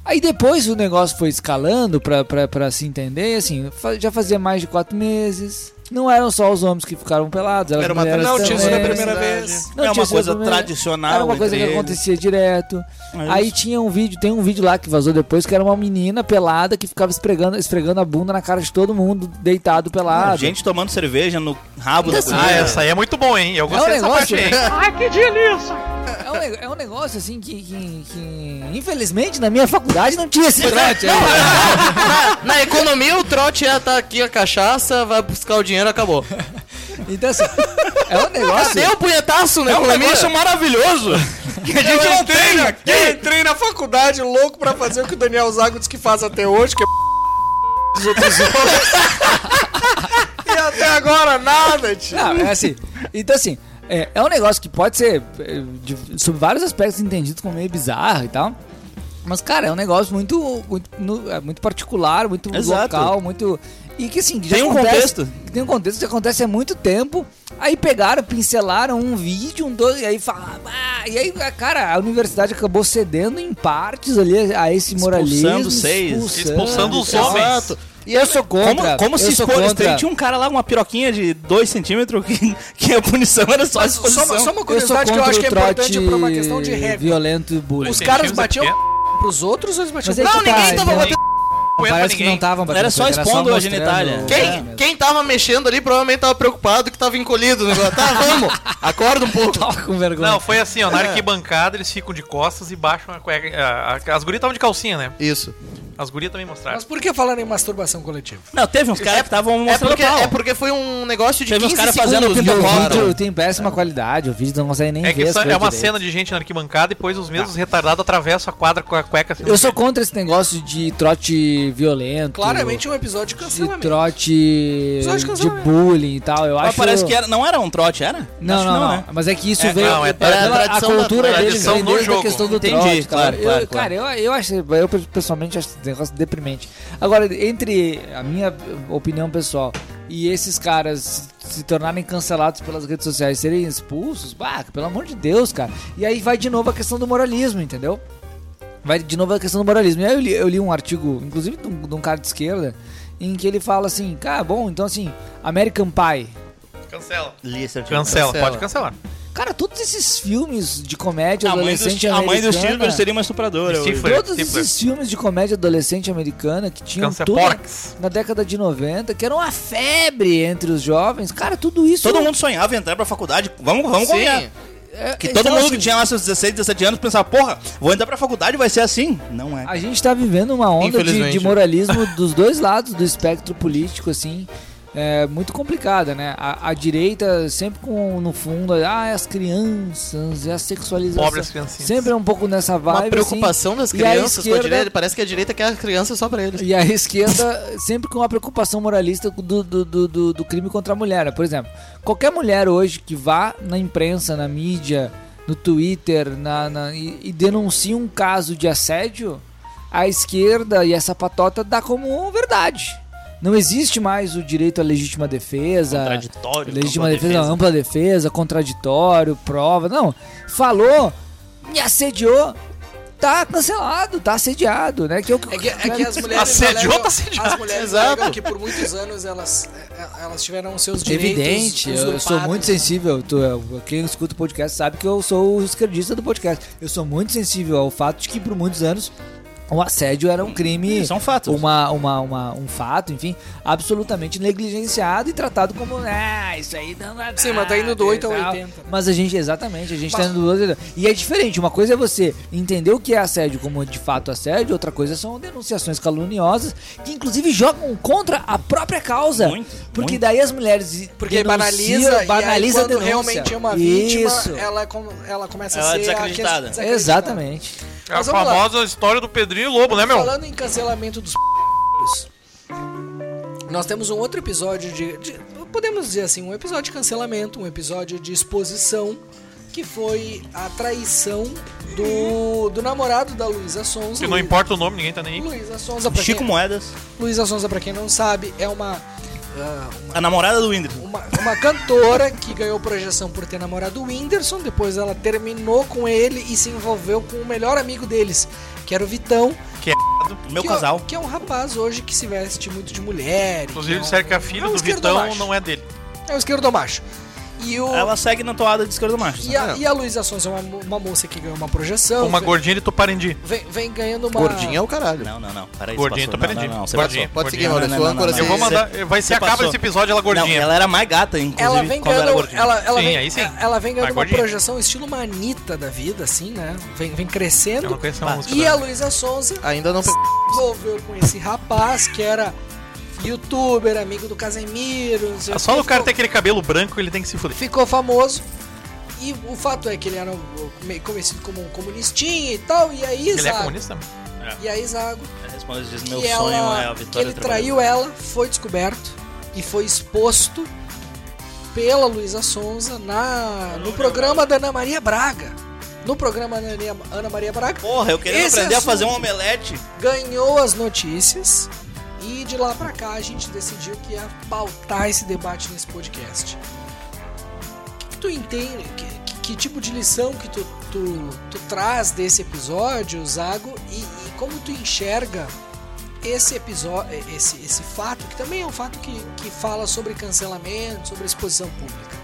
F: Aí depois o negócio foi escalando pra, pra, pra se entender, e assim, fa- já fazia mais de quatro meses. Não eram só os homens que ficaram pelados, eram
B: Era
F: as
B: uma
F: mulheres
B: tradição,
A: Não, tinha sido a
F: também.
A: primeira vez.
F: Não
D: é
F: tinha
D: uma
F: sido
D: coisa
F: a primeira-
D: tradicional.
F: Era uma coisa que
D: entre eles.
F: acontecia direto.
D: É
F: Aí
D: isso.
F: tinha um vídeo, tem um vídeo lá que vazou depois que era uma menina pelada que ficava esfregando, esfregando a bunda na cara de todo mundo, deitado pelado.
D: Ah, Gente tomando cerveja no rabo da
C: Ah,
D: guria.
C: essa aí é muito bom, hein? Eu
F: É um
C: gostei dessa parte,
F: negócio,
C: hein?
F: É, um, neg- é um negócio assim que, que- que, infelizmente na minha faculdade não tinha esse trote. aí.
B: Na economia, o trote é tá aqui a cachaça, vai buscar o dinheiro, acabou.
F: Então assim, é um negócio.
B: Cadê o punhetaço na
D: É um
B: economia?
D: negócio maravilhoso. que a gente não tem.
A: Entrei, eu entrei na faculdade louco pra fazer o que o Daniel Zago diz que faz até hoje, que é dos outros homens. E até agora nada, tio.
G: tá.
F: Não, é assim. Então, assim, é, é um negócio que pode ser, é, de- sob vários aspectos, entendido como meio bizarro e tal. Mas, cara, é um negócio muito, muito, no- é muito particular, muito
D: Exato.
F: local, muito. E que assim, que já
D: Tem um
F: acontece-
D: contexto.
F: que Tem um contexto que acontece há muito tempo. Aí pegaram, pincelaram um vídeo, um dois, e aí falaram. "Ah", e aí, cara, a universidade acabou cedendo em partes ali a esse moralismo.
D: seis.
C: Expulsando os
F: cara.
C: homens.
F: E eu sou
D: Como,
F: contra.
D: como
F: eu
D: se
F: sou
D: expor.
F: contra.
D: Tinha um cara lá, uma piroquinha de 2 centímetros, que, que a punição era só a
A: Só,
D: exposição.
A: uma- só uma
F: Eu sou
A: curiosidade que eu
F: contra
A: acho
F: o
A: que é
F: trote
A: importante pra uma questão de regra.
F: Violento e bullying.
A: Os
C: Sim,
A: caras
C: times
A: batiam
C: é
A: pros outros ou eles batiam
F: Mas aí que tá, então,
C: Não aguenta
F: Parece que não
C: é ninguém.
F: estavam batendo.
D: Era só
F: coisa,
D: expondo a
F: mostrando
D: genitália.
F: o-
B: Quem, quem tava mexendo ali provavelmente tava preocupado que tava encolhido. Né? Tá, vamos, acorda um pouco.
F: Tava com vergonha.
C: Não, foi
F: É.
C: assim, ó. Na arquibancada eles ficam de costas e baixam a cueca. a- a- as gurias estavam de calcinha, né?
B: Isso.
C: As gurias também mostraram.
A: Mas por que falar em masturbação coletiva?
D: Não, teve uns caras que estavam
B: É
D: mostrando
B: porque,
D: pau.
B: é porque foi um negócio de
D: Teve uns
B: 15
D: caras fazendo
B: segundos que
D: pinto
B: rolaram.
D: Claro.
F: vídeo tem péssima qualidade, o vídeo não consegue nem
C: É que
F: ver. as
C: isso é
F: coisas
C: uma
F: direito.
C: cena de gente na arquibancada e depois os mesmos retardados atravessam a quadra com a cueca. assim,
F: Eu sou contra esse negócio de trote violento.
A: Claramente um episódio de
F: de
A: cancelamento.
F: trote
A: Episódio de
F: de
A: cancelamento.
F: bullying e tal. Eu
D: Mas
F: acho
D: parece que era, não era um trote, era?
F: Não,
D: Acho que
F: não, não.
D: né?
F: Mas é que isso
D: É,
F: veio.
C: não, é-
F: pela-
B: é a
F: pela- a
B: tradição da-
F: cultura
B: da
F: deles
C: tradição
F: vem
C: no
F: desde a
C: jogo.
F: questão do
D: Entendi,
F: um trote. cara.
D: claro, claro,
F: Eu- Cara, eu, eu acho, eu pessoalmente acho esse negócio deprimente. Agora, entre a minha opinião pessoal e esses caras se tornarem cancelados pelas redes sociais, serem expulsos, bah, pelo amor de Deus, cara. E aí vai de novo a questão do moralismo, entendeu? Vai de novo a questão do moralismo. E aí eu li, eu li um artigo, inclusive de um, de um cara de esquerda, em que ele fala assim, cara, bom, então assim, American Pie,
C: Cancela.
B: Li esse artigo.
C: Cancela, pode cancelar.
F: Cara, todos esses filmes de comédia
D: A mãe,
F: adolescente
D: dos, a mãe dos
F: americana,
D: Stifler seria uma estupradora. eu-
C: Stifler.
F: Todos
C: Stifler.
F: esses filmes de comédia adolescente americana que tinham
C: Cancela.
F: tudo
C: Porcs.
F: na década de 90, que era uma febre entre os jovens. Cara, tudo isso...
D: Todo mundo sonhava em entrar pra faculdade. Vamos, vamos
B: Sim.
D: combinar.
F: é,
D: Que
F: então,
D: todo mundo
F: assim,
D: que tinha lá seus 16, 17 anos pensava, porra, vou entrar pra faculdade, vai ser assim. Não é.
F: A gente tá vivendo uma onda de,
B: Infelizmente.
F: de moralismo dos dois lados do espectro político, assim... É muito complicada, né? A, a direita sempre com no fundo, ah, as crianças e a sexualização.
C: Pobres criancinhas.
F: Sempre é um pouco nessa vibe.
B: Uma preocupação
F: assim.
B: das
F: E a
B: crianças com a
F: esquerda-
B: direita. Parece que a direita quer a criança só pra eles.
F: E a esquerda sempre com a preocupação moralista do, do, do, do- do crime contra a mulher. né? Por exemplo, qualquer mulher hoje que vá na imprensa, na mídia, no Twitter na, na- e, e denuncie um caso de assédio, a esquerda e essa patota dá como verdade. Não existe mais o direito à legítima defesa.
D: Contraditório,
F: Legítima
D: ampla
F: defesa,
D: defesa.
F: ampla defesa, contraditório, prova. Não. Falou, me assediou, tá cancelado, tá assediado, né? Que é o que
A: É que, é que as mulheres.
C: Assediou,
A: alegam-
C: tá assediado.
A: As mulheres
B: Exato.
A: alegam que por muitos anos elas, eh, elas tiveram os seus direitos. né?
F: Evidente, eu
A: usurpados.
F: sou muito sensível. Tu, eu- quem escuta o podcast sabe que eu sou o esquerdista do podcast. Eu sou muito sensível ao fato de que por muitos anos o assédio era um crime,
D: Isso é um fato.
F: uma, uma, uma- um fato, enfim, absolutamente negligenciado e tratado como ah, isso aí não dá
A: Sim, mas tá indo do
F: nada",
A: 8 ao
F: e tal.
A: 80, né?
F: Mas a gente, exatamente, a gente tá
A: Mas-
F: indo do 8 ao 80. E é diferente, uma coisa é você entender o que é assédio como de fato assédio, outra coisa são denunciações caluniosas que inclusive jogam contra a própria causa.
D: Muito,
F: porque
D: muito.
F: daí as mulheres
A: Porque
F: denuncia,
A: banaliza,
F: banaliza
A: e
F: a
A: aí, quando
F: denúncia.
A: realmente é uma vítima,
F: Isso.
A: ela, com- ela começa
D: Ela
A: a
D: é
A: ser
D: desacreditada.
A: a que- desacreditada.
F: Exatamente.
C: É a
A: Mas vamos lá.
C: famosa história do Pedrinho e Lobo, né, meu?
A: Falando em cancelamento dos p****, nós temos um outro episódio de, de- Podemos dizer assim, um episódio de cancelamento, um episódio de exposição, que foi a traição do, do namorado da Luísa Sonza.
C: Que não importa o nome, ninguém tá nem aí.
A: Luísa Sonza, pra
D: Chico
A: quem,
D: Moedas,
A: Luísa Sonza, pra quem não sabe, é uma, ah,
D: a namorada do Whindersson.
A: uma, uma cantora que ganhou projeção por ter namorado o Whindersson. Depois ela terminou com ele e se envolveu com o melhor amigo deles, que era o Vitão.
D: Meu
A: que é-
D: casal.
A: que é um rapaz hoje que se veste muito de mulher.
C: Inclusive,
A: é um-
C: disseram que a filha
A: é um
C: do Vitão
A: esquerdomacho.
C: não é dele.
A: É um esquerdo macho. E, o,
D: Ela segue na toada de esquerdo macho.
A: e, a, e a Luísa Sonza é uma, mo- uma moça que ganhou uma projeção.
C: Uma
A: vem-
C: gordinha de Tuparendi.
A: Vem, vem ganhando uma.
B: Gordinho é o caralho.
D: Não, não, não. Para isso,
C: Gordinha,
D: passou.
C: tô
D: Não, não,
C: perdido.
D: não, você
C: Gordinha.
D: passou.
B: Pode seguir,
D: Não, não,
B: Maurício.
D: não,
B: O
D: não,
B: âncora
D: não.
B: se-
C: Eu vou
D: Você-
C: mandar. Vai
D: você
C: ser acaba
D: passou.
C: esse episódio, é ela
D: Não,
C: gordinha.
D: ela é era mais gata, inclusive,
A: assim, Ela vem
D: quando era
A: ganhando,
D: gordinha.
A: ela, ela
C: Sim,
A: vem,
C: aí sim.
A: ela vem ganhando
C: Mas
A: uma
C: gordinha.
A: projeção estilo manita da vida, assim, né? Vem, vem crescendo.
C: Eu não conheço a É música
A: e
C: dela.
A: a Luísa Sonza
B: Ainda não.
A: envolveu com esse rapaz que era youtuber, amigo do Casemiro. não sei o
C: Ah, É Só
A: quê.
C: o cara
A: Ficou-
C: ter aquele cabelo branco, ele tem que se fuder.
A: ficou famoso. E o fato é que ele era um- meio conhecido como um comunistinha e tal. E aí,
C: Ele é
A: Zago.
C: comunista? mesmo.
A: e aí, Zago,
D: Ela responde, diz, meu
A: que,
D: sonho
A: ela,
D: é a
A: que
D: vitória
A: ele
D: do trabalho.
A: traiu ela, foi descoberto e foi exposto pela Luísa Sonza na, no programa da Ana Maria Braga. No programa da Ana- Ana Maria Braga,
D: Porra, eu querendo
A: Esse
D: aprender a fazer um
A: assunto.
D: omelete.
A: ganhou as notícias. E de lá pra cá a gente decidiu que ia pautar esse debate nesse podcast. O que, que tu entende? Que, que- que tipo de lição que tu, tu, tu traz desse episódio, Zago? E, e como tu enxerga esse episódio, esse, esse fato, que também é um fato que, que fala sobre cancelamento, sobre exposição pública?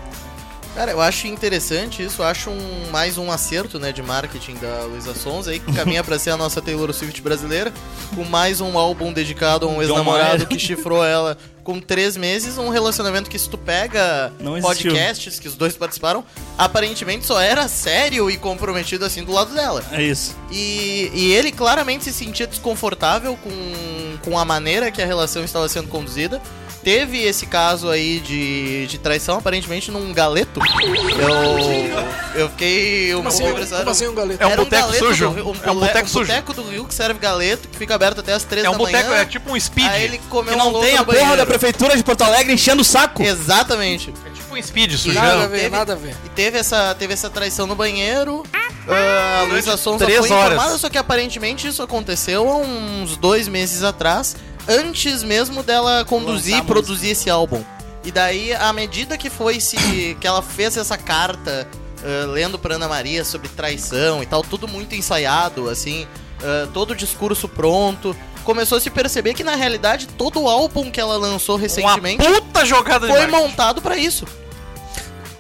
B: Cara, eu acho interessante isso, eu acho um, mais um acerto né, de marketing da Luísa Sons aí, que caminha pra ser a nossa Taylor Swift brasileira, com mais um álbum dedicado a um ex-namorado
D: Mayer.
B: que chifrou ela com três meses, um relacionamento que se tu pega
D: Não existiu.
B: podcasts que os dois participaram, aparentemente só era sério e comprometido assim do lado dela.
D: É isso.
B: E, e ele claramente se sentia desconfortável com, com a maneira que a relação estava sendo conduzida. Teve esse caso aí de, de traição, aparentemente num galeto. Eu, eu fiquei um
A: Como assim,
B: pouco impressionado.
A: como assim um galeto?
C: É um
B: Era
C: boteco
B: galeto
C: sujo.
B: do Rio-
C: É um
B: bole-
C: boteco sujo.
B: boteco do Rio que serve galeto, que fica aberto até as três
C: É um
B: da
C: boteco,
B: manhã.
C: é tipo um speed.
B: Aí ele comeu
D: Que
B: um
D: não
B: louco
D: tem
B: no
D: a porra
B: banheiro.
D: da prefeitura de Porto Alegre enchendo o saco.
B: Exatamente.
C: É tipo um speed
A: Nada a
C: sujando.
A: ver,
B: Teve-
A: nada a ver.
B: E teve essa, teve essa traição no banheiro. Ah, a Luísa Sonza foi
C: três horas.
B: informada, só que aparentemente isso aconteceu há uns dois meses atrás, antes mesmo dela conduzir e
D: música.
B: produzir esse álbum. E daí, à medida que foi se. que ela fez essa carta ah, lendo pra Ana Maria sobre traição e tal, tudo muito ensaiado, assim, ah, todo o discurso pronto. Começou a se perceber que, na realidade, todo o álbum que ela lançou
C: Uma
B: recentemente
C: puta jogada de
B: foi
C: marketing.
B: montado pra isso.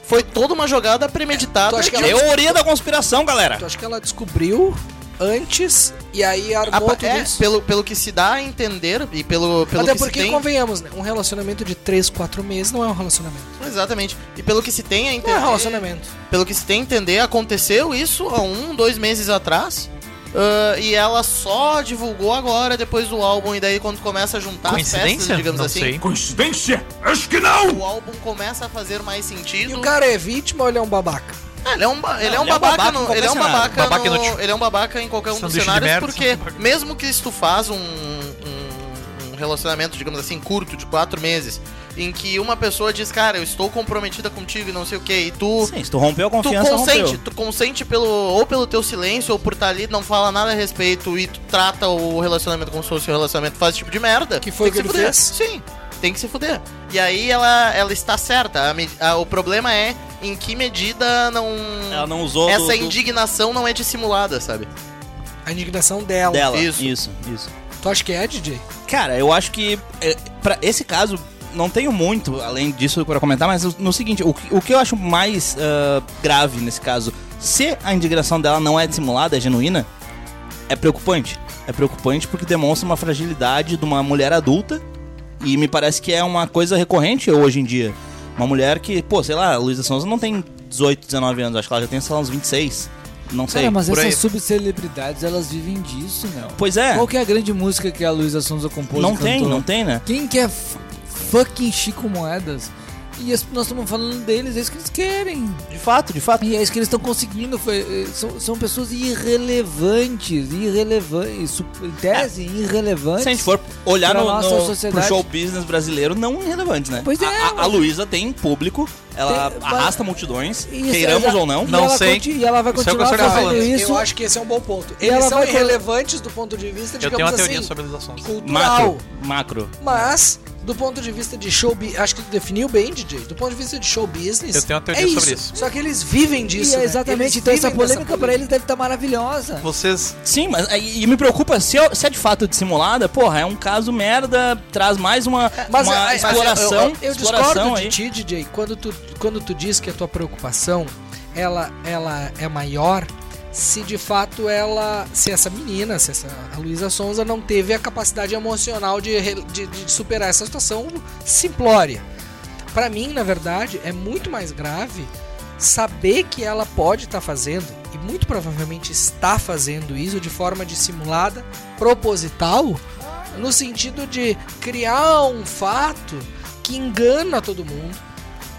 B: Foi toda uma jogada premeditada.
A: Tu acha que ela-
D: Teoria da conspiração, galera.
A: Tu acha que ela descobriu antes e aí
B: Ah,
A: armou
B: pa-
A: tudo
B: é,
A: isso?
B: pelo, pelo que se dá a entender e pelo, pelo
A: Até
B: que
A: porque,
B: se tem...
A: convenhamos, né? Um relacionamento de 3, 4 meses não é um relacionamento.
B: Exatamente. E pelo que se tem
A: Não
B: a
A: é um
B: entender...
A: relacionamento.
B: pelo que se tem a entender, aconteceu isso há um, dois meses atrás. ah, e ela só divulgou agora, depois do álbum. E daí quando começa a juntar as
C: Coincidência?
B: festas, digamos
C: não
B: assim...
C: sei.
B: O álbum começa a fazer mais sentido.
A: E o cara é vítima ou ele é um babaca?
B: Ah, ele é um, ba- ele é um
D: ele é um
B: babaca,
D: babaca
B: no-
D: em qualquer
B: ele é um
D: cenário.
B: babaca,
C: Babaca
B: no-
C: inútil.
B: ele é um babaca em qualquer um dos
C: Sanduíche de
B: cenários,
C: merda,
B: porque
C: babaca.
B: mesmo que se tu faz um, um- um relacionamento, digamos assim, curto, de quatro meses, em que uma pessoa diz, cara, eu estou comprometida contigo e não sei o que, e tu,
D: Sim, se tu rompeu a
B: tu
D: confiança,
B: consente,
D: rompeu.
B: tu consente pelo, ou pelo teu silêncio, ou por estar ali, não fala nada a respeito, e tu trata o relacionamento como se fosse um relacionamento, faz esse tipo de merda.
A: Que foi
B: tem
A: o
B: se
A: que ele
B: fuder. Sim, tem que se fuder. E aí ela, ela está certa, a me- a- o problema é em que medida não...
D: Ela não usou do-
B: Essa
D: do-
B: indignação não é dissimulada, sabe?
A: A indignação dela.
D: dela.
B: Isso.
D: Isso, isso. isso.
A: Tu acha que é, DJ?
D: Cara, eu acho que para esse caso não tenho muito além disso para comentar, mas no seguinte, o, que- o que eu acho mais ah, grave nesse caso, se a indignação dela não é dissimulada, é genuína, é preocupante. É preocupante porque demonstra uma fragilidade de uma mulher adulta e me parece que é uma coisa recorrente hoje em dia. Uma mulher que, pô, sei lá, a Luísa Sonza não tem 18, 19 anos, acho que ela já tem, sei lá, uns 26. Não sei.
F: Cara, É, mas
D: por aí.
F: essas subcelebridades, elas vivem disso, né?
D: Pois é,
F: Qual que é a grande música que a Luísa Sonza compôs?
D: não
F: e
D: tem,
F: cantou?
D: não tem, né?
F: Quem quer f- fucking Chico Moedas? E as- nós estamos falando deles, é isso que eles querem.
D: De fato, de fato.
F: E é isso que eles estão conseguindo. Foi, eh, são, são pessoas irrelevantes, irrelevantes, su- em tese, irrelevantes.
D: Se a gente for olhar
F: pra
D: no,
F: nossa
D: no- pro
F: sociedade.
D: show business brasileiro, não irrelevante, né?
F: Pois é,
D: A, a, a
F: mas-
D: Luísa tem público, ela
F: Tem- mas-
D: arrasta multidões,
F: Isso,
D: queiramos
F: exa-
D: ou não.
F: e
C: Não
F: ela
C: sei.
F: conti- E ela vai
C: Isso é o que eu
F: continuar
C: estou
F: fazendo
C: falando.
F: isso.
A: Eu acho que esse é um bom ponto.
F: E
A: Eles
F: ela
A: são
F: vai-
A: irrelevantes do ponto de vista,
C: Eu
A: digamos
C: tenho uma
A: assim,
C: teoria sobre as ações.
A: cultural.
D: Macro, macro.
A: Mas, do ponto de vista de show business, acho que tu definiu bem, DJ. Do ponto de vista de show business,
C: Eu tenho uma teoria
A: é
C: sobre isso.
A: Só que eles vivem disso.
F: E é
A: né?
F: exatamente,
A: Eles
F: então essa
A: vivem dessa
F: polêmica pra eles deve
A: tá
F: estar maravilhosa.
C: Vocês.
D: Sim, mas e, e me preocupa se é, se é de fato dissimulada, porra, é um caso merda, traz mais uma,
A: Mas
F: é,
D: uma
A: a- a-
D: exploração.
A: eu, eu, eu
D: exploração
A: discordo
D: aí.
A: de ti, DJ, quando tu, quando tu diz que a tua preocupação ela, ela é maior se de fato ela. Se essa menina, se essa a Luísa Sonza não teve a capacidade emocional de, re- de, de superar essa situação simplória. Pra mim, na verdade, é muito mais grave saber que ela pode estar fazendo, e muito provavelmente está fazendo isso de forma dissimulada, proposital, no sentido de criar um fato que engana todo mundo.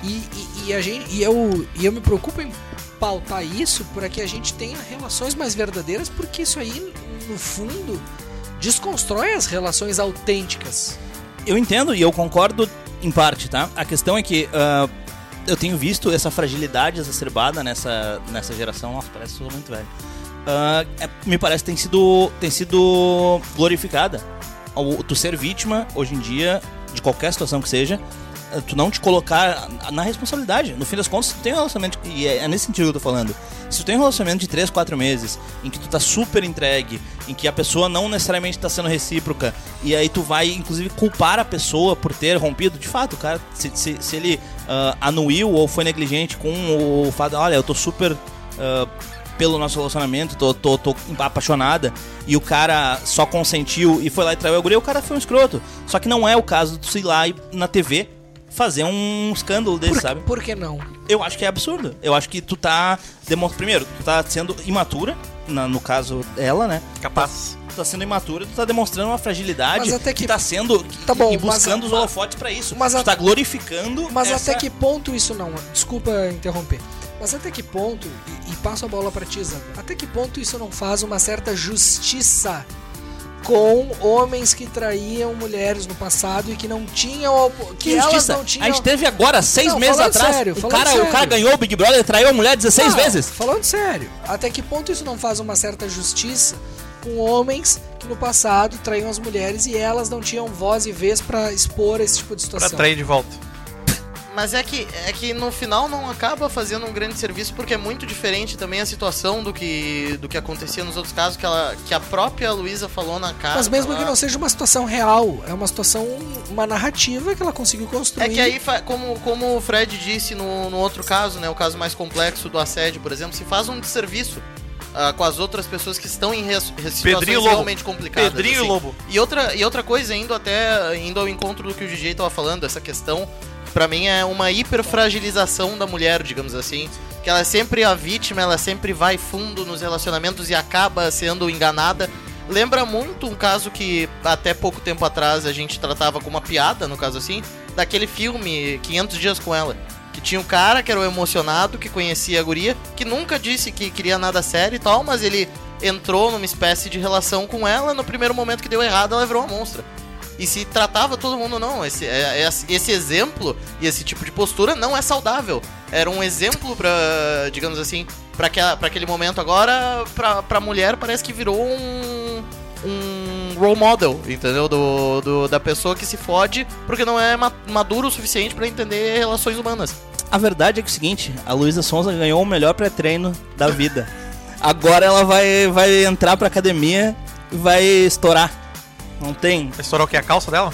A: E, e- e a gente, e, eu, e eu me preocupo em pautar isso para que a gente tenha relações mais verdadeiras, porque isso aí, no fundo, desconstrói as relações autênticas.
D: Eu entendo e eu concordo em parte, tá? A questão é que ah, eu tenho visto essa fragilidade exacerbada nessa, nessa geração. Nossa, parece que eu sou muito velho. Ah, é- me parece que tem sido, tem sido glorificada. O- tu ser vítima, hoje em dia, de qualquer situação que seja, eh, tu não te colocar na responsabilidade. No fim das contas, tu tem um relacionamento, e é é nesse sentido que eu tô falando. Se tu tem um relacionamento de 3, 4 meses, em que tu tá super entregue, em que a pessoa não necessariamente tá sendo recíproca, e aí tu vai, inclusive, culpar a pessoa por ter rompido, de fato, o cara, se, se, se ele ah, anuiu ou foi negligente com o fato, olha, eu tô super. ah, pelo nosso relacionamento, tô, tô, tô apaixonada, e o cara só consentiu e foi lá e traiu a guria, o cara foi um escroto. Só que não é o caso de tu ir lá e, na TV fazer um escândalo desse,
A: Por,
D: sabe?
A: por que não?
D: Eu acho que é absurdo. Eu acho que tu tá. Demo... Primeiro, tu tá sendo imatura, na- no caso dela, né?
C: Capaz.
D: Tu tá sendo imatura, tu tá demonstrando uma fragilidade
A: Mas até que-
D: tá sendo.
A: Tá bom,
D: e
A: mas-
D: buscando os
A: mas-
D: holofotes pra isso.
A: mas
D: tu
A: a-
D: tá glorificando.
A: Mas
D: essa-
A: até que ponto isso não é? Desculpa interromper. Mas até que ponto, e, e passo a bola pra ti, Zago, até que ponto isso não faz uma certa justiça com homens que traíam mulheres no passado e que não tinham. a opo- Que,
D: Que
A: elas
D: injustiça.
A: não tinham.
D: A gente teve agora, seis
A: Não,
D: meses
A: falando
D: atrás,
A: sério,
D: o,
A: falando
D: cara,
A: sério.
D: o cara ganhou o Big Brother e traiu a mulher 16
A: Não,
D: vezes.
A: Falando sério, até que ponto isso não faz uma certa justiça com homens que no passado traíam as mulheres e elas não tinham voz e vez pra expor esse tipo de
C: Pra
A: situação?
C: trair de volta.
B: Mas é que, é que no final não acaba fazendo um grande serviço porque é muito diferente também a situação do que, do que acontecia nos outros casos que, ela, que a própria Luísa falou na tá casa.
A: Mas mesmo que não seja uma situação real, é uma situação, uma narrativa que ela conseguiu construir.
B: É que aí, fa- como, como o Fred disse no, no outro caso, né, o caso mais complexo do assédio, por exemplo, se faz um desserviço ah, com as outras pessoas que estão em res- situações
C: Pedrinho e Lobo.
B: realmente complicadas. Assim,
C: Pedrinho e Lobo.
B: E outra, e outra coisa, indo até indo ao encontro do que o DJ tava falando, essa questão, que pra mim é uma hiperfragilização da mulher, digamos assim. Que ela é sempre a vítima, ela sempre vai fundo nos relacionamentos e acaba sendo enganada. Lembra muito um caso que até pouco tempo atrás a gente tratava como uma piada, no caso assim, daquele filme 500 Dias com Ela. Que tinha um cara que era o emocionado, que conhecia a guria, que nunca disse que queria nada sério e tal, mas ele entrou numa espécie de relação com ela. No primeiro momento que deu errado, ela virou uma monstra. E se tratava todo mundo, não. Esse, é- é- esse exemplo e esse tipo de postura não é saudável. Era um exemplo pra, digamos assim, pra, que, pra aquele momento agora, pra, pra mulher parece que virou um. um role model, entendeu? Do, do- da pessoa que se fode porque não é ma- maduro o suficiente pra entender relações humanas.
D: A verdade é que é o seguinte, a Luísa Sonza ganhou o melhor pré-treino da vida. Agora ela vai, vai entrar pra academia e vai estourar. Não tem.
C: Vai estourar o que? A calça dela?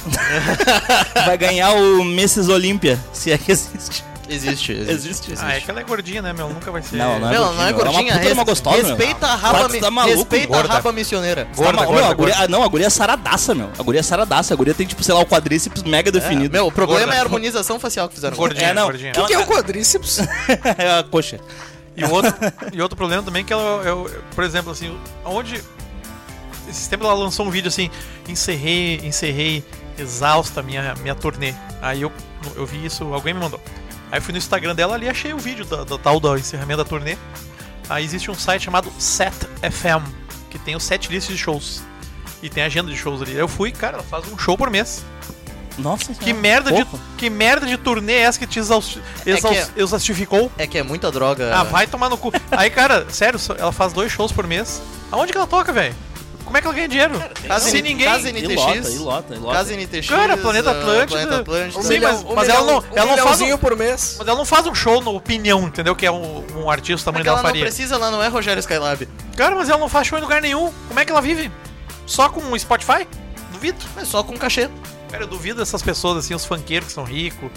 D: Vai ganhar o Mrs. Olímpia, se é que existe.
B: Existe, existe.
D: Existe, existe.
C: Ah, é que ela é gordinha, né, meu? Nunca vai ser.
D: Não, não é
B: Não, não é
D: Ela é uma
B: gordinha.
D: puta de uma
B: res-
D: gostosa, meu.
B: respeita a raba,
D: Tá-
B: mi-
D: tá maluco,
B: respeita
C: gorda.
B: a raba missioneira.
C: Gorda,
D: Tá mal-
C: gorda,
D: meu, a guria-
C: gorda.
D: ah, não, a guria é saradaça, meu. A guria é saradaça. A guria tem, tipo, sei lá, o quadríceps
C: É,
D: mega definido.
B: Meu, o problema
C: Gorda.
B: é a harmonização facial que fizeram.
C: Gordinha,
D: é, não.
C: gordinha.
D: Ela-
A: O que é o quadríceps?
D: é a coxa.
C: E o outro, e outro problema também é que ela, eu- eu- por exemplo, assim, onde. Esse tempo ela lançou um vídeo assim, encerrei, encerrei, exausta a minha, minha turnê. Aí eu, eu vi isso, alguém me mandou. Aí eu fui no Instagram dela ali e achei o vídeo da, da tal do encerramento da turnê. Aí existe um site chamado SetFM, que tem o set list de shows. E tem a agenda de shows ali. Aí Eu fui, cara, ela faz um show por mês.
D: Nossa
C: Que
D: senhora.
C: merda, de,
D: Ah, Pouco.
C: que merda de turnê é essa que te exaust, exaust, exaustificou?
B: É que é muita droga.
C: Ah, vai tomar no cu. Aí, cara, sério, só- ela faz dois shows por mês. Aonde que ela toca, velho? Como é que ela ganha dinheiro?
B: Casa
C: Se
B: N-
C: ninguém.
B: Casa
D: E
B: NTX.
D: lota, e lota, e lota.
B: Casa NTX.
C: Cara, Planeta
B: ah,
C: Atlântida.
B: Planeta Atlântida.
C: Um Sim, mas- mas ela não-
A: um
C: ela não faz
A: milhãozinho por mês.
C: Mas ela não faz um show no Opinião, entendeu? Que é um, um artista do tamanho
B: Mas ela
C: dela
B: não
C: faria.
B: precisa, ela não é Rogério Skylab.
C: Cara, mas ela não faz show em lugar nenhum. Como é que ela vive? Só com o Spotify? Duvido.
B: É só com cachê.
C: Cara, eu duvido dessas pessoas, assim, os funkeiros que são ricos.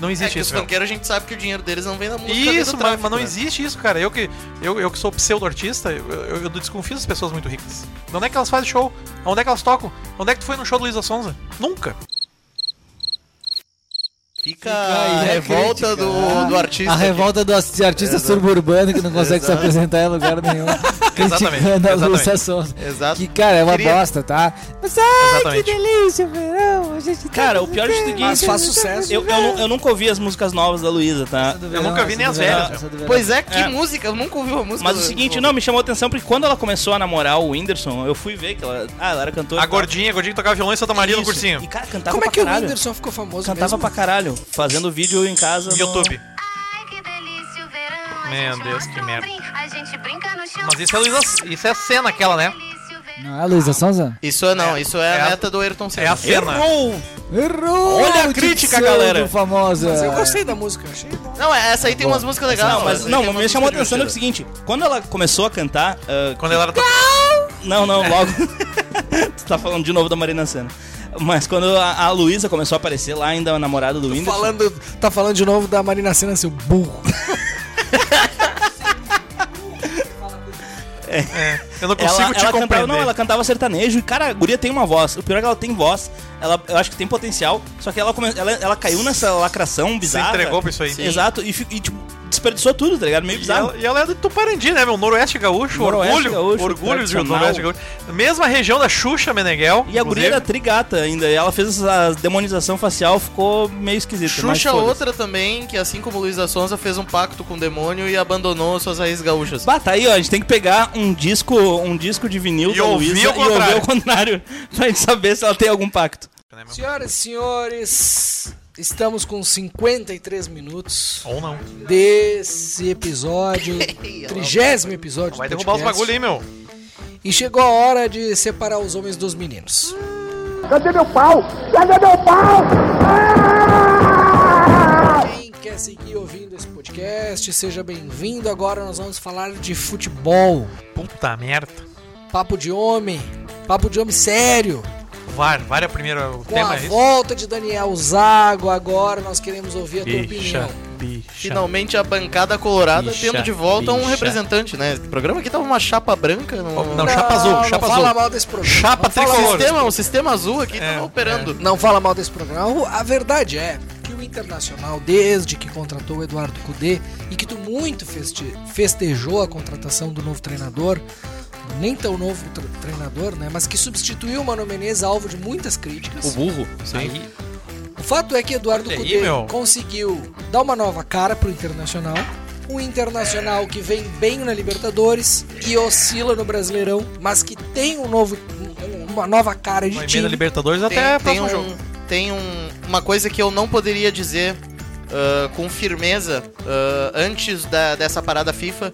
C: Não
B: É
C: existe
B: que os
C: isso, meu.
B: funkeiros a gente sabe que o dinheiro deles não vem da música. vem do
C: Isso, mas,
B: tráfico,
C: mas não
B: né?
C: existe isso, cara. Eu que, eu, eu que sou pseudo-artista, eu, eu, eu desconfio das pessoas muito ricas. De onde é que elas fazem show? Onde é que elas tocam? Onde é que tu foi no show do Luísa Sonza? Nunca.
B: Fica a revolta do, do artista.
F: A
B: aqui.
F: revolta do artista suburbano que não consegue se apresentar em lugar nenhum. Criticando a
C: exatamente.
F: Lúcia Souza.
B: Exato.
F: Que, cara, é uma
B: Queria-
F: bosta, tá? Mas, ai,
C: Exatamente.
F: que delícia, o verão. A gente tá
D: Cara, o pior de tudo é que
A: Mas faz
D: eu-
A: sucesso.
D: Eu, eu, nu- eu nunca ouvi as músicas novas da Luísa, tá?
F: do
C: Eu nunca vi
F: essa
C: nem
F: do
C: as
F: verão,
C: velhas,
F: essa do verão.
B: Pois é, que
D: É.
B: música? Eu nunca ouvi uma música.
D: Mas é o
B: do-
D: seguinte,
B: do-
D: não, me chamou a atenção porque quando ela começou a namorar o Whindersson, eu fui ver que ela. Ah, ela era cantora.
C: A
D: e tal.
C: gordinha, a gordinha que tocava violão em Santa Maria no
D: Isso.
C: cursinho.
D: E cara, cantava
A: Como é
D: pra
A: que o
D: caralho.
A: Whindersson ficou famoso
D: Cantava
A: mesmo?
D: pra caralho, fazendo vídeo em casa.
C: No
D: no-
C: YouTube.
H: Ai, que delícia o verão. a
C: Meu
H: gente
C: Deus,
H: mostra
C: que
H: um
C: merda.
H: brin- A gente brinca no chão.
C: Mas isso é, Luísa, isso é a cena aquela, né?
H: Delícia o verão.
F: Não é a Luísa Sonza?
B: Isso é não, isso é,
C: É
B: a
C: a-
B: meta do Ayrton Senna.
C: É a cena.
D: Errou!
F: Errou!
B: Olha a
F: dicção
B: crítica, galera.
F: do Famosa.
A: Mas eu gostei da música, achei bom.
B: Não, é- essa aí tem umas músicas legais.
D: Não, mas
B: essa aí
D: não,
B: tem umas
D: me chamou a
B: músicas
D: atenção é o
B: divertidas.
D: seguinte: quando ela começou a cantar. ah,
C: Quando ela tá- era.
D: Não, não, logo. tu tá falando de novo da Marina Senna. Mas quando a, a Luísa começou a aparecer lá, ainda a namorada do Whindersson.
A: Falando, tá falando de novo da Marina Senna, seu burro.
C: É. Eu não
D: Ela,
C: consigo te
D: ela cantava,
C: compreender.
D: não, ela é cantava sertanejo e, cara, a guria tem uma voz. O pior é que ela tem voz, ela, eu acho que tem potencial, só que ela, come- ela, ela caiu nessa lacração bizarra.
C: entregou pra isso aí. Sim.
D: Exato, e, fi- e, tipo, desperdiçou tudo, tá ligado? Meio
C: E
D: bizarro.
C: ela, e ela é do Tuparandi, né, meu? Noroeste Gaúcho,
D: Noroeste
C: orgulho.
D: gaúcho,
C: orgulho do
D: tradicional.
C: Noroeste Gaúcho. Mesma região da Xuxa Meneghel.
D: E a guria era
C: inclusive.
D: trigata ainda, e ela fez essa demonização facial, ficou meio esquisita. mas
B: Xuxa, é
D: foda-se.
B: outra também, que assim como Luísa Sonza, fez um pacto com o demônio e abandonou suas raízes gaúchas.
D: Bah, tá aí, ó. A gente tem que pegar um disco, um disco de vinil
C: E
D: da
C: ouvir
D: Luísa
C: o
D: e ouvir ao contrário. Pra gente saber se ela tem algum pacto.
C: né,
A: Senhoras e senhores, estamos com 53 minutos
C: Ou não.
A: desse episódio, trigésimo episódio.
C: Vai
A: do
C: derrubar os
A: podcast.
C: bagulho aí, meu.
A: E chegou a hora de separar os homens dos meninos.
J: Cadê meu pau? Cadê meu pau?
A: Quem quer seguir ouvindo esse podcast, seja bem-vindo. Agora nós vamos falar de futebol,
C: Puta merda.
A: papo de homem, papo de homem sério.
C: VAR, VAR é o primeiro o
A: Com
C: tema.
A: a
C: é isso?
A: volta de Daniel Zago, agora nós queremos ouvir a tua
C: Bicha,
A: opinião.
C: bicha.
B: Finalmente a bancada colorada
C: Bicha,
B: tendo de volta um
C: bicha.
B: representante, né? O programa aqui tava uma chapa branca. No...
C: Não, chapa azul,
A: não
C: chapa
A: fala
C: azul.
A: mal desse programa.
C: Chapa
A: não fala
B: O
A: mal
C: tricolor.
B: sistema, o sistema azul aqui
C: É,
B: tava operando.
A: Não fala mal desse programa. A verdade é que o Internacional, desde que contratou o Eduardo Cudê e que tu muito feste- festejou a contratação do novo treinador, nem tão novo tre- treinador, né? Mas que substituiu o Mano Menezes, alvo de muitas críticas.
D: O burro.
C: Aí,
A: O fato é que Eduardo
C: Olha aí,
A: Cudê
C: meu.
A: conseguiu dar uma nova cara pro Internacional. Um Internacional que vem bem na Libertadores e oscila no Brasileirão, mas que tem um novo, um- uma nova cara de
C: uma emenda
A: time.
C: Libertadores
B: Tem,
C: até
B: tem
C: próximo
B: um,
C: jogo.
B: tem um- uma coisa que eu não poderia dizer ah, com firmeza ah, antes da- dessa parada FIFA.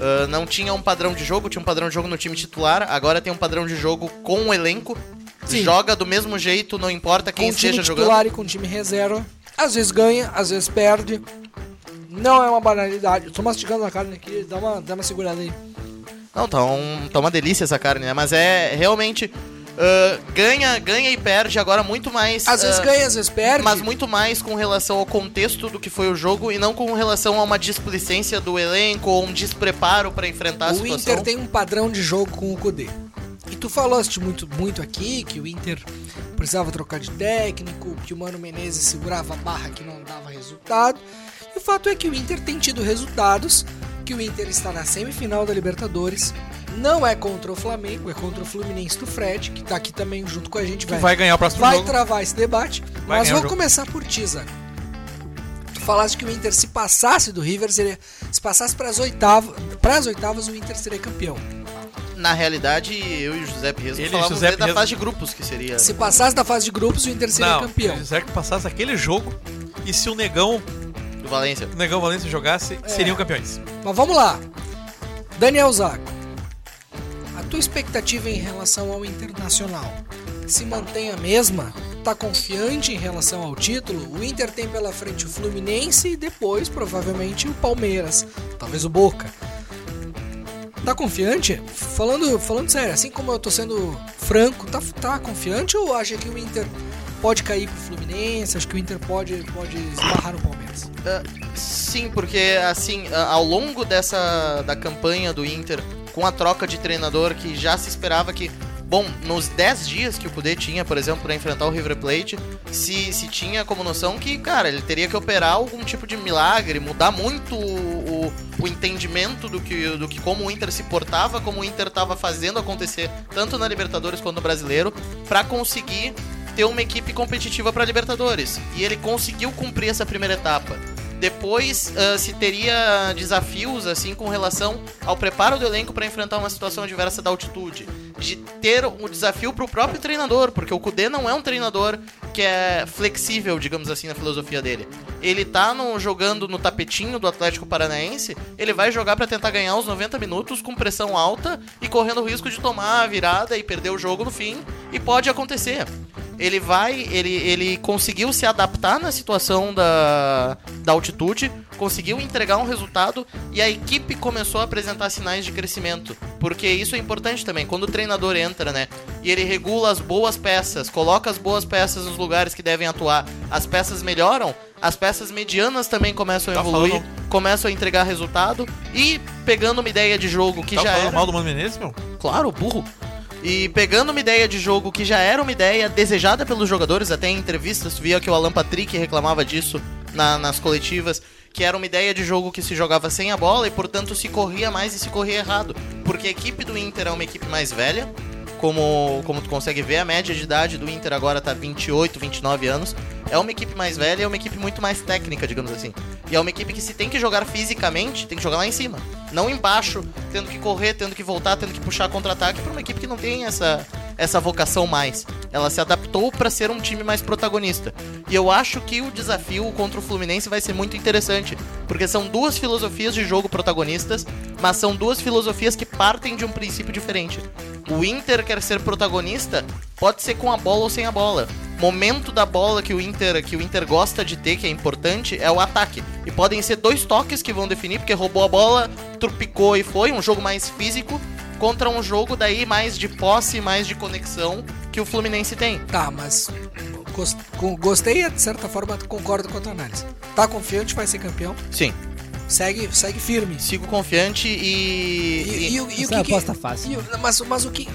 B: ah, não tinha um padrão de jogo, tinha um padrão de jogo no time titular, agora tem um padrão de jogo com o elenco.
A: Sim.
B: Joga do mesmo jeito, não importa
A: com
B: quem
A: o time
B: esteja
A: titular
B: jogando.
A: e com o time reserva. Às vezes ganha, às vezes perde. Não é uma banalidade. Eu tô mastigando a carne aqui, dá uma, dá uma segurada aí.
B: Não, tá, um- tá uma delícia essa carne, né? Mas é realmente. ah, ganha, ganha e perde agora muito mais.
A: Às vezes
B: ah,
A: ganha, às vezes perde.
B: Mas muito mais com relação ao contexto do que foi o jogo e não com relação a uma displicência do elenco ou um despreparo pra enfrentar a
A: o
B: situação.
A: Inter tem um padrão de jogo com o Kudê. E tu falaste muito, muito aqui que o Inter precisava trocar de técnico, que o Mano Menezes segurava a barra que não dava resultado. E o fato é que o Inter tem tido resultados, que o Inter está na semifinal da Libertadores. Não é contra o Flamengo, é contra o Fluminense do Fred, que tá aqui também junto com a gente.
C: Que vai ganhar o próximo
A: vai
C: jogo.
A: travar esse debate.
C: Vai
A: mas
C: ganhar o
A: vou
C: jogo.
A: começar por ti, Zago. Tu falaste que o Inter se passasse do River seria, se passasse para as oitavas, para as oitavas o Inter seria campeão.
B: Na realidade, eu e o José Pires
C: Ele e o
B: falávamos
C: José
B: desde a
C: Pires-
B: fase de grupos, que seria.
A: Se passasse da fase de grupos o Inter seria
C: Não, é
A: campeão.
C: se que passasse aquele jogo e se o Negão,
B: do Valência.
C: o Negão Valência jogasse, seriam campeões.
A: Mas vamos lá. Daniel Zago, a tua expectativa em relação ao Internacional se mantém a mesma? Tá confiante em relação ao título? O Inter tem pela frente o Fluminense e depois, provavelmente, o Palmeiras. Talvez o Boca. Tá confiante? Falando, falando sério, assim como eu tô sendo franco, tá, tá confiante ou acha que o Inter pode cair pro Fluminense? Acha que o Inter pode, pode esbarrar no Palmeiras?
B: Ah, sim, porque assim, ah, ao longo dessa da campanha do Inter, com a troca de treinador que já se esperava que, bom, nos 10 dias que o Kudê tinha, por exemplo, pra enfrentar o River Plate, se, se tinha como noção que, cara, ele teria que operar algum tipo de milagre, mudar muito o, o- o entendimento do que, do que como o Inter se portava, como o Inter tava fazendo acontecer, tanto na Libertadores quanto no Brasileiro, pra conseguir ter uma equipe competitiva pra Libertadores. E ele conseguiu cumprir essa primeira etapa. Depois ah, se teria desafios assim com relação ao preparo do elenco para enfrentar uma situação adversa da altitude, de ter um desafio para o próprio treinador, porque o Kudê não é um treinador que é flexível, digamos assim, na filosofia dele. Ele tá no- jogando no tapetinho do Atlético Paranaense, ele vai jogar para tentar ganhar os 90 minutos com pressão alta e correndo o risco de tomar a virada e perder o jogo no fim, e pode acontecer. ele vai, ele, ele conseguiu se adaptar na situação da, da altitude, conseguiu entregar um resultado e a equipe começou a apresentar sinais de crescimento. Porque isso é importante também, quando o treinador entra, né? E ele regula as boas peças, coloca as boas peças nos lugares que devem atuar, as peças melhoram, as peças medianas também começam a
C: Tá
B: evoluir,
C: falando-
B: começam a entregar resultado e pegando uma ideia de jogo que
C: Tá
B: já é
C: falando
B: era
C: mal do Mano Menezes, meu?
B: claro, burro. E pegando uma ideia de jogo que já era uma ideia desejada pelos jogadores, até em entrevistas, via que o Alan Patrick reclamava disso na- nas coletivas, que era uma ideia de jogo que se jogava sem a bola e, portanto, se corria mais e se corria errado. Porque a equipe do Inter é uma equipe mais velha, como, como tu consegue ver, a média de idade do Inter agora tá 28, 29 anos. É uma equipe mais velha, é uma equipe muito mais técnica, digamos assim. E é uma equipe que se tem que jogar fisicamente, tem que jogar lá em cima. Não embaixo, tendo que correr, tendo que voltar, tendo que puxar contra-ataque pra uma equipe que não tem essa, essa vocação mais. Ela se adaptou pra ser um time mais protagonista. E eu acho que o desafio contra o Fluminense vai ser muito interessante, porque são duas filosofias de jogo protagonistas, mas são duas filosofias que partem de um princípio diferente. O Inter quer ser protagonista, pode ser com a bola ou sem a bola. Momento da bola que o Inter que o Inter gosta de ter, que é importante, é o ataque. E podem ser dois toques que vão definir, porque roubou a bola, trupicou e foi, um jogo mais físico contra um jogo daí mais de posse, mais de conexão que o Fluminense tem.
A: Tá, mas gos- com- gostei e de certa forma concordo com a tua análise. Tá confiante, vai ser campeão.
B: Sim.
A: Segue, segue firme.
B: Sigo confiante
A: E,
B: e,
A: e o- e o
F: Essa
A: que
F: é a
A: que-
F: aposta fácil.
A: e o- mas, mas o que.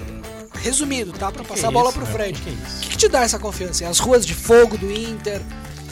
A: Resumido, tá? Pra passar a bola pro Fred. O que, é que te dá essa confiança? As ruas de fogo do Inter.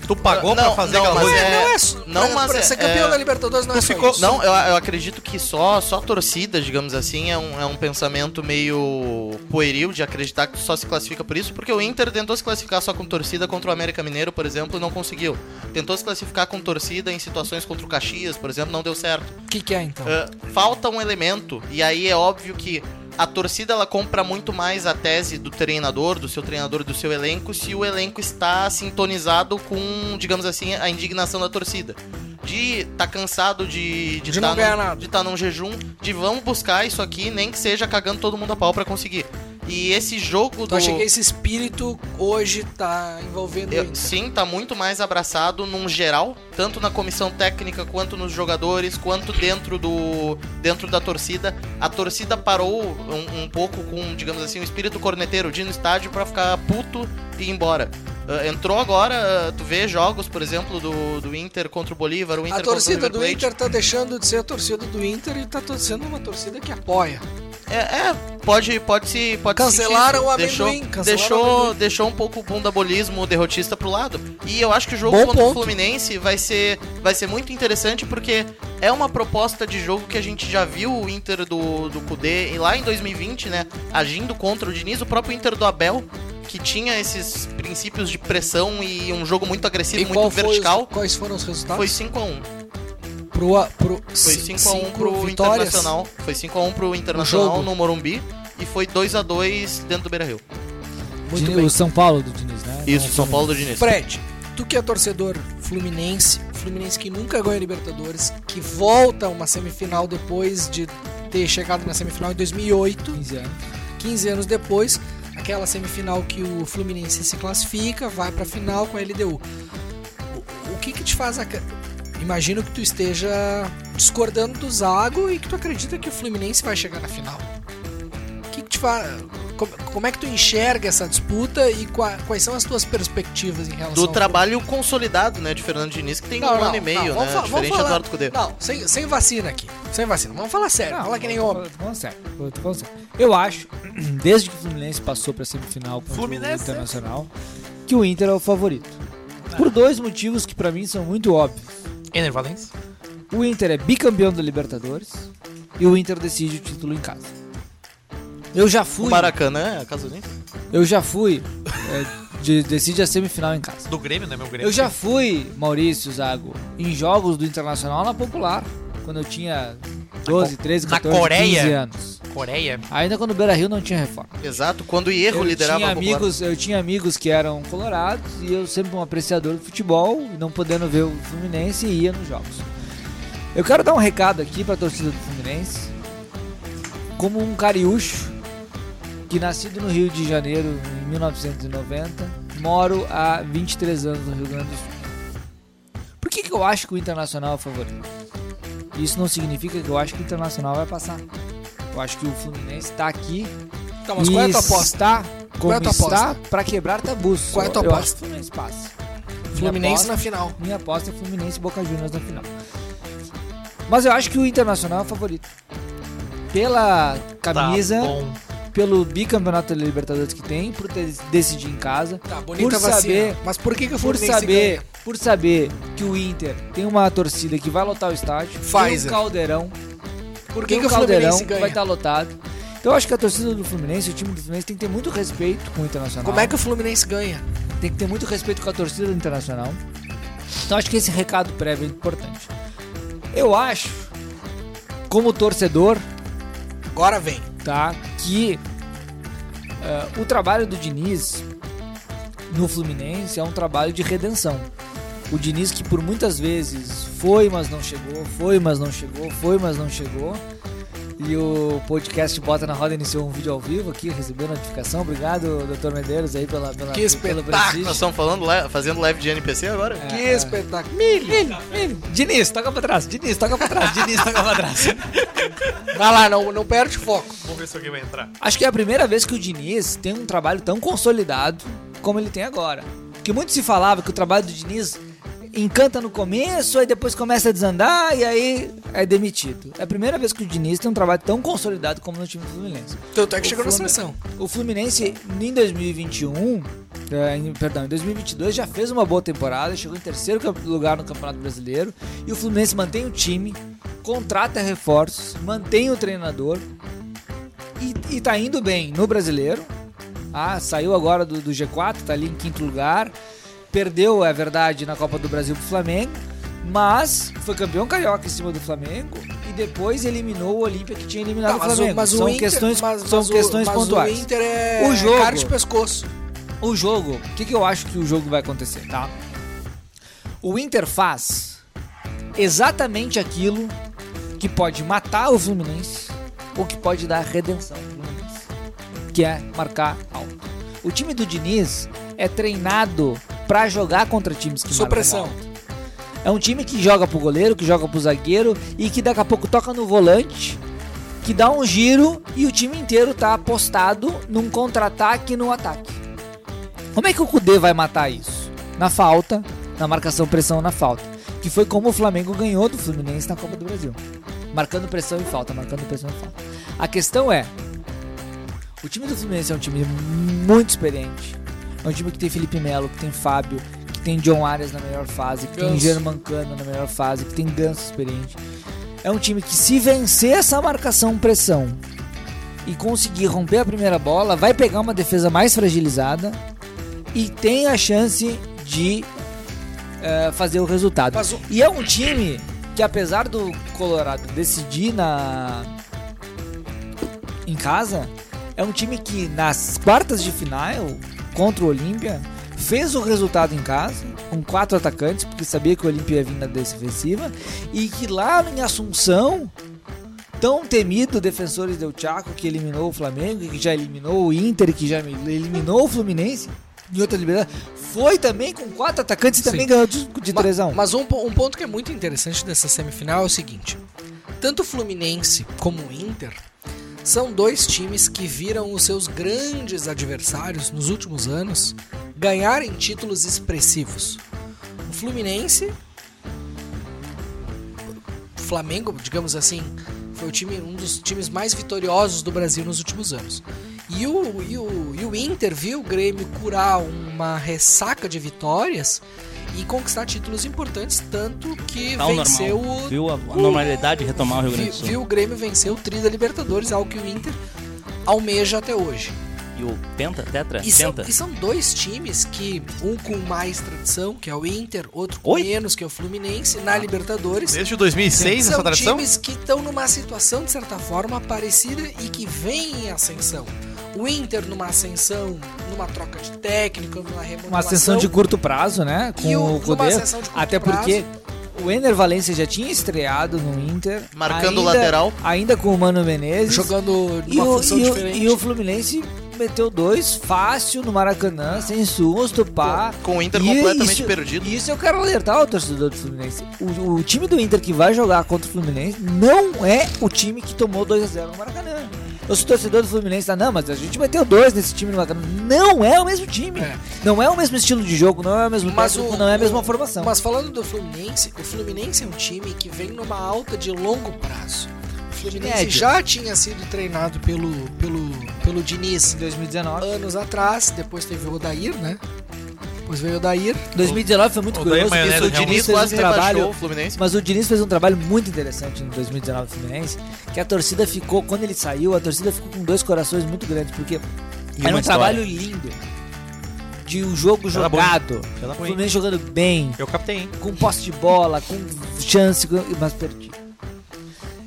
C: Tu pagou pra fazer
B: não,
C: aquela
B: mas
C: coisa?
B: é-
A: não é. só-
B: não,
A: pra-
B: mas
A: pra
B: é-
A: ser campeão
B: é-
A: da Libertadores não é
C: Tu
A: só
C: ficou-
A: isso.
B: Não, eu, eu acredito que só só torcida, digamos assim, é um, é um pensamento meio pueril de acreditar que só se classifica por isso, porque o Inter tentou se classificar só com torcida contra o América Mineiro, por exemplo, e não conseguiu. Tentou se classificar com torcida em situações contra o Caxias, por exemplo, não deu certo.
A: O que, que é então?
B: Ah, falta um elemento, e aí é óbvio que a torcida ela compra muito mais a tese do treinador, do seu treinador, do seu elenco, se o elenco está sintonizado com, digamos assim, a indignação da torcida. De tá cansado de
A: De não
B: tá
A: ganhar
B: num,
A: nada.
B: de tá num jejum, de vamos buscar isso aqui, nem que seja cagando todo mundo a pau pra conseguir. E esse jogo
A: Tu
B: do
A: acha que esse espírito hoje tá envolvendo o
B: eu-
A: Inter?
B: sim, tá muito mais abraçado num geral, tanto na comissão técnica, quanto nos jogadores, quanto dentro do dentro da torcida. A torcida parou um, um pouco com, digamos assim, o espírito corneteiro de ir no estádio pra ficar puto e ir embora. Ah, entrou agora, ah, tu vê jogos, por exemplo, do, do Inter contra o Bolívar, o Inter
A: A
B: contra o
A: torcida
B: River
A: do
B: Plate.
A: Inter tá deixando de ser a torcida do Inter e tá to- sendo uma torcida que apoia.
B: É, é, pode, pode se. Pode
A: Cancelaram
B: sentir.
A: o amendoim,
B: Deixou,
A: cancelaram
B: deixou,
A: o amendoim.
B: deixou um pouco o bundabolismo derrotista pro lado. E eu acho que o jogo
A: Bom
B: contra o
A: ponto.
B: Fluminense vai ser, vai ser muito interessante porque é uma proposta de jogo que a gente já viu o Inter do, do Kudê e lá em 2020, né? Agindo contra o Diniz, o próprio Inter do Abel. Que tinha esses princípios de pressão e um jogo muito agressivo, muito
A: foi os-
B: vertical.
A: quais foram os resultados?
B: Foi 5x1.
A: pro, a- pro
B: Foi
A: c-
B: 5x1
A: cinco
B: pro
A: vitórias.
B: Internacional. Foi 5x1 pro Internacional
A: jogo.
B: no Morumbi. E foi 2x2 dentro do Beira Rio.
A: Muito
F: Dini-
A: bem.
F: O São Paulo do Diniz, né?
B: Isso,
F: Não,
B: São Paulo do Diniz.
A: Fred, tu que é torcedor fluminense, fluminense que nunca ganha Libertadores, que volta a uma semifinal depois de ter chegado na semifinal em 2008,
F: 15 anos.
A: 15 anos depois, aquela semifinal que o Fluminense se classifica, vai pra final com a LDU. O, o que que te faz... ac- Imagino que tu esteja discordando do Zago e que tu acredita que o Fluminense vai chegar na final. O que, que te faz... Como, como é que tu enxerga essa disputa e qua- quais são as tuas perspectivas em relação
B: Do
A: ao-
B: trabalho consolidado, né, de Fernando Diniz, que tem um ano e meio,
A: vamos
B: né?
A: fa- vamos
B: diferente do
A: falar-
B: Eduardo Cudê.
A: Não, sem, sem vacina aqui. Sem vacina. Vamos falar sério. Fala que nem homem.
F: Tô falando sério, tô- tô falando sério. Eu acho, desde que o Fluminense passou pra semifinal contra
C: Fluminense.
F: o Internacional, que o Inter é o favorito. Por dois motivos que pra mim são muito óbvios.
C: Ener Valencia?
F: O Inter é bicampeão da Libertadores e o Inter decide o título em casa. Eu já
B: O
F: fui,
B: Maracanã, é a casa do Inter?
F: eu já fui, é, de- decide a semifinal em casa.
C: Do Grêmio, né, meu Grêmio?
F: Eu já fui, Maurício Zago, em jogos do Internacional na Popular, quando eu tinha 12, 13,
C: na
F: 14,
C: Coreia?
F: 15 anos.
C: Coreia.
F: Ainda quando o Beira-Rio não tinha reforma.
B: Exato, quando o Hierro
F: eu
B: liderava
F: tinha
B: a popular.
F: amigos, eu tinha amigos que eram colorados e eu sempre um apreciador do futebol, não podendo ver o Fluminense e ia nos jogos. Eu quero dar um recado aqui pra torcida do Fluminense, como um cariúcho que nascido no Rio de Janeiro em 1990,
D: Moro há 23 anos no Rio Grande do Sul. Por que, que eu acho que o Internacional é favorito? Isso não significa que eu acho que o Internacional vai passar. Eu acho que o Fluminense está aqui
A: Tá, mas qual é a tua aposta?
D: Está como
A: Qual é a tua
D: está
A: aposta?
D: para quebrar tabus.
A: Qual é a tua
D: Eu
A: aposta?
D: acho que o Fluminense passa.
A: Fluminense
D: aposta-
A: na final.
D: Minha aposta é Fluminense e Boca Juniors na final. Mas eu acho que o Internacional é o favorito. Pela
B: Tá
D: camisa,
C: bom.
D: pelo bicampeonato da Libertadores que tem, por ter decidir em casa.
A: Tá, bonita
D: por
A: vacina.
D: saber,
A: Mas por que, que o
D: por
A: Fluminense
D: saber,
A: ganha?
D: por saber que o Inter tem uma torcida que vai lotar o estádio, faz
A: Pfizer.
D: tem um caldeirão,
A: Por que,
D: tem
A: que
D: um
A: o Fluminense
D: caldeirão
A: ganha?
D: vai estar lotado. Então eu acho que a torcida do Fluminense, o time do Fluminense tem que ter muito respeito com o Internacional.
A: Como é que o Fluminense ganha?
D: Tem que ter muito respeito com a torcida do Internacional. Então acho que esse recado prévio é importante. Eu acho, como torcedor,
A: Agora vem.
D: tá? Que eh, o trabalho do Diniz no Fluminense é um trabalho de redenção. O Diniz que por muitas vezes foi, mas não chegou, foi, mas não chegou, foi, mas não chegou. E o podcast Bota na Roda iniciou um vídeo ao vivo aqui, recebeu notificação. Obrigado, Dr. Medeiros, aí pela, pela
A: Que
D: pelo
A: espetáculo!
D: prestígio.
B: Ah, Nós estamos falando, li- fazendo live de NPC agora?
D: É.
A: Que espetáculo.
D: Milho, milho. Diniz, toca pra trás. Diniz, toca pra trás. Diniz, toca pra trás.
A: Vai lá, não, não perde o foco.
C: Vamos ver se alguém vai entrar.
D: Acho que é a primeira vez que o Diniz tem um trabalho tão consolidado como ele tem agora. Porque muito se falava que o trabalho do Diniz encanta no começo, aí depois começa a desandar e aí é demitido. É a primeira vez que o Diniz tem um trabalho tão consolidado como no time do Fluminense.
A: Tanto é que
D: O
A: chegou na
D: Flumin-
A: seleção.
D: O Fluminense em 2021, eh, em- perdão, em 2022 já fez uma boa temporada, chegou em terceiro camp- lugar no Campeonato Brasileiro e o Fluminense mantém o time, contrata reforços, mantém o treinador e, e tá indo bem no Brasileiro. Ah, saiu agora do, do G4, tá ali em quinto lugar. Perdeu, é verdade, na Copa do Brasil pro Flamengo, mas foi campeão carioca em cima do Flamengo e depois eliminou o Olímpia que tinha
A: Tá,
D: eliminado o Flamengo. são questões,
A: mas-
D: são
A: mas o-
D: questões
A: mas
D: pontuais.
A: O Inter é
D: O jogo-
A: cara de pescoço.
D: O jogo, o que, que eu acho que o jogo vai acontecer, tá? O Inter faz exatamente aquilo que pode matar o Fluminense ou que pode dar redenção ao Fluminense, que é marcar alto. O time do Diniz é treinado pra jogar contra times que
A: Supressão.
D: marcam alto. É um time que joga pro goleiro, que joga pro zagueiro e que daqui a pouco toca no volante que dá um giro e o time inteiro tá apostado num contra-ataque e num ataque. Como é que o Kudê vai matar isso? Na falta, na marcação pressão na falta. Que foi como o Flamengo ganhou do Fluminense na Copa do Brasil. Marcando pressão e falta, marcando pressão e falta. A questão é, o time do Fluminense é um time muito experiente. É um time que tem Felipe Melo, que tem Fábio, que tem John Arias na melhor fase, que tem
A: Ganso.
D: Germancano na melhor fase, que tem Ganso experiente. É um time que se vencer essa marcação pressão e conseguir romper a primeira bola, vai pegar uma defesa mais fragilizada e tem a chance de eh, fazer o resultado.
A: Mas o-
D: E é um time que apesar do Colorado decidir na em casa, é um time que nas quartas de final contra o Olímpia fez o resultado em casa com quatro atacantes, porque sabia que o Olímpia ia vir na defensiva e que lá em Assunção tão temido defensores del Chaco que eliminou o Flamengo, e que já eliminou o Inter, e que já eliminou o Fluminense em outra liberdade, foi também com quatro atacantes e também
A: Sim.
D: ganhou de, de
A: Ma-
D: 3 a 1.
A: Mas um, po- um ponto que é muito interessante dessa semifinal é o seguinte: tanto o Fluminense como o Inter são dois times que viram os seus grandes adversários nos últimos anos ganharem títulos expressivos. O Fluminense, o Flamengo, digamos assim, foi o time, um dos times mais vitoriosos do Brasil nos últimos anos. E o, e o, e o Inter viu o Grêmio curar uma ressaca de vitórias e conquistar títulos importantes, tanto que
K: Tá o
A: venceu
K: normal.
A: o
K: Viu a, a normalidade retomar o Rio Grande do
A: viu,
K: Sul.
A: viu o Grêmio vencer o Tri da Libertadores, algo que o Inter almeja até hoje.
K: E o Penta,
D: Tá
K: Tetra,
A: E
D: é
A: são,
K: Penta.
A: e são dois times que, um com mais tradição, que é o Inter, outro com
K: Oi?
A: menos, que é o Fluminense, na Libertadores.
C: Desde 2006
A: são
C: essa tradição?
A: times que estão numa situação, de certa forma, parecida e que vêm em ascensão. O Inter numa ascensão, numa troca de técnico, numa remodelação.
D: uma ascensão de curto prazo, né?
A: E o-
D: Com o
A: uma
D: Cudê.
A: ascensão de curto
D: Até porque o Ener Valencia já tinha estreado no Inter.
B: Marcando
D: ainda-
B: lateral.
D: Ainda com o Mano Menezes.
A: Jogando
D: E
A: numa
D: o,
A: função
D: e o-
A: diferente.
D: e o Fluminense
F: meteu dois fácil no Maracanã, sem susto, pá.
B: Com o Inter
F: E
B: completamente
F: isso-
B: perdido.
F: E isso eu quero alertar o torcedor do Fluminense. O, o time do Inter que vai jogar contra o Fluminense não é o time que tomou 2x0 no Maracanã. Eu sou torcedor do Fluminense, tá? Não, mas a gente meteu dois nesse time no Maracanã. Não é o mesmo time.
A: É.
F: Não é o mesmo estilo de jogo, não é o mesmo
A: Mas
F: técnico,
A: o-
F: não é a mesma
A: o-
F: formação.
A: Mas falando do Fluminense, o Fluminense é um time que vem numa alta de longo prazo. O Fluminense
F: média.
A: já tinha sido treinado pelo, pelo, pelo Diniz
F: 2019.
A: anos atrás, depois teve o Odair, né? Depois veio o Odair.
F: 2019 foi muito
C: O
F: curioso.
C: Daí Maionese
F: porque
B: Isso, o
C: realmente
B: Diniz
F: fez
B: quase
F: um
B: rebaixou
F: trabalho-
B: o Fluminense.
F: Mas o Diniz fez um trabalho muito interessante em 2019 do Fluminense, que a torcida ficou, quando ele saiu, a torcida ficou com dois corações
D: é
F: muito grandes, porque
D: E
F: era um
D: uma história.
F: trabalho lindo. De um jogo
C: Ela
F: jogado.
C: Ela
F: O
C: foi.
F: Fluminense jogando bem,
C: Eu captei, hein?
F: com posse de bola, com chance, com- mas perdi.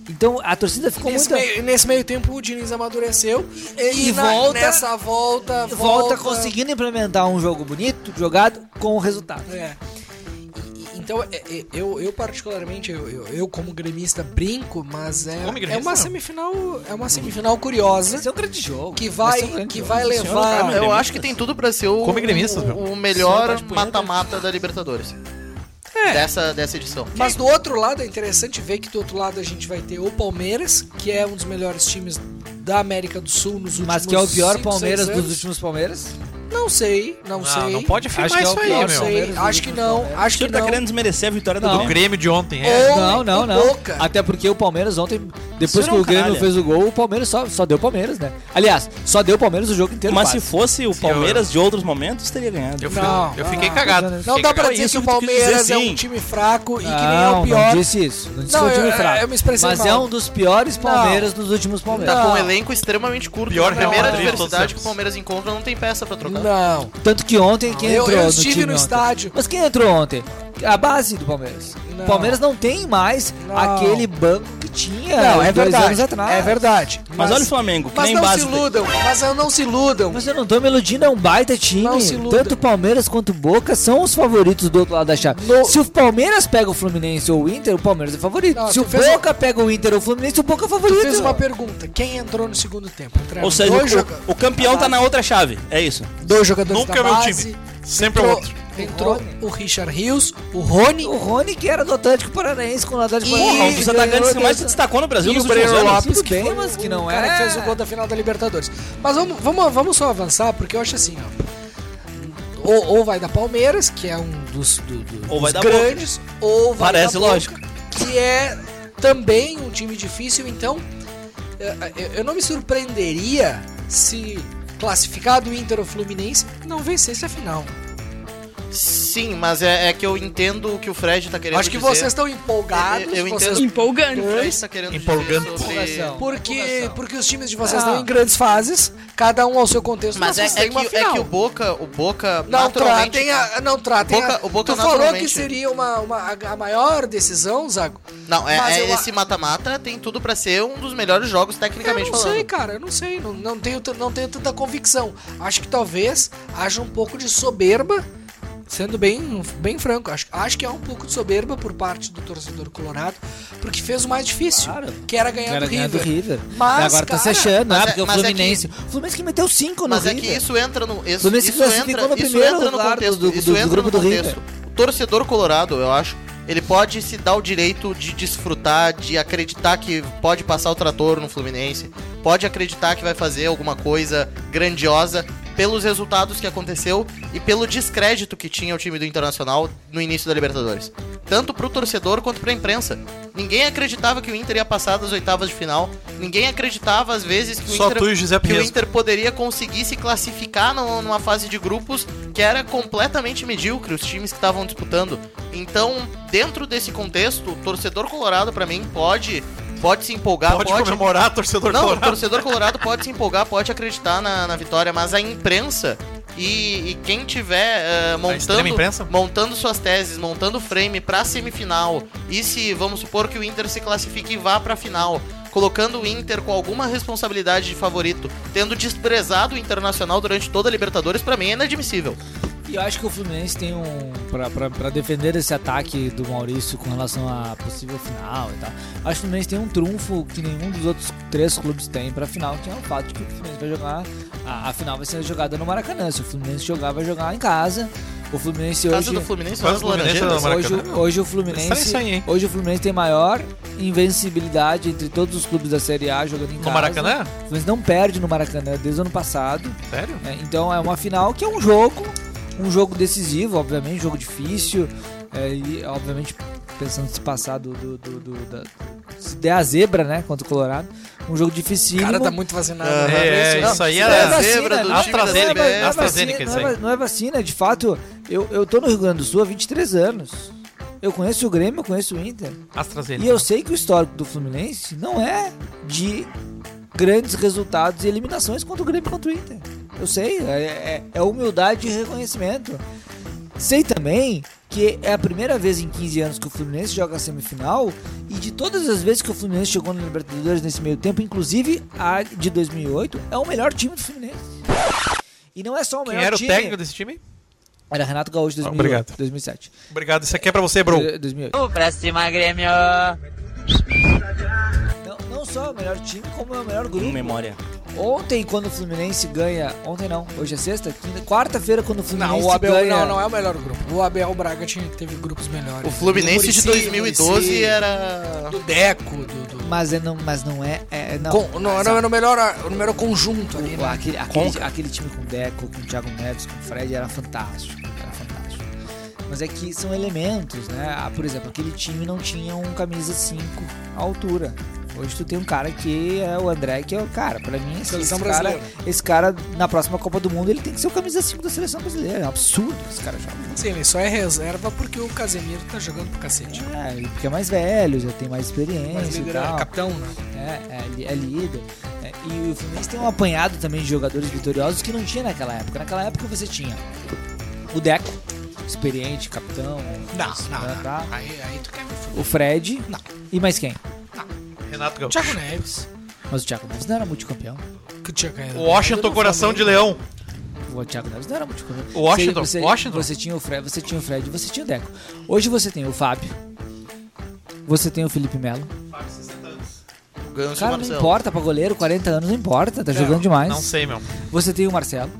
F: Então a torcida ficou
A: Nesse
F: muito.
A: meio, nesse meio tempo o Diniz amadureceu e,
F: E
A: na-
F: volta-
A: nessa volta
F: Volta conseguindo implementar um jogo bonito, jogado, com o resultado.
A: É. E- e- Então, é- é- eu, eu particularmente, eu, eu, eu como gremista brinco, mas é,
C: Como gremista,
A: é uma
C: não.
A: semifinal, é uma semifinal curiosa
F: Esse é um grande jogo.
A: que
F: Esse é um
A: vai
F: grande
A: que
F: jogo.
A: vai
F: Esse é um
A: levar
B: Cara, Ah, eu acho que tem tudo pra ser o,
C: Come gremistas, meu.
B: o
D: Sim, tá
B: melhor
D: de punheta.
B: mata-mata da Libertadores.
A: É.
B: Dessa, dessa edição.
A: Mas do outro lado é interessante ver que do outro lado a gente vai ter o Palmeiras, que é um dos melhores times da América do Sul nos últimos
F: Mas que é o pior
A: cinco,
F: Palmeiras
A: seis
F: dos
A: anos.
F: últimos Palmeiras?
A: Não sei,
D: Ah,
A: não, sei.
C: Ah, não pode
F: Acho que
C: afirmar
F: é o
C: isso aí,
F: pior
A: não
C: meu.
A: sei.
F: Palmeiras dos
A: Acho que
F: últimos
A: não,
F: Palmeiras.
A: acho
D: O
A: que
D: senhor tá
A: não.
D: querendo desmerecer a vitória do
F: Não.
C: O
D: Grêmio.
C: Grêmio de ontem, é.
A: Ou
F: Não, não,
A: o
F: não.
A: Boca.
F: Até porque o Palmeiras ontem, depois
D: Isso
F: que
D: não,
F: o Grêmio
D: caralho.
F: fez o gol, o Palmeiras só, só deu Palmeiras, né? Aliás, só deu Palmeiras o jogo inteiro.
D: Mas se
F: quase.
D: fosse o Palmeiras de outros momentos, teria ganhado.
C: Eu, fui-
A: Não,
C: eu
A: não,
C: fiquei
A: não.
C: cagado.
A: Não
C: Fiquei
A: dá pra
C: cagado.
D: Não,
A: dizer
D: isso
A: que o
D: que tu quis dizer,
A: Palmeiras é
D: sim.
A: um time fraco e que nem é
F: Não,
A: o pior.
F: Não disse isso. Não disse
A: Não,
F: que é um time
A: eu-
F: fraco.
A: eu me expressei
F: mas
A: mal.
F: é um dos piores Palmeiras dos últimos Palmeiras.
B: Tá com um elenco extremamente curto.
C: Pior
B: a primeira
C: Real Madrid de todos os
B: adversidade que o
C: tempos.
B: Palmeiras encontra não tem peça pra trocar.
A: Não.
F: Tanto que ontem quem
A: Eu-
F: entrou
A: eu
F: no
A: estive
F: time
A: no
F: ontem?
A: estádio.
F: Mas quem entrou ontem? A base do Palmeiras.
A: Não.
F: O Palmeiras não tem mais
A: Não.
F: aquele banco que tinha
A: Não, é
F: dois anos
A: verdade.
F: atrás.
A: É verdade.
D: Mas olha o Flamengo, que
A: Mas
D: nem
A: não se
D: base. tem.
A: iludam, mas eu não se iludam.
F: Mas eu não tô me iludindo, é um baita time.
A: Não se iluda.
F: Tanto o Palmeiras quanto o Boca são os favoritos do outro lado da chave.
A: No-
F: Se o Palmeiras pega o Fluminense ou o Inter, o Palmeiras é favorito.
A: Não,
F: Se
A: tu
F: o
A: fez
F: Boca pega o Inter ou o Fluminense, o Boca é
A: Tu
F: favorito.
A: fez uma pergunta. Quem entrou no segundo tempo? Entraram
D: Ou seja,
A: né? dois,
D: o,
A: joga-
D: o campeão tá na outra chave. É isso.
A: dois jogadores
C: Nunca
A: da
C: é meu
A: base.
C: time. Sempre é
A: entrou,
C: outro.
A: Entrou
F: Rony.
A: o Richard Rios, o Rony
F: O Rony, que era do Atlético Paranaense com o Atlético
A: E-
D: Porra, um
F: Paranaense.
D: dos atacantes que mais se
F: ganhou-
D: destacou no Brasil
A: e
D: nos
A: o
D: últimos
A: Breno
D: anos.
A: Lopes,
F: um Tudo
A: que
F: bem,
A: foi
F: mas
A: o
F: que não
A: cara
F: é-
A: que fez o gol da final da Libertadores. Mas vamos, vamos, vamos só avançar, porque eu acho assim, ó. Ou, ou vai da Palmeiras, que é um dos, do- do-
D: Ou vai
A: dos
D: da
A: grandes, ou vai
D: Parece
A: da Boca,
D: lógico.
A: Que é também um time difícil, então eh, eu, eu não me surpreenderia se classificado o Inter ou Fluminense não vencesse a final.
B: Sim, mas é, é que eu entendo o que o Fred tá querendo
A: acho que
B: dizer.
A: vocês estão empolgados,
B: Eu- eu entendo.
A: vocês
B: O
L: Empolgante.
B: Fred tá querendo
C: Empolgando.
B: dizer sobre...
A: Porque,
F: Empolgação.
A: porque os times de vocês
F: Ah.
A: estão em grandes fases, cada um ao seu contexto,
B: Mas é,
A: vocês têm
B: é,
A: uma
B: que, é
A: final.
B: que o Boca, o Boca
A: não
B: naturalmente...
A: tratem a, não tratem a-
B: Boca- o Boca
A: Tu falou que
B: naturalmente-
A: seria uma, uma, a a maior decisão, Zago?
B: Não, é,
A: Mas
B: é
A: eu a-
B: esse mata-mata tem tudo pra ser um dos melhores jogos
A: Eu
B: tecnicamente
A: não
B: falando.
A: sei, cara, eu não sei, não, não tenho, tan- não tenho tanta convicção. Acho que talvez haja um pouco de soberba, sendo bem, bem franco, acho, acho que há um pouco de soberba por parte do torcedor colorado, porque fez o mais difícil,
F: Claro.
A: que era ganhar
F: Era
A: do
F: ganhar do
A: River.
F: River.
A: Mas,
F: agora tá se
A: cara,
F: achando,
B: mas
F: ah,
B: é-
F: porque o
B: mas é que-
F: Fluminense. O Fluminense que meteu 5 no
B: Mas é
F: River.
B: que isso entra no. Isso,
F: Fluminense
B: isso
F: classificou
B: entra,
F: no
B: isso
F: primeiro
B: entra no
F: lugar do-
B: contexto.
F: do-
B: isso
F: do
B: entra no
F: grupo do
B: contexto. O torcedor colorado, eu acho, ele pode se dar o direito de desfrutar, de acreditar que pode passar o trator no Fluminense, pode acreditar que vai fazer alguma coisa grandiosa pelos resultados que aconteceu e pelo descrédito que tinha o time do Internacional no início da Libertadores. Tanto pro torcedor quanto pra imprensa. Ninguém acreditava que o Inter ia passar das oitavas de final. Ninguém acreditava, às vezes, que o
C: Só
B: Inter,
C: tu e o Giuseppe
B: que o
C: Respo.
B: Inter poderia conseguir se classificar numa numa fase de grupos que era completamente medíocre os times que estavam disputando. Então, dentro desse contexto, o torcedor colorado pra mim pode pode se empolgar,
C: Pode, comemorar, torcedor
B: Não, o
C: colorado.
B: torcedor colorado pode se empolgar, pode acreditar na, na vitória, mas a imprensa e, e quem tiver eh,
C: extrema
B: montando
C: imprensa?
B: montando suas teses, montando o frame pra semifinal, e se vamos supor que o Inter se classifique e vá pra final, colocando o Inter com alguma responsabilidade de favorito, tendo desprezado o Internacional durante toda a Libertadores, pra mim é inadmissível.
F: E eu acho que o Fluminense tem um. Pra, pra, pra defender esse ataque do Maurício com relação a possível final e tal. Acho que o Fluminense tem um trunfo que nenhum dos outros três clubes tem pra final, que é o fato de que o Fluminense vai jogar. A, a final vai ser jogada no Maracanã. Se o Fluminense jogar, vai jogar em casa. O Fluminense
B: Casa
F: hoje.
B: do Fluminense
C: Casa
B: nas
C: do Fluminense
B: Laranjeiras.
C: no
F: Hoje,
C: Maracanã.
F: hoje o
C: Sabe
F: Fluminense.
C: isso aí, hein?
F: Hoje o Fluminense tem maior invencibilidade entre todos os clubes da Série A jogando em casa.
C: No Maracanã?
F: O Fluminense não perde no Maracanã desde o ano passado.
C: Sério?
F: É, então é uma final que é um jogo, um jogo decisivo, obviamente, um jogo difícil. é, e obviamente pensando se passar do. do- do- do- da- se der a zebra, né? Contra o Colorado. Um jogo
A: O
F: dificílimo.
A: cara tá muito vacinado.
B: Aham.
A: né?
C: É, isso aí
F: Não
C: era
F: é
B: a
F: vacina,
B: zebra do
F: não é
B: time da
C: AstraZeneca,
B: Série B.
C: né?
F: não é
C: AstraZeneca
F: vacina,
C: isso
F: não é
C: aí.
F: va- Não é vacina, de fato, eu, eu tô no Rio Grande do Sul há 23 anos. Eu conheço o Grêmio, eu conheço o Inter.
C: AstraZeneca.
F: E eu sei que o histórico do Fluminense não é de grandes resultados e eliminações contra o Grêmio e contra o Inter. Eu sei, é, é- é humildade e reconhecimento. Sei também que é a primeira vez em 15 anos que o Fluminense joga a semifinal e de todas as vezes que o Fluminense jogou na Libertadores nesse meio tempo, inclusive a de 2008, é o melhor time do Fluminense. E não é só o
C: Quem
F: melhor
C: era o
F: time.
C: técnico desse time?
F: Era Renato Gaúcho 2008,
C: Obrigado.
F: 2007.
C: Obrigado, isso aqui é pra você, bro.
F: Eh, 2008.
H: Pra cima, Grêmio!
F: Não, não só o melhor time, como é o melhor grupo.
D: Em memória.
F: Ontem, quando o Fluminense ganha. Ontem não, hoje é sexta? quinta- Quarta-feira, quando o
A: Não,
F: Fluminense
A: o Abel
F: ganha.
A: não, não é o melhor grupo. O Abel Braga tinha, teve grupos
F: É.
A: melhores.
B: O Fluminense de
A: Muricy,
B: 2012
A: Muricy,
B: é era.
A: Do Deco, do. do-
F: Mas, é, não, mas não é. é não,
A: com- não, não era o melhor, o melhor conjunto ali.
F: O-
A: Né?
F: aquele, aquele, aquele time com Deco, com Thiago Neves, com Fred era fantástico. Era fantástico. Mas é que são elementos, né? Ah, Por exemplo, aquele time não tinha um camisa 5 à altura. Hoje tu tem um cara que é o André, que é o cara. Pra mim, esse,
A: Seleção
F: esse cara,
A: brasileira.
F: esse cara, na próxima Copa do Mundo, ele tem que ser o camisa 5 da seleção brasileira. É um absurdo que esse cara joga.
A: Sim, ele só é reserva porque o Casemiro tá jogando pro cacete.
F: É, ele porque é mais velho, já tem mais
A: Mas
F: experiência e
A: líder
F: tal.
A: é capitão, né?
F: É, é, li- é líder. É, e o Fluminense tem um apanhado também de jogadores vitoriosos que não tinha naquela época. Naquela época você tinha o Deco, experiente,
A: Não,
F: capitão. né,
A: não,
F: tá?
A: não. Aí, aí tu quer me fuder.
F: O Fred.
A: Não.
F: E mais quem?
C: Renato Gaúcho.
A: Thiago Neves.
F: Mas o Thiago Neves não era multicampeão.
A: Que tinha ganhado.
C: O Washington Coração de Leão.
F: O Thiago Neves não era multicampeão.
C: O Washington,
F: né? Você, você,
C: Washington.
F: você tinha o Fred, você tinha o Fred, você tinha o Deco. Hoje você tem o Fábio. Você tem o Felipe Melo.
B: Ganso e
F: Cara, não
B: Marcelo.
F: importa pra goleiro, 40 anos não importa, tá jogando demais.
C: Não sei, meu.
F: Você tem o Marcelo,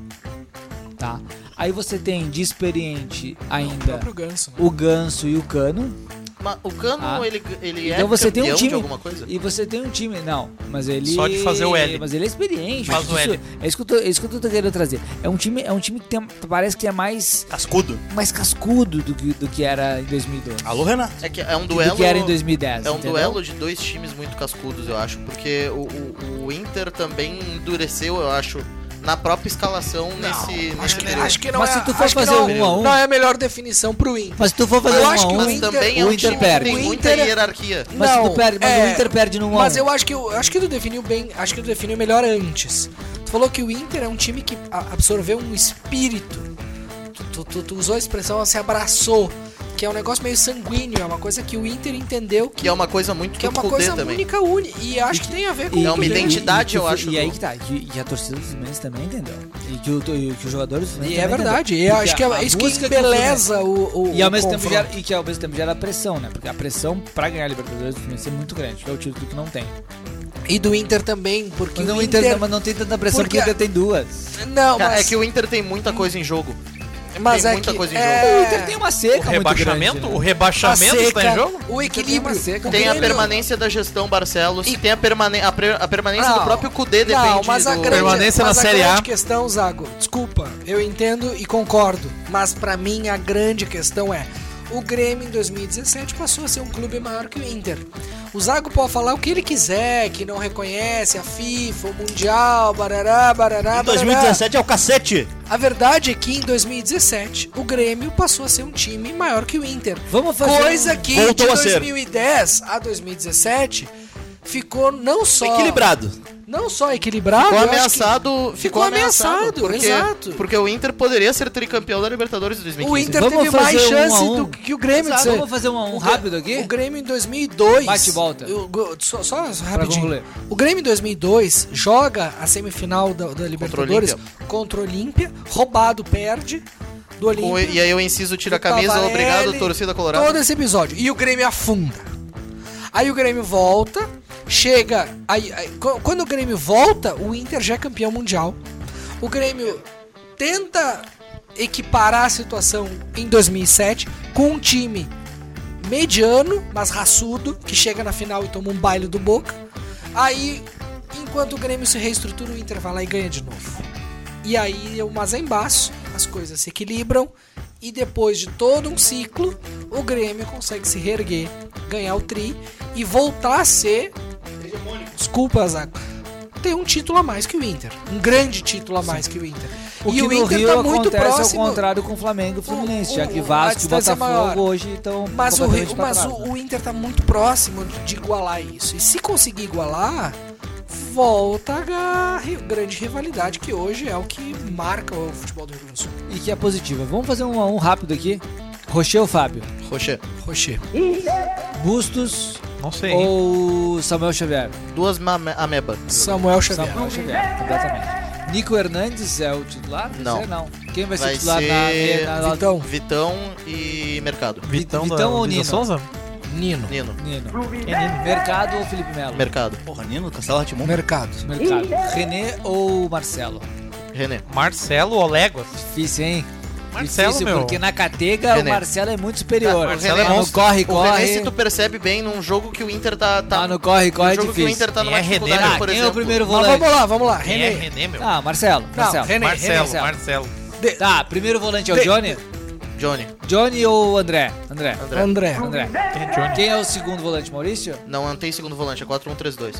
F: tá? Aí você tem de experiente
A: O
F: ainda
A: próprio Ganso, né?
F: o Ganso e o Cano.
B: Mas o Cano,
F: Ah.
B: ele, ele é
F: então você tem um
B: campeão
F: time
B: de alguma coisa?
F: E você tem um time, não, mas ele
C: Só de fazer o L.
F: Mas ele é experiente.
C: Faz o
F: isso-
C: L.
F: É isso que eu tô, é isso que eu tô querendo trazer. É um time, é um time que tem- parece que é mais
D: Cascudo.
F: mais cascudo do que do que era em 2012.
C: Ah.
D: Alô, Renato.
B: É que é um
F: Tipo, do
B: duelo.
F: que era em 2010.
B: É um
F: entendeu?
B: duelo de dois times muito cascudos, eu acho, porque o, o- o Inter também endureceu, eu acho, na própria escalação nesse, nesse
A: Acho que,
B: período.
A: acho que não
F: Mas
A: é,
F: se tu for
A: acho que
F: fazer
A: não,
F: um a um-
A: não é a melhor definição pro Inter.
F: Mas se tu for fazer
A: Eu
F: um
A: acho
F: a
A: que
F: um,
A: o
B: Mas
A: Inter-
B: também é
F: o
B: um
F: Inter
B: time
F: perde.
B: que
A: O
B: tem muita
A: Inter- é
B: hierarquia.
F: Mas tu perde, mas o Inter perde no um a
A: Mas é
F: um.
A: eu acho que eu acho que tu definiu bem, acho que tu definiu melhor antes. Tu falou que o Inter é um time que a- absorveu um espírito. Tu, tu- tu- tu usou a expressão se abraçou, que é um negócio meio sanguíneo, é uma coisa que o Inter entendeu que,
B: Que é uma coisa muito
A: que é uma
B: do
A: coisa
B: Kudê também.
A: única única, uni- e acho que tem a ver com
F: E-
B: É uma
F: e-
A: Kudê.
B: identidade,
F: e-
B: eu
F: e-
B: acho,
F: E
B: do-
F: aí que tá, e, e a torcida do Fluminense também entendeu. E que, o, e que os jogadores do Fluminense
B: né?
A: E é
F: também
A: verdade, eu
F: entenderam. Porque
A: acho que
F: a
A: é isso que
F: busca do
A: embeleza o, o
F: E, ao
A: o
F: mesmo tempo
A: confronto.
F: gera, e que ao mesmo tempo gera pressão, né? Porque a pressão pra ganhar a Libertadores do Fluminense é muito grande, que é o título que não tem.
A: E do Inter também, porque
F: Mas não,
A: o
F: Inter,
A: Inter...
F: mas não tem tanta pressão
A: Porque
F: porque o Inter tem duas.
A: Não,
B: Cara,
A: mas
B: é que o Inter tem muita coisa em jogo.
A: mas
B: tem
A: é
B: muita
A: que
B: coisa em
A: é...
F: O Inter tem tá uma
C: O
F: seca muito grande.
C: rebaixamento?
F: né?
C: O rebaixamento
A: a
C: está
A: seca,
C: em jogo?
A: O equilíbrio.
F: Tem uma seca.
A: o
B: Tem a
A: Grêmio-
B: permanência da gestão Barcelos,
A: E-
B: tem a, permane a, pre- a permanência do
A: Não.
B: próprio Cudê, depende
A: Não, mas a
B: do...
A: grande,
C: Permanência
A: mas
C: na
A: a
C: Série A.
A: grande questão, Zago, desculpa, eu entendo e concordo, mas pra mim a grande questão é o Grêmio em 2017 passou a ser um clube maior que o Inter. O Zago pode falar o que ele quiser, que não reconhece a FIFA, o Mundial, barará, barará,
D: Em 2017 é o cacete.
A: barará. A verdade é que em 2017 o Grêmio passou a ser um time maior que o Inter.
F: Vamos fazer.
A: Coisa que de
D: Voltou a ser.
A: 2010 a 2017 ficou não só
D: Equilibrado.
A: não só equilibrado, eu
B: Ficou
A: acho que-
B: ameaçado, ficou,
A: ficou
B: ameaçado,
A: ameaçado,
B: porque,
A: exato.
B: porque o Inter poderia ser tricampeão da Libertadores de 2015.
A: O Inter
F: Vamos
A: teve mais
F: fazer um
A: chance
F: a um.
A: do que o Grêmio.
F: Exato,
A: disso aí.
F: vamos fazer um a um
A: O Gr-
F: rápido aqui?
A: O Grêmio em 2002.
F: Bate e volta.
A: O go- só, só rapidinho.
F: concluir.
A: O Grêmio em 2002 joga a semifinal da, da Libertadores
B: Olímpia.
A: contra o Olímpia, roubado, perde. do
B: Com-
A: Olímpia.
B: e aí o Inciso tira a
A: do
B: camisa,
A: Tavarelli,
B: obrigado, torcida colorada.
A: Todo esse episódio. E o Grêmio afunda. Aí o Grêmio volta, chega. Aí, aí, qu- quando o Grêmio volta, o Inter já é campeão mundial. O Grêmio tenta equiparar a situação em 2007 com um time mediano, mas raçudo, que chega na final e toma um baile do Boca. Aí, enquanto o Grêmio se reestrutura, o Inter vai lá e ganha de novo. E aí é o mazembaço, as coisas se equilibram e depois de todo um ciclo, o Grêmio consegue se reerguer, ganhar o tri e voltar a ser Desculpa, Zaco. Tem um título a mais que o Inter, um grande título a mais que o Inter.
F: O
A: e
F: que
A: o
F: no
A: Inter
F: Rio
A: tá muito
F: acontece
A: próximo.
F: ao contrário com o Flamengo e o Fluminense,
A: o-
F: já que
A: o- a
F: Vasco e
A: distância é
F: Botafogo
A: maior.
F: hoje estão
A: Mas, o,
F: completamente
A: Rio-
F: pra
A: mas
F: trás,
A: o-
F: né?
A: o Inter tá muito próximo de, de igualar isso. E se conseguir igualar, volta a ri- grande rivalidade que hoje é o que marca o futebol do Rio Grande do Sul.
F: E que é positiva. Vamos fazer um a um rápido aqui. Rocheu Fábio?
B: Rocher,
A: Rocher.
F: Bustos
C: Não sei. hein?
F: ou Samuel Xavier?
B: duas mame- ameba.
A: Samuel Xavier.
F: Samuel Xavier, completamente. Nico Hernandes é o titular? Vai
B: Não.
F: ser, não. Quem vai ser
B: Vai
F: titular
B: ser
F: na, na, na
A: Vitão,
B: Vitão e Mercado.
C: Vitão,
F: Vitão
C: da,
F: ou
C: Luísa
F: Nino?
C: Sonza?
A: Nino,
B: Nino,
F: Nino? Mercado ou Felipe Melo?
B: Mercado.
D: Porra, Nino, cancela Timon.
A: mercado.
F: Mercado. René ou Marcelo?
B: René. Tá,
C: Marcelo Oléguas.
F: Difícil, hein?
C: Marcelo,
F: Difícil,
C: meu.
F: porque na catega
B: René.
F: o Marcelo é muito superior.
B: Ah, o
C: Marcelo é
F: Lá no
C: monstro.
F: corre,
B: O René, se
F: corre.
B: tu percebe bem, num jogo que o Inter tá. tá
F: Lá no corre,
B: num
F: corre é
B: jogo que o
F: difícil.
B: Inter tá
C: Quem
B: numa
C: é René,
B: dificuldade,
C: né?
B: por
F: Quem é o
B: exemplo.
F: primeiro
A: Mas
F: volante?
A: vamos lá, vamos lá.
C: Quem é
A: René.
C: René, meu?
F: Ah, Marcelo. Marcelo.
A: René,
C: Marcelo,
F: René,
C: Marcelo.
A: De-
F: Tá, primeiro volante é o
A: De-
F: Johnny?
B: Johnny,
F: Johnny ou André? André.
B: André.
A: André.
F: André.
C: Quem é Johnny?
F: Quem é o segundo volante, Maurício?
B: Não, não tem segundo volante, é 4-1-3-2.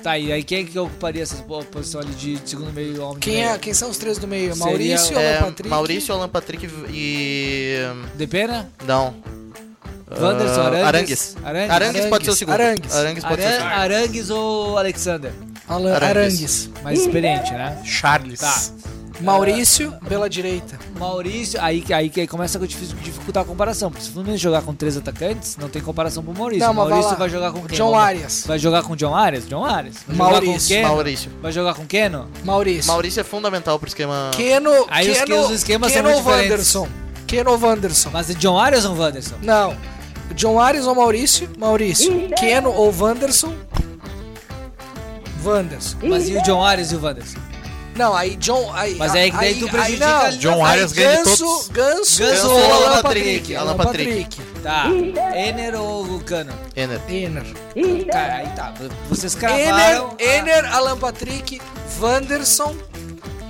F: Tá, e aí quem é que ocuparia essa po- posição ali de de segundo meio homem? de
A: Quem, é,
F: meio?
A: quem são os três do meio?
F: Seria-
A: Maurício, Alan
B: É,
A: Patrick.
B: Maurício, Alan Patrick e.
A: é?
F: De pena?
B: Não.
F: Wanderson,
B: Ah,
F: Arangues.
B: Arangues.
F: Arangues.
B: pode ser o segundo.
A: Arangues.
B: pode ser o
F: Aran-
B: segundo.
F: Arangues ou Alexander?
A: Alan
B: Arangues.
A: Arangues.
F: Mais experiente, né?
C: Charles.
F: Tá.
A: Maurício, pela direita.
F: Maurício, aí, que- aí que aí começa a difícil- dificultar a comparação. Porque se o Fluminense jogar com três atacantes, não tem comparação pro Maurício.
A: Não, mas
F: Maurício
A: vai lá.
F: vai jogar com quem?
A: John
F: Vai-
A: Arias.
F: Vai jogar com John Arias? John Arias. Vai
A: Maurício,
F: jogar com Keno?
B: Maurício.
F: Vai jogar com Keno?
A: Maurício.
B: Maurício é fundamental pro esquema.
A: Keno,
F: Aí os
A: Keno,
F: que- os esquemas são
A: Keno
F: muito diferentes.
A: Wanderson. Keno Wanderson.
F: Mas é John Arias ou Wanderson?
A: Não. John Arias ou Maurício? Maurício. Keno ou Wanderson? Wanderson.
F: Mas e o John Arias e o Wanderson?
A: Não, aí John. Aí,
F: Mas é que daí tu prejudica
A: não.
F: ali.
C: John
A: Aí
C: Arias ganha de
A: Ganso,
C: todos.
A: Ganso,
F: Ganso
A: ou
B: ou
A: Alan
B: Alan
A: Patrick.
B: Patrick? Alan Patrick.
F: Tá. Ener ou Cano?
B: Ener.
A: Ener.
F: Cara, aí tá. Vocês
A: Ener,
F: cravaram.
A: Ener, Alan Patrick, Wanderson,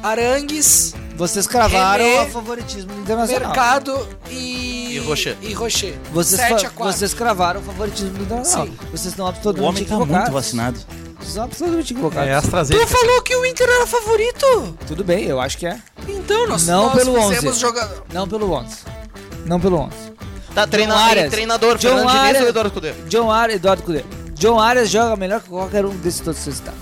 A: Arangues,
F: Vocês cravaram
A: René,
F: o É. favoritismo internacional.
A: Mercado e.
B: E Rocher.
A: E Rocher.
F: Vocês,
A: 7
F: fa-
A: a 4.
F: vocês cravaram o favoritismo internacional.
A: Sim.
F: Vocês não
D: O
F: absolutamente
D: homem tá muito
F: equivocados.
D: vacinado.
F: Vocês estão absolutamente equivocados.
C: É AstraZeneca.
A: Tu falou que o Inter era favorito?
F: Tudo bem, eu acho que é.
A: Então nós,
F: Não
A: nós
F: pelo
A: fizemos tá
F: 11.
A: jogador.
F: Não pelo 11. Não pelo 11.
B: Tá, treina,
F: Arias.
B: treinador,
F: John
B: Fernando Diniz
F: Arias.
B: ou Eduardo Cudê?
F: John Arias, Eduardo Cudê. John Arias joga melhor que qualquer um desses todos que vocês citaram.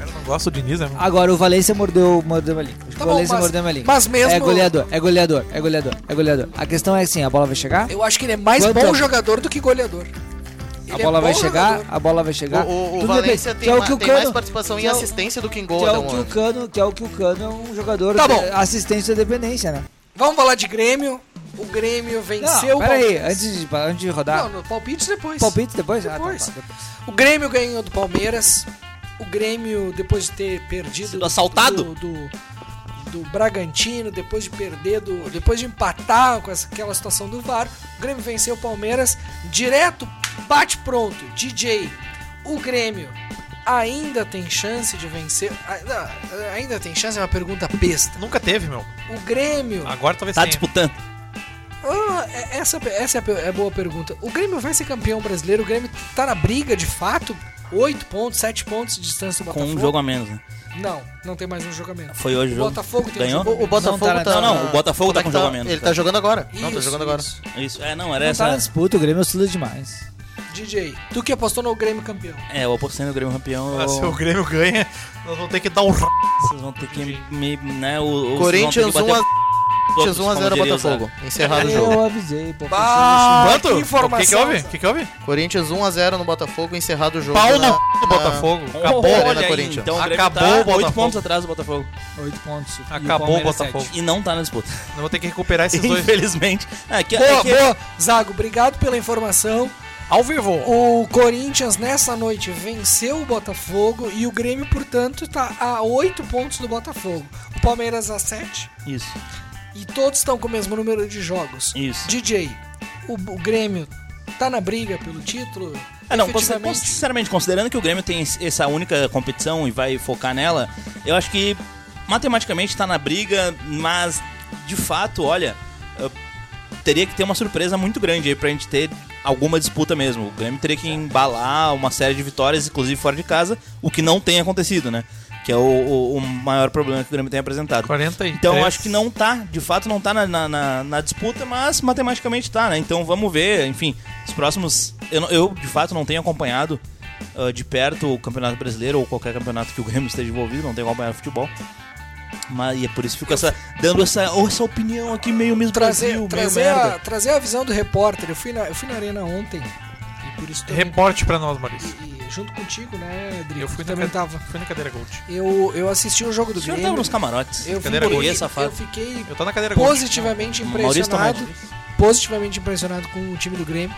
C: Eu não gosto de Nisa, mano.
F: Agora o Valência mordeu, mordeu a linha. O
A: Tá bom,
F: Valência
A: mas-
F: mordeu a linha.
A: mas mesmo-
F: É goleador, é goleador, é goleador, é goleador. A questão é assim, a bola vai chegar?
A: Eu acho que ele é mais
F: Quanto?
A: bom jogador do que goleador.
F: a
A: Ele é
F: bola vai
A: bom
F: chegar,
A: jogador.
F: a bola vai chegar.
B: O, o, o
F: Tudo depende.
B: Valencia
F: Que
B: tem,
F: é o
B: ma-
F: que o
B: tem
F: Cano-
B: mais participação
F: que
B: em
F: é o-
B: assistência do que em
F: Que
B: gol então,
F: é,
B: até
F: o
B: o
F: que o
B: momento.
F: Cano, que é o que o Cano é um jogador
A: Tá
F: de
A: bom.
F: assistência e dependência, né?
A: Vamos falar de Grêmio. O Grêmio
F: Não,
A: venceu o
F: pera aí,
A: Palmeiras.
F: antes de, antes de rodar.
A: Não, no palpite depois.
F: Palpite depois? Ah, tá,
A: Depois.
F: tá, depois.
A: O Grêmio ganhou do Palmeiras. O Grêmio, depois de ter perdido.
D: Sido assaltado?
A: Do, do, do Bragantino, depois de perder, do, depois de empatar com essa- aquela situação do VAR, o Grêmio venceu o Palmeiras. Direto, bate pronto. DJ, o Grêmio ainda tem chance de vencer. Ah, não, Ainda tem chance? É uma pergunta besta.
C: Nunca teve, meu.
A: O Grêmio.
C: Agora talvez
D: Tá
C: tenha.
D: disputando.
A: Ah, é- essa essa é, a pe- é a boa pergunta. O Grêmio vai ser campeão brasileiro? O Grêmio tá na briga de fato? 8 pontos, 7 pontos de distância do
D: Com
A: Botafogo?
D: um jogo a menos, né?
A: Não, não tem mais um jogamento.
D: Foi hoje o jogo.
A: Botafogo tem um
D: Ganhou?
A: jogo.
B: O, o Botafogo
F: Não tá na-
B: tá,
D: Não, não, o Botafogo
B: Como
D: tá
B: é
D: com
B: que
D: um jogo a menos.
B: Ele tá jogando agora. não, tá
A: Isso,
B: jogando agora.
A: isso.
D: Isso. É, não, era
F: Não tá na
D: essa.
F: disputa, o Grêmio oscila demais.
A: DJ, tu que apostou no Grêmio campeão.
D: É, eu apostei no Grêmio campeão.
B: Tá,
C: Ah, Se
D: eu-
C: o Grêmio ganha, nós vamos ter que dar um r.
D: Vocês vão ter que me. né, o, o- vocês vão ter que
B: Corinthians
D: bater
B: 1 a Corinthians
D: outros,
B: 1x0
D: como diria o
B: Botafogo. Encerrado o jogo.
F: Eu avisei, pô.
A: Bah, Que
C: Quanto? O que, que
A: informação.
C: houve? O que, que houve?
B: Corinthians 1x0 no Botafogo, encerrado o jogo. né?
C: Pau
B: na-
C: no c... do
B: na-
C: Botafogo.
D: Zago.
B: Acabou,
D: Olha
B: né,
D: aí,
B: Corinthians?
D: Então, o Grêmio
C: Acabou
D: tá
C: o
D: oito
C: Botafogo.
D: pontos atrás do Botafogo.
F: 8 pontos. E
B: Ah,
C: Acabou
F: Palmeiras,
C: o Botafogo.
F: sete.
D: E não tá na disputa.
C: Eu vou ter que recuperar esses dois.
D: Infelizmente. É que, é
A: Boa,
D: que-
A: boa. Zago, obrigado pela informação.
C: Ao vivo.
A: O Corinthians nessa noite venceu o Botafogo e o Grêmio, portanto, tá a 8 pontos do Botafogo. O Palmeiras a 7
D: Isso.
A: e todos estão com o mesmo número de jogos.
D: Isso.
A: DJ, o, o Grêmio tá na briga pelo título?
D: Ah, não, consider-
A: efetivamente?
D: sinceramente, considerando que o Grêmio tem esse- essa única competição e vai focar nela, eu acho que matematicamente tá na briga, mas de fato, olha, eu- teria que ter uma surpresa muito grande aí pra gente ter alguma disputa mesmo. O Grêmio teria que embalar uma série de vitórias, inclusive fora de casa, o que não tem acontecido, né? Que é o, o- o maior problema que o Grêmio tem apresentado.
C: 43.
D: Então eu acho que não tá, de fato não tá na, na- na- na disputa, mas matematicamente tá, né? Então vamos ver, enfim, os próximos. Eu, não- eu, de fato não tenho acompanhado ah, de perto o Campeonato Brasileiro ou qualquer campeonato que o Grêmio esteja envolvido, não tenho acompanhado futebol. Mas e é por isso que fico essa, dando essa, oh, essa opinião aqui meio mesmo
A: trazer,
D: Brasil,
A: trazer,
D: meio merda.
A: a, trazer a visão do repórter. Eu fui na, eu fui na arena ontem e por isso também,
C: Reporte pra nós, Maurício.
A: e- e junto contigo, né, Adri?
C: Eu fui na,
A: também
C: ca...
A: tava.
C: fui na cadeira Gold.
A: Eu, eu assisti o jogo do
D: O senhor
A: Grêmio.
D: tava nos camarotes. É
A: eu,
C: cadeira
A: fiquei,
D: gol. safado.
A: eu fiquei
C: Eu tô na cadeira Gold.
A: positivamente
D: Maurício Tomate.
A: impressionado. Positivamente impressionado com o time do Grêmio.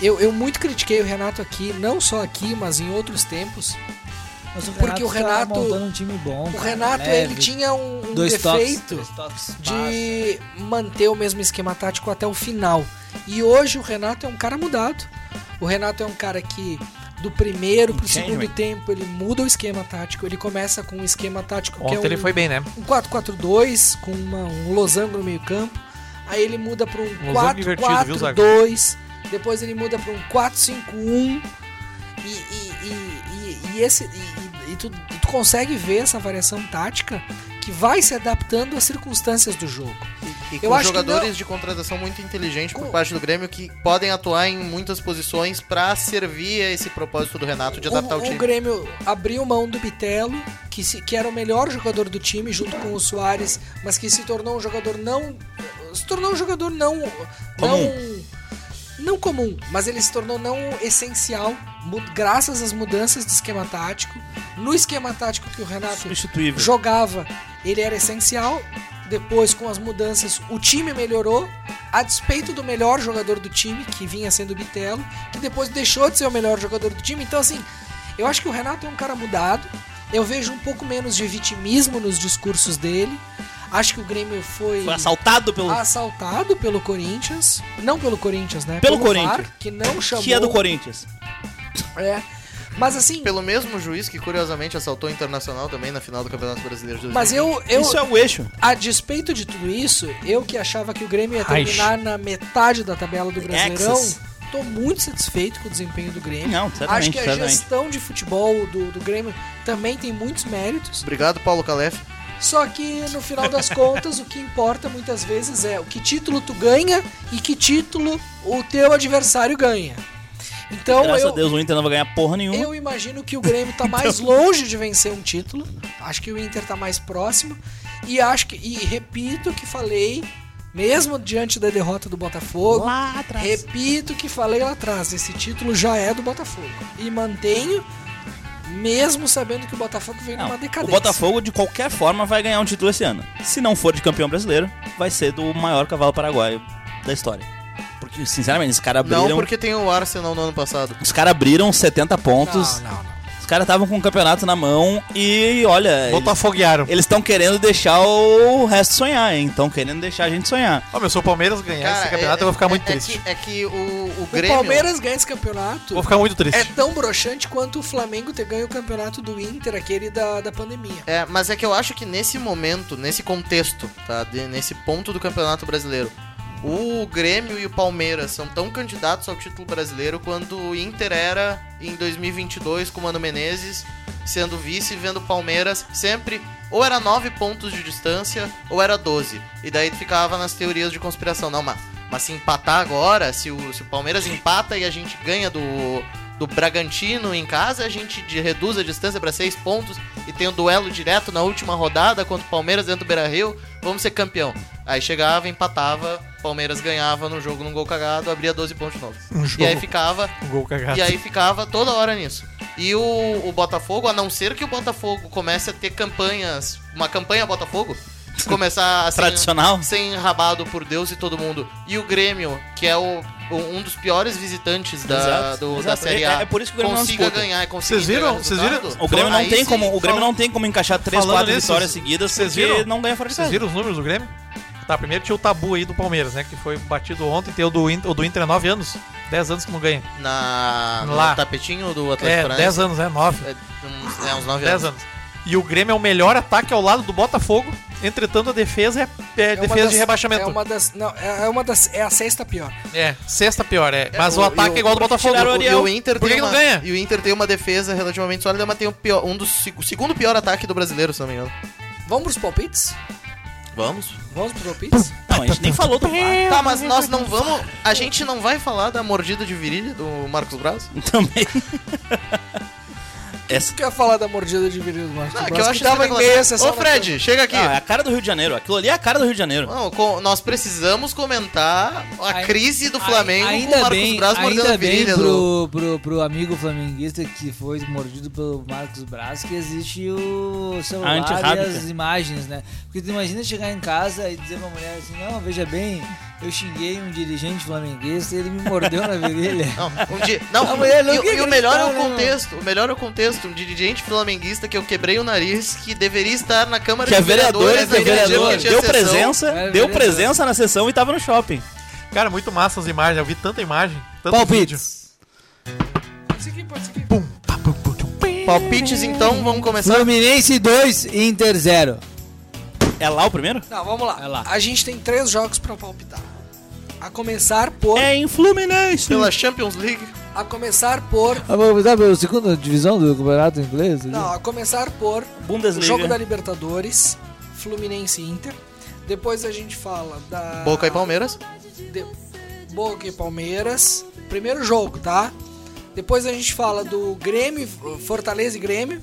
A: Eu, eu muito critiquei o Renato aqui, não só aqui, mas em outros tempos.
F: Mas
A: Porque o Renato-
F: Tá montando um time bom.
A: O
F: cara,
A: Renato,
F: leve,
A: ele tinha um, um
F: dois
A: defeito.
F: toques, dois toques, passa.
A: de manter o mesmo esquema tático até o final. E hoje o Renato é um cara mudado. O Renato é um cara que do primeiro pro
D: Entende,
A: segundo
D: velho?
A: tempo ele muda o esquema tático. Ele começa com um esquema tático que
C: Ontem
A: é um,
C: ele foi bem, né?
A: um 4-4-2 com uma- um losango no meio campo. Aí ele muda para um
C: losango invertido, viu, Zago?
A: 4-4-2. Depois ele muda para um 4-5-1. E, e- e- e- e esse, e- e- e tu- e tu consegue ver essa variação tática que vai se adaptando às circunstâncias do jogo.
B: E
A: Eu
B: com
A: acho que
B: jogadores de contratação muito inteligente por
A: Com-
B: parte do Grêmio que podem atuar em muitas posições pra servir a esse propósito do Renato de adaptar
A: o,
B: o, time.
A: o Um- Grêmio abriu mão do Bitelo, que, se- que era o melhor jogador do time junto com o Soares, mas que se tornou um jogador não. Se tornou um jogador não.
D: Comum.
A: Não, não comum, mas ele se tornou não essencial, mu- graças às mudanças de esquema tático. No esquema tático que o Renato
D: Substituível.
A: jogava, ele era essencial. Depois, com as mudanças, o time melhorou, a despeito do melhor jogador do time, que vinha sendo o Bitelo, que depois deixou de ser o melhor jogador do time. Então, assim, eu acho que o Renato é um cara mudado. Eu vejo um pouco menos de vitimismo nos discursos dele. Acho que o Grêmio foi,
D: Foi assaltado pelo.
A: Ah, assaltado pelo Corinthians. Não pelo Corinthians, né?
D: Pelo
A: VAR,
D: Corinthians.
A: que não chamou.
D: que é do Corinthians.
A: É. Mas assim,
B: Pelo mesmo juiz que curiosamente assaltou o Internacional também na final do Campeonato Brasileiro de
A: mas
B: 2020.
A: eu, eu, Então,
D: Isso é o eixo.
A: A despeito de tudo isso, eu que achava que o Grêmio ia
C: Reich.
A: terminar na metade da tabela do Brasileirão,
D: Axis.
A: tô muito satisfeito com o desempenho do Grêmio.
D: Não,
A: Acho
D: certamente,
A: que a
D: certamente.
A: gestão de futebol do, do Grêmio também tem muitos méritos.
B: Obrigado, Paulo Calef.
A: Só que no final das contas, o que importa muitas vezes é o que título tu ganha e que título o teu adversário ganha. Então
D: Graças
A: eu,
D: a Deus o Inter não vai ganhar porra nenhuma. Então.
A: eu imagino que o Grêmio tá mais longe de vencer um título. Acho que o Inter tá mais próximo. E acho que. E repito o que falei, mesmo diante da derrota do Botafogo.
D: Lá atrás.
A: Repito o que falei lá atrás. Esse título já é do Botafogo. E mantenho, mesmo sabendo que o Botafogo vem
D: Não,
A: numa
D: o
A: decadência.
D: Botafogo, de qualquer forma, vai ganhar um título esse ano. Se não for de campeão brasileiro, vai ser do maior cavalo paraguaio da história. Porque, sinceramente, os caras abriram.
B: Não porque tem o Arsenal no ano passado.
D: Os caras abriram 70 pontos.
A: Não, não, não.
D: Os caras estavam com o campeonato na mão e, olha.
C: Botafoguearam.
D: Eles estão querendo deixar o resto sonhar, hein? Estão querendo deixar a gente sonhar.
C: Ó, meu, se o Palmeiras ganhar esse campeonato, eu vou ficar muito triste.
B: Que, é que o, o
A: O
B: Grêmio.
A: Palmeiras ganha esse campeonato.
C: Vou ficar muito triste.
A: É tão broxante quanto o Flamengo ter ganho o campeonato do Inter, aquele da, da pandemia.
B: É, mas é que eu acho que nesse momento, nesse contexto, tá? De- nesse ponto do Campeonato Brasileiro, o Grêmio e o Palmeiras são tão candidatos ao título brasileiro quanto o Inter era em 2022 com o Mano Menezes sendo vice, vendo o Palmeiras sempre ou era 9 pontos de distância ou era 12. E daí tu ficava nas teorias de conspiração. Não, mas, mas se empatar agora, se o, se o Palmeiras empata e a gente ganha do, do Bragantino em casa, a gente de- reduz a distância para 6 pontos e tem um duelo direto na última rodada contra o Palmeiras dentro do Beira Rio. vamos ser campeão. Aí chegava, empatava, Palmeiras ganhava no jogo num gol cagado, abria 12 pontos de novo. E aí
C: Um jogo.
B: ficava
C: O gol cagado.
B: e aí ficava toda hora nisso. E o, o Botafogo, a não ser que o Botafogo comece a ter campanhas, uma campanha Botafogo, começar a ser,
D: Tradicional?
B: ser enrabado por Deus e todo mundo. E o Grêmio, que é o, o- um dos piores visitantes da,
D: Exato,
B: do- da
D: exato.
B: Série
D: É-
B: A,
D: é por isso que o Grêmio não
B: consiga
D: disputa.
B: ganhar e consiga
C: Vocês viram?
B: entregar
C: Vocês viram?
B: resultado,
D: O Grêmio não
B: aí
D: tem
B: sim,
D: como, o
B: fala-
D: Grêmio não tem como encaixar 3,
C: Falando
D: 4
C: nisso,
D: vitórias seguidas
C: vocês
D: porque
C: viram?
D: não ganha fora de
C: Vocês
D: casa.
C: viram os números do Grêmio? Tá, primeiro tinha o tabu aí do Palmeiras, né? Que foi batido ontem, tem o do Inter, o do Inter é 9 anos. 10 anos que não ganha.
B: Na, no
C: Lá.
B: tapetinho do Atlético
C: É,
B: Paranaense.
C: 10 anos, é 9.
B: É, uns, é, uns 9
C: 10
B: anos.
C: anos. E o Grêmio é o melhor ataque ao lado do Botafogo. Entretanto, a defesa é, é
A: É uma
C: defesa
A: das-
C: de rebaixamento.
A: É
C: É,
A: uma das. Não, é é uma das. É a sexta pior.
C: sexta pior, é. Mas
B: o-
C: o, ataque
B: e o-
C: é igual ao do Botafogo.
D: tiraram o
B: E
D: Ariel.
B: o Inter
C: Por que
B: tem
C: que não
B: uma-
C: ganha?
B: E o Inter tem uma defesa relativamente sólida, mas tem o pior- um dos se- o segundo pior ataque do brasileiro, se não me engano.
A: Vamos pros palpites?
B: Vamos.
A: Vamos pros palpites?
D: Não, a gente nem falou do VAR
B: Tá, mas nós não vamos. A gente não vai falar da mordida de virilha do Marcos Braz?
D: também. Essa
A: Tu quer falar da mordida de viril do Marcos
B: Não,
A: Braz,
B: Ah, que eu acho que
A: tava em meia sessão
B: Ô,
A: da
B: Fred, chega aqui.
D: não, é a cara do Rio de Janeiro. Aquilo ali é a cara do Rio de Janeiro.
B: Não, com- nós precisamos comentar a
F: Ai-
B: crise do
F: Ai-
B: Flamengo com o
F: ainda
B: Marcos
F: bem,
B: Braz mordendo a
F: ainda bem
B: virilha do.
F: pro, pro, pro amigo flamenguista que foi mordido pelo Marcos Braz que existe o
D: A
F: celular e
D: antirrábica.
F: as imagens, né? Porque tu imagina chegar em casa e dizer pra mulher assim, não, veja bem, eu xinguei um dirigente flamenguista e ele me mordeu na virilha.
B: Não, um dia- não,
F: A mulher não
B: e,
F: quer
B: e o melhor é o
F: acreditar, né,
B: contexto. O melhor é o contexto. Um dirigente flamenguista que eu quebrei o nariz, que deveria estar na Câmara
D: Que é vereador, é
B: Vereadores naquele dia
D: vereador.
B: que tinha
D: Deu
B: sessão.
D: presença,
F: É
D: deu
F: vereador.
D: presença na sessão e tava no shopping.
C: Cara, muito massa as imagens. Eu vi tanta imagem. Tanto vídeo.
F: Palpites.
B: Palpites então, vamos começar.
F: Fluminense 2, Inter 0.
D: É lá o primeiro?
A: Não, Tá, vamos lá.
F: Vai lá.
A: A gente tem três jogos pra palpitar. A começar por.
D: É em Fluminense.
B: Pela Champions League.
A: A começar por.
B: É.
F: Ah, vamos mudar pela segunda divisão do campeonato inglês?
A: Não, a começar por. O
D: Bundesliga.
A: jogo da Libertadores, Fluminense e Inter. Depois a gente fala da.
B: Boca e Palmeiras.
A: De... Boca e Palmeiras. Primeiro jogo, tá? Depois a gente fala do Grêmio, Fortaleza e Grêmio.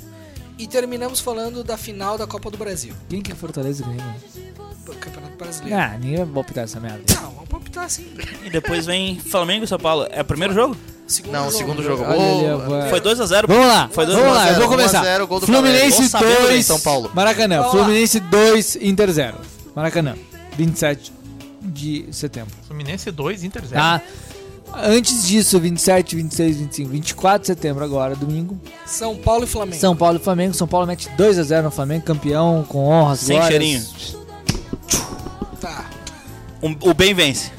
A: E terminamos falando da final da Copa do Brasil,
F: Quem que é Fortaleza e Grêmio?
A: do Campeonato Brasileiro.
F: Ah, ninguém vai palpitar essa merda.
A: Não, vamos palpitar assim.
D: E depois vem Flamengo e São Paulo. É o primeiro jogo?
A: Segundo
B: Não, o segundo jogo.
F: Olha ali,
B: Ô,
F: agora.
D: Foi 2x0.
F: É. Vamos lá,
D: Foi dois a
F: vamos lá,
B: zero,
F: eu
B: um
F: vou
B: a
F: começar.
B: zero, gol do
F: Fluminense
B: Flamengo. Gol sabendo
F: 2,
B: em São Paulo.
F: Maracanã.
A: Vamos lá.
F: Fluminense 2, Inter 0. Maracanã, 27 de setembro,
C: Fluminense 2, Inter 0.
F: tá? Antes disso, 27, 26, 25, 24 de setembro agora, domingo.
A: São Paulo e Flamengo.
F: São Paulo e Flamengo. São Paulo mete 2 a 0 no Flamengo, campeão com honras,
D: Sem
F: glórias.
D: cheirinho.
A: Tá.
D: Um- o bem vence.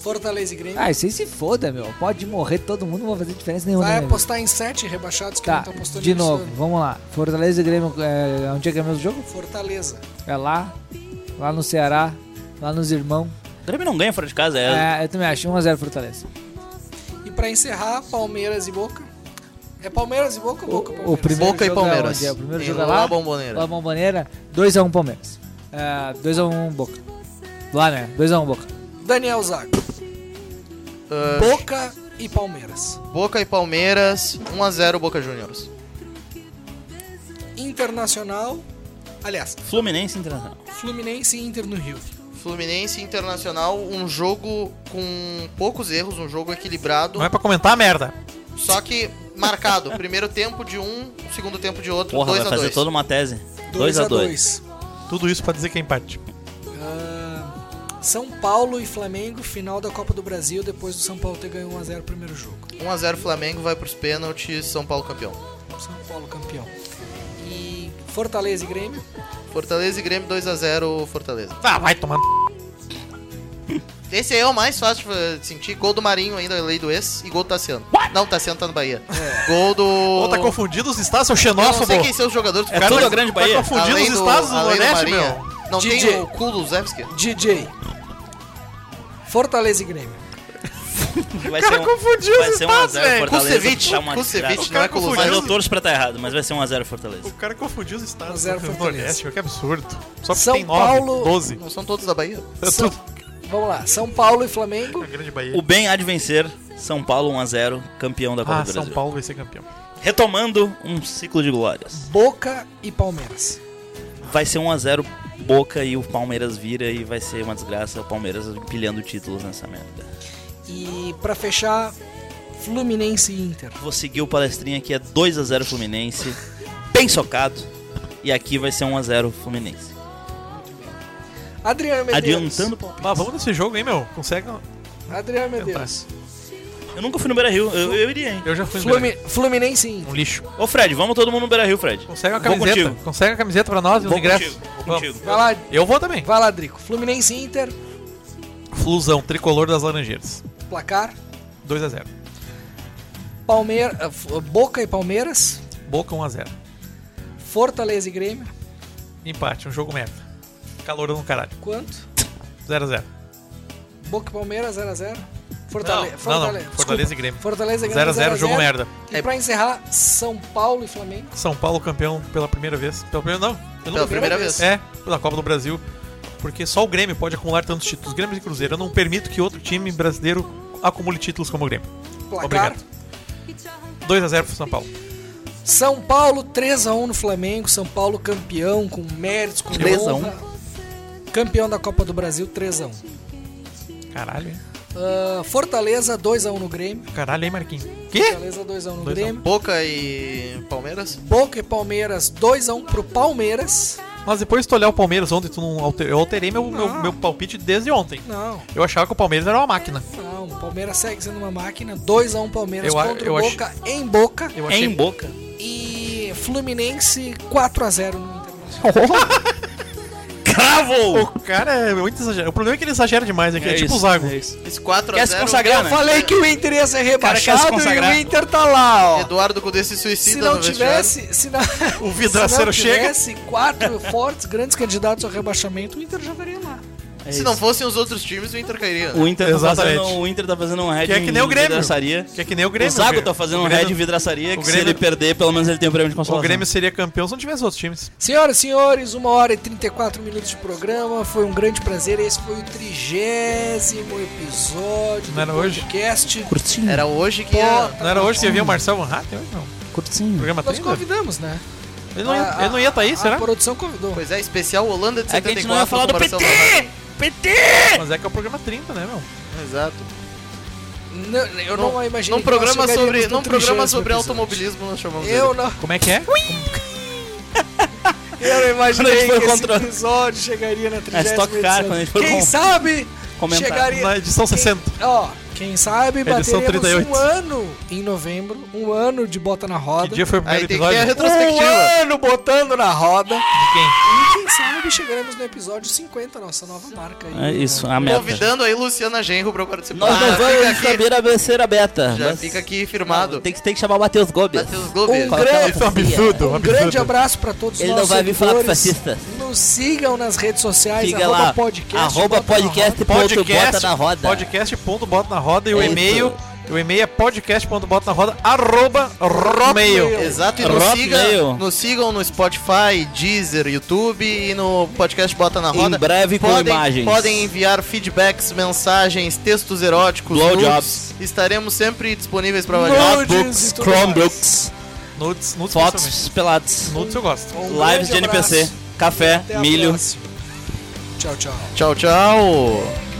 A: Fortaleza e Grêmio.
F: Ah, isso aí se foda, meu. Pode morrer todo mundo, não vai fazer diferença nenhuma.
A: Vai
F: né, meu?
A: apostar em sete rebaixados que
F: Tá,
A: não tá apostando
F: de
A: nisso.
F: novo, vamos lá. Fortaleza e Grêmio, é, onde é que é o mesmo jogo?
A: Fortaleza.
F: É lá, lá no Ceará, lá nos irmãos.
D: O Grêmio não ganha fora de casa. É,
F: É, eu também acho, 1x0 Fortaleza.
A: E pra encerrar, Palmeiras e Boca. É Palmeiras e Boca ou Boca e
F: O
A: Palmeiras?
F: primeiro
B: Boca e
F: jogo é
B: Palmeiras.
F: onde é? O primeiro
B: Em
F: jogo é
B: La
F: lá,
B: Bombonera.
F: La Bombonera, 2x1 Palmeiras. É, 2x1 Boca. Lá, né? 2x1 Boca.
A: Daniel Zago.
B: Ah.
A: Boca e Palmeiras.
B: Boca e Palmeiras, 1x0 Boca Juniors.
A: Internacional. Aliás,
D: Fluminense e Internacional.
A: Fluminense e Inter no Rio.
B: Fluminense e Internacional, um jogo com poucos erros, um jogo equilibrado,
C: Não é pra comentar a merda.
B: só que marcado. Primeiro tempo de um, segundo tempo de outro,
D: Porra, vai
B: 2x2.
D: fazer toda uma tese.
A: 2 a
D: 2x2.
A: 2
C: Tudo isso pra dizer que é empate.
A: São Paulo e Flamengo, final da Copa do Brasil, depois do São Paulo ter ganho 1x0 o primeiro jogo.
B: 1x0 Flamengo, vai pros pênaltis, São Paulo campeão.
A: São Paulo campeão. E Fortaleza e Grêmio.
B: Fortaleza e Grêmio, 2x0 Fortaleza.
C: Ah, vai tomar. no-
B: Esse aí é o mais fácil de sentir. Gol do Marinho ainda, lei do ex, e gol do Tassiano. Não, Tassiano tá no Bahia. Gol do...
C: Ou tá confundido os estados, seu
B: Eu não
C: xenófobo.
B: sei quem são os jogadores.
D: É tudo a grande
C: Tá
D: Bahia.
C: confundindo
B: Além
C: os
B: do-
C: estados do
B: além
C: Nordeste,
B: Marinho.
C: meu.
B: Não
A: DJ.
B: tem o Kulusevski?
A: DJ. Fortaleza e Grêmio.
D: Vai ser um,
C: confundiu
D: vai
C: os
D: ser
C: estados,
D: 1x0
C: velho.
D: Fortaleza.
B: Kusevich,
D: tá uma
B: Kusevich,
D: desgraça.
B: não é
C: O cara confundiu
D: Mas
B: Kulusevski.
D: eu torço pra tá errado, mas vai ser 1x0 Fortaleza.
C: O cara confundiu os
A: Um a
C: estados
A: zero
C: do
A: Fortaleza.
C: Nordeste, meu, que absurdo. Só que
A: São
C: tem 9,
A: Paulo-
C: 12.
B: Não são todos da Bahia?
C: É
A: São-
C: tudo
A: Vamos lá, São Paulo e Flamengo.
C: a grande Bahia.
D: O bem há de vencer. São Paulo 1x0, campeão da Copa
C: Ah,
D: do
C: São
D: Brasil.
C: Paulo vai ser campeão.
D: Retomando um ciclo de glórias.
A: Boca e Palmeiras.
D: Vai ser 1x0 Boca e o Palmeiras vira e vai ser uma desgraça o Palmeiras empilhando títulos nessa merda.
A: E pra fechar, Fluminense e Inter.
D: Vou seguir o palestrinho aqui, é 2x0 Fluminense, bem socado. E aqui vai ser 1x0 Fluminense.
A: Adriano Medeiros.
D: Adiantando o palpite.
C: Mas Ah, vamos nesse jogo, hein, meu? Consegue. um-
A: Adriano Medeiros.
D: Eu nunca fui no Beira Rio, eu, eu iria, hein?
C: Eu já fui no
A: Flumi- Fluminense e
C: Um
A: Inter.
C: lixo.
D: Ô Fred, vamos todo mundo no Beira Rio, Fred.
C: Consegue uma
D: Vou
C: camiseta.
D: contigo.
C: Consegue uma camiseta pra nós e os
D: Vou
C: ingressos.
D: contigo, vou
C: Vamos.
D: contigo.
A: Vai lá,
C: Eu vou também.
A: vai lá, Drico. Fluminense e Inter,
C: Flusão, tricolor das Laranjeiras.
A: placar.
C: 2x0.
A: Palmeira, eh, F- Boca e Palmeiras,
C: Boca 1x0.
A: Fortaleza e Grêmio.
C: Empate, um jogo merda. Calorão no caralho.
A: Quanto?
C: 0x0.
A: Boca e Palmeiras 0x0.
C: Não,
A: Fortaleza,
C: não, não. Fortaleza e Grêmio.
A: Fortaleza e Grêmio
C: 0x0,
A: 0x0,
C: jogo merda.
A: E pra encerrar, São Paulo e Flamengo.
C: São Paulo campeão pela primeira vez. Pela primeira, não. Eu
B: Pela
C: não
B: primeira vez.
C: É, pela Copa do Brasil. Porque só o Grêmio pode acumular tantos títulos. Grêmio e Cruzeiro. Eu não permito que outro time brasileiro acumule títulos como o Grêmio.
A: Placar.
C: Obrigado. 2x0 pro São Paulo.
A: São Paulo 3x1 no Flamengo. São Paulo campeão com méritos, com
D: 3 a 1.
A: honra. Campeão da Copa do Brasil 3x1.
C: Caralho, hein?
A: Ah, Fortaleza 2x1 no Grêmio.
C: Caralho, hein, Marquinhos? Quê?
A: Fortaleza 2x1 no
C: 2 a 1.
A: Grêmio.
B: Boca e Palmeiras?
A: Boca e Palmeiras 2x1 pro Palmeiras.
C: Mas depois de tu olhar o Palmeiras ontem, tu não alter- eu alterei meu, meu, meu palpite desde ontem.
A: Não,
C: Eu achava que o Palmeiras era uma máquina.
A: não. O Palmeiras segue sendo uma máquina. 2x1 Palmeiras
C: Eu a-
A: contra
C: eu
A: o
C: acho-
A: Boca em Boca.
C: Eu achei...
D: Em Boca.
A: E Fluminense 4x0 no Internacional.
D: Cravo!
C: O cara é muito exagerado. O problema é que ele exagera demais, é que é, tipo o Zago.
B: Esse 4
D: Quer
B: a
D: se
B: 0
D: consagrar, né?
A: Falei que o Inter ia ser
D: cara quer se
A: rebaixado e
D: consagrar.
A: o Inter tá lá, ó.
B: Eduardo Cudê se
A: Se
B: suicida
A: não
B: tá no vestiário.
A: tivesse, se não,
C: O vidraceiro
A: se não tivesse quatro fortes grandes candidatos ao rebaixamento, o Inter já estaria lá.
B: Se não fossem os outros times, o Inter cairia. né?
D: é O Inter, tá
C: Exatamente.
D: fazendo, o Inter tá fazendo um head
C: Que é que nem o
D: em
C: Grêmio.
D: vidraçaria.
C: Que é que nem o Grêmio.
D: o Zago
C: velho.
D: tá fazendo
C: O
D: um
C: Grêmio-
D: head de vidraçaria
C: o
D: que se
C: Grêmio-
D: ele perder, pelo menos ele tem o prêmio de
C: O
D: consolação.
C: Grêmio seria campeão se não tivesse outros times.
A: Senhoras e senhores, uma hora e 34 minutos de programa. Foi um grande prazer. Esse foi o trigésimo episódio do
C: Não era hoje?
A: podcast.
D: Curtinho,
B: Era hoje que ia...
C: Não era hoje que havia o Marcel Van Hatten? Hoje não.
D: curtinho.
C: Programa
A: Nós
C: 30?
A: convidamos, né?
C: Ele não ia, ele não ia estar aí,
A: a
C: será?
A: produção convidou.
B: Pois é, especial Holanda de
D: É que a
B: 74.
D: gente não ia falar do
B: com Marcelo
D: PT!
B: Barra.
D: PT!
C: Mas é que é o programa 30, né, meu?
B: Exato.
A: Não, eu não, imaginei.
B: Num
A: que nós
B: programa
A: chegaríamos
B: sobre,
A: no
B: num programa
A: 30º
B: sobre
A: episódio.
B: automobilismo, nós chamamos
A: Eu
B: ele.
A: não,
C: Como é que é?
A: eu não
D: Quando a
A: imaginei
D: gente
A: que
D: for
A: esse
D: contra- É,
A: episódio chegaria na 30
D: Stock Car, quando a gente for
A: Quem
D: com-
A: sabe
D: comentar.
A: chegaria...
C: Na edição 60.
A: Quem, ó, quem sabe
C: Edição
A: bateremos
C: 38.
A: um ano em novembro, um ano de bota na roda.
C: Que dia foi o
B: Aí
C: primeiro
B: tem que ter a
C: episódio?
B: retrospectiva.
D: É,
A: Um ano botando na roda.
C: De quem?
A: E quem sabe chegaremos no episódio 50, nossa nova marca. aí. né?
D: É isso, a meta.
B: Convidando aí Luciana Genro pra participar.
D: Nós
B: Ah,
D: não vamos
B: fica aqui,
D: saber a terceira beta.
B: já
D: mas-
B: fica aqui firmado.
D: Tem que, tem que chamar o Matheus Gomes.
B: Matheus
A: Um
B: Glober.
D: Fala aquela
A: grande...
D: Isso é um absurdo,
A: um grande abraço pra todos
D: Ele
A: os nossos
D: não vai vir falar com
A: seguidores.
D: fascista.
A: Nos sigam nas redes sociais,
D: Siga
A: arroba
D: lá,
A: podcast.
D: arroba
A: Bota na Roda.
D: podcast. Ponto bota na roda.
C: Podcast.bota na roda e o
D: É isso.
C: e-mail. O e-mail é podcast.bota na roda arroba romail.
B: Exato, e nos,
D: Rock
B: siga,
D: Mail.
B: nos sigam no Spotify, Deezer, YouTube e no podcast Bota na Roda.
D: Em breve com
B: podem,
D: imagens.
B: Podem enviar feedbacks, mensagens, textos eróticos,
D: Blowjobs.
B: nudes. Estaremos sempre disponíveis para avaliar.
A: Nudes e tudo mais.
D: Chromebooks,
C: Nudes, nudes principalmente.
D: fotos peladas,
C: Nudes eu gosto.
A: Um
D: lives de
A: grande abraço.
D: NPC, café,
A: Até a
D: milho.
A: próxima. Tchau, tchau.
B: Tchau, tchau.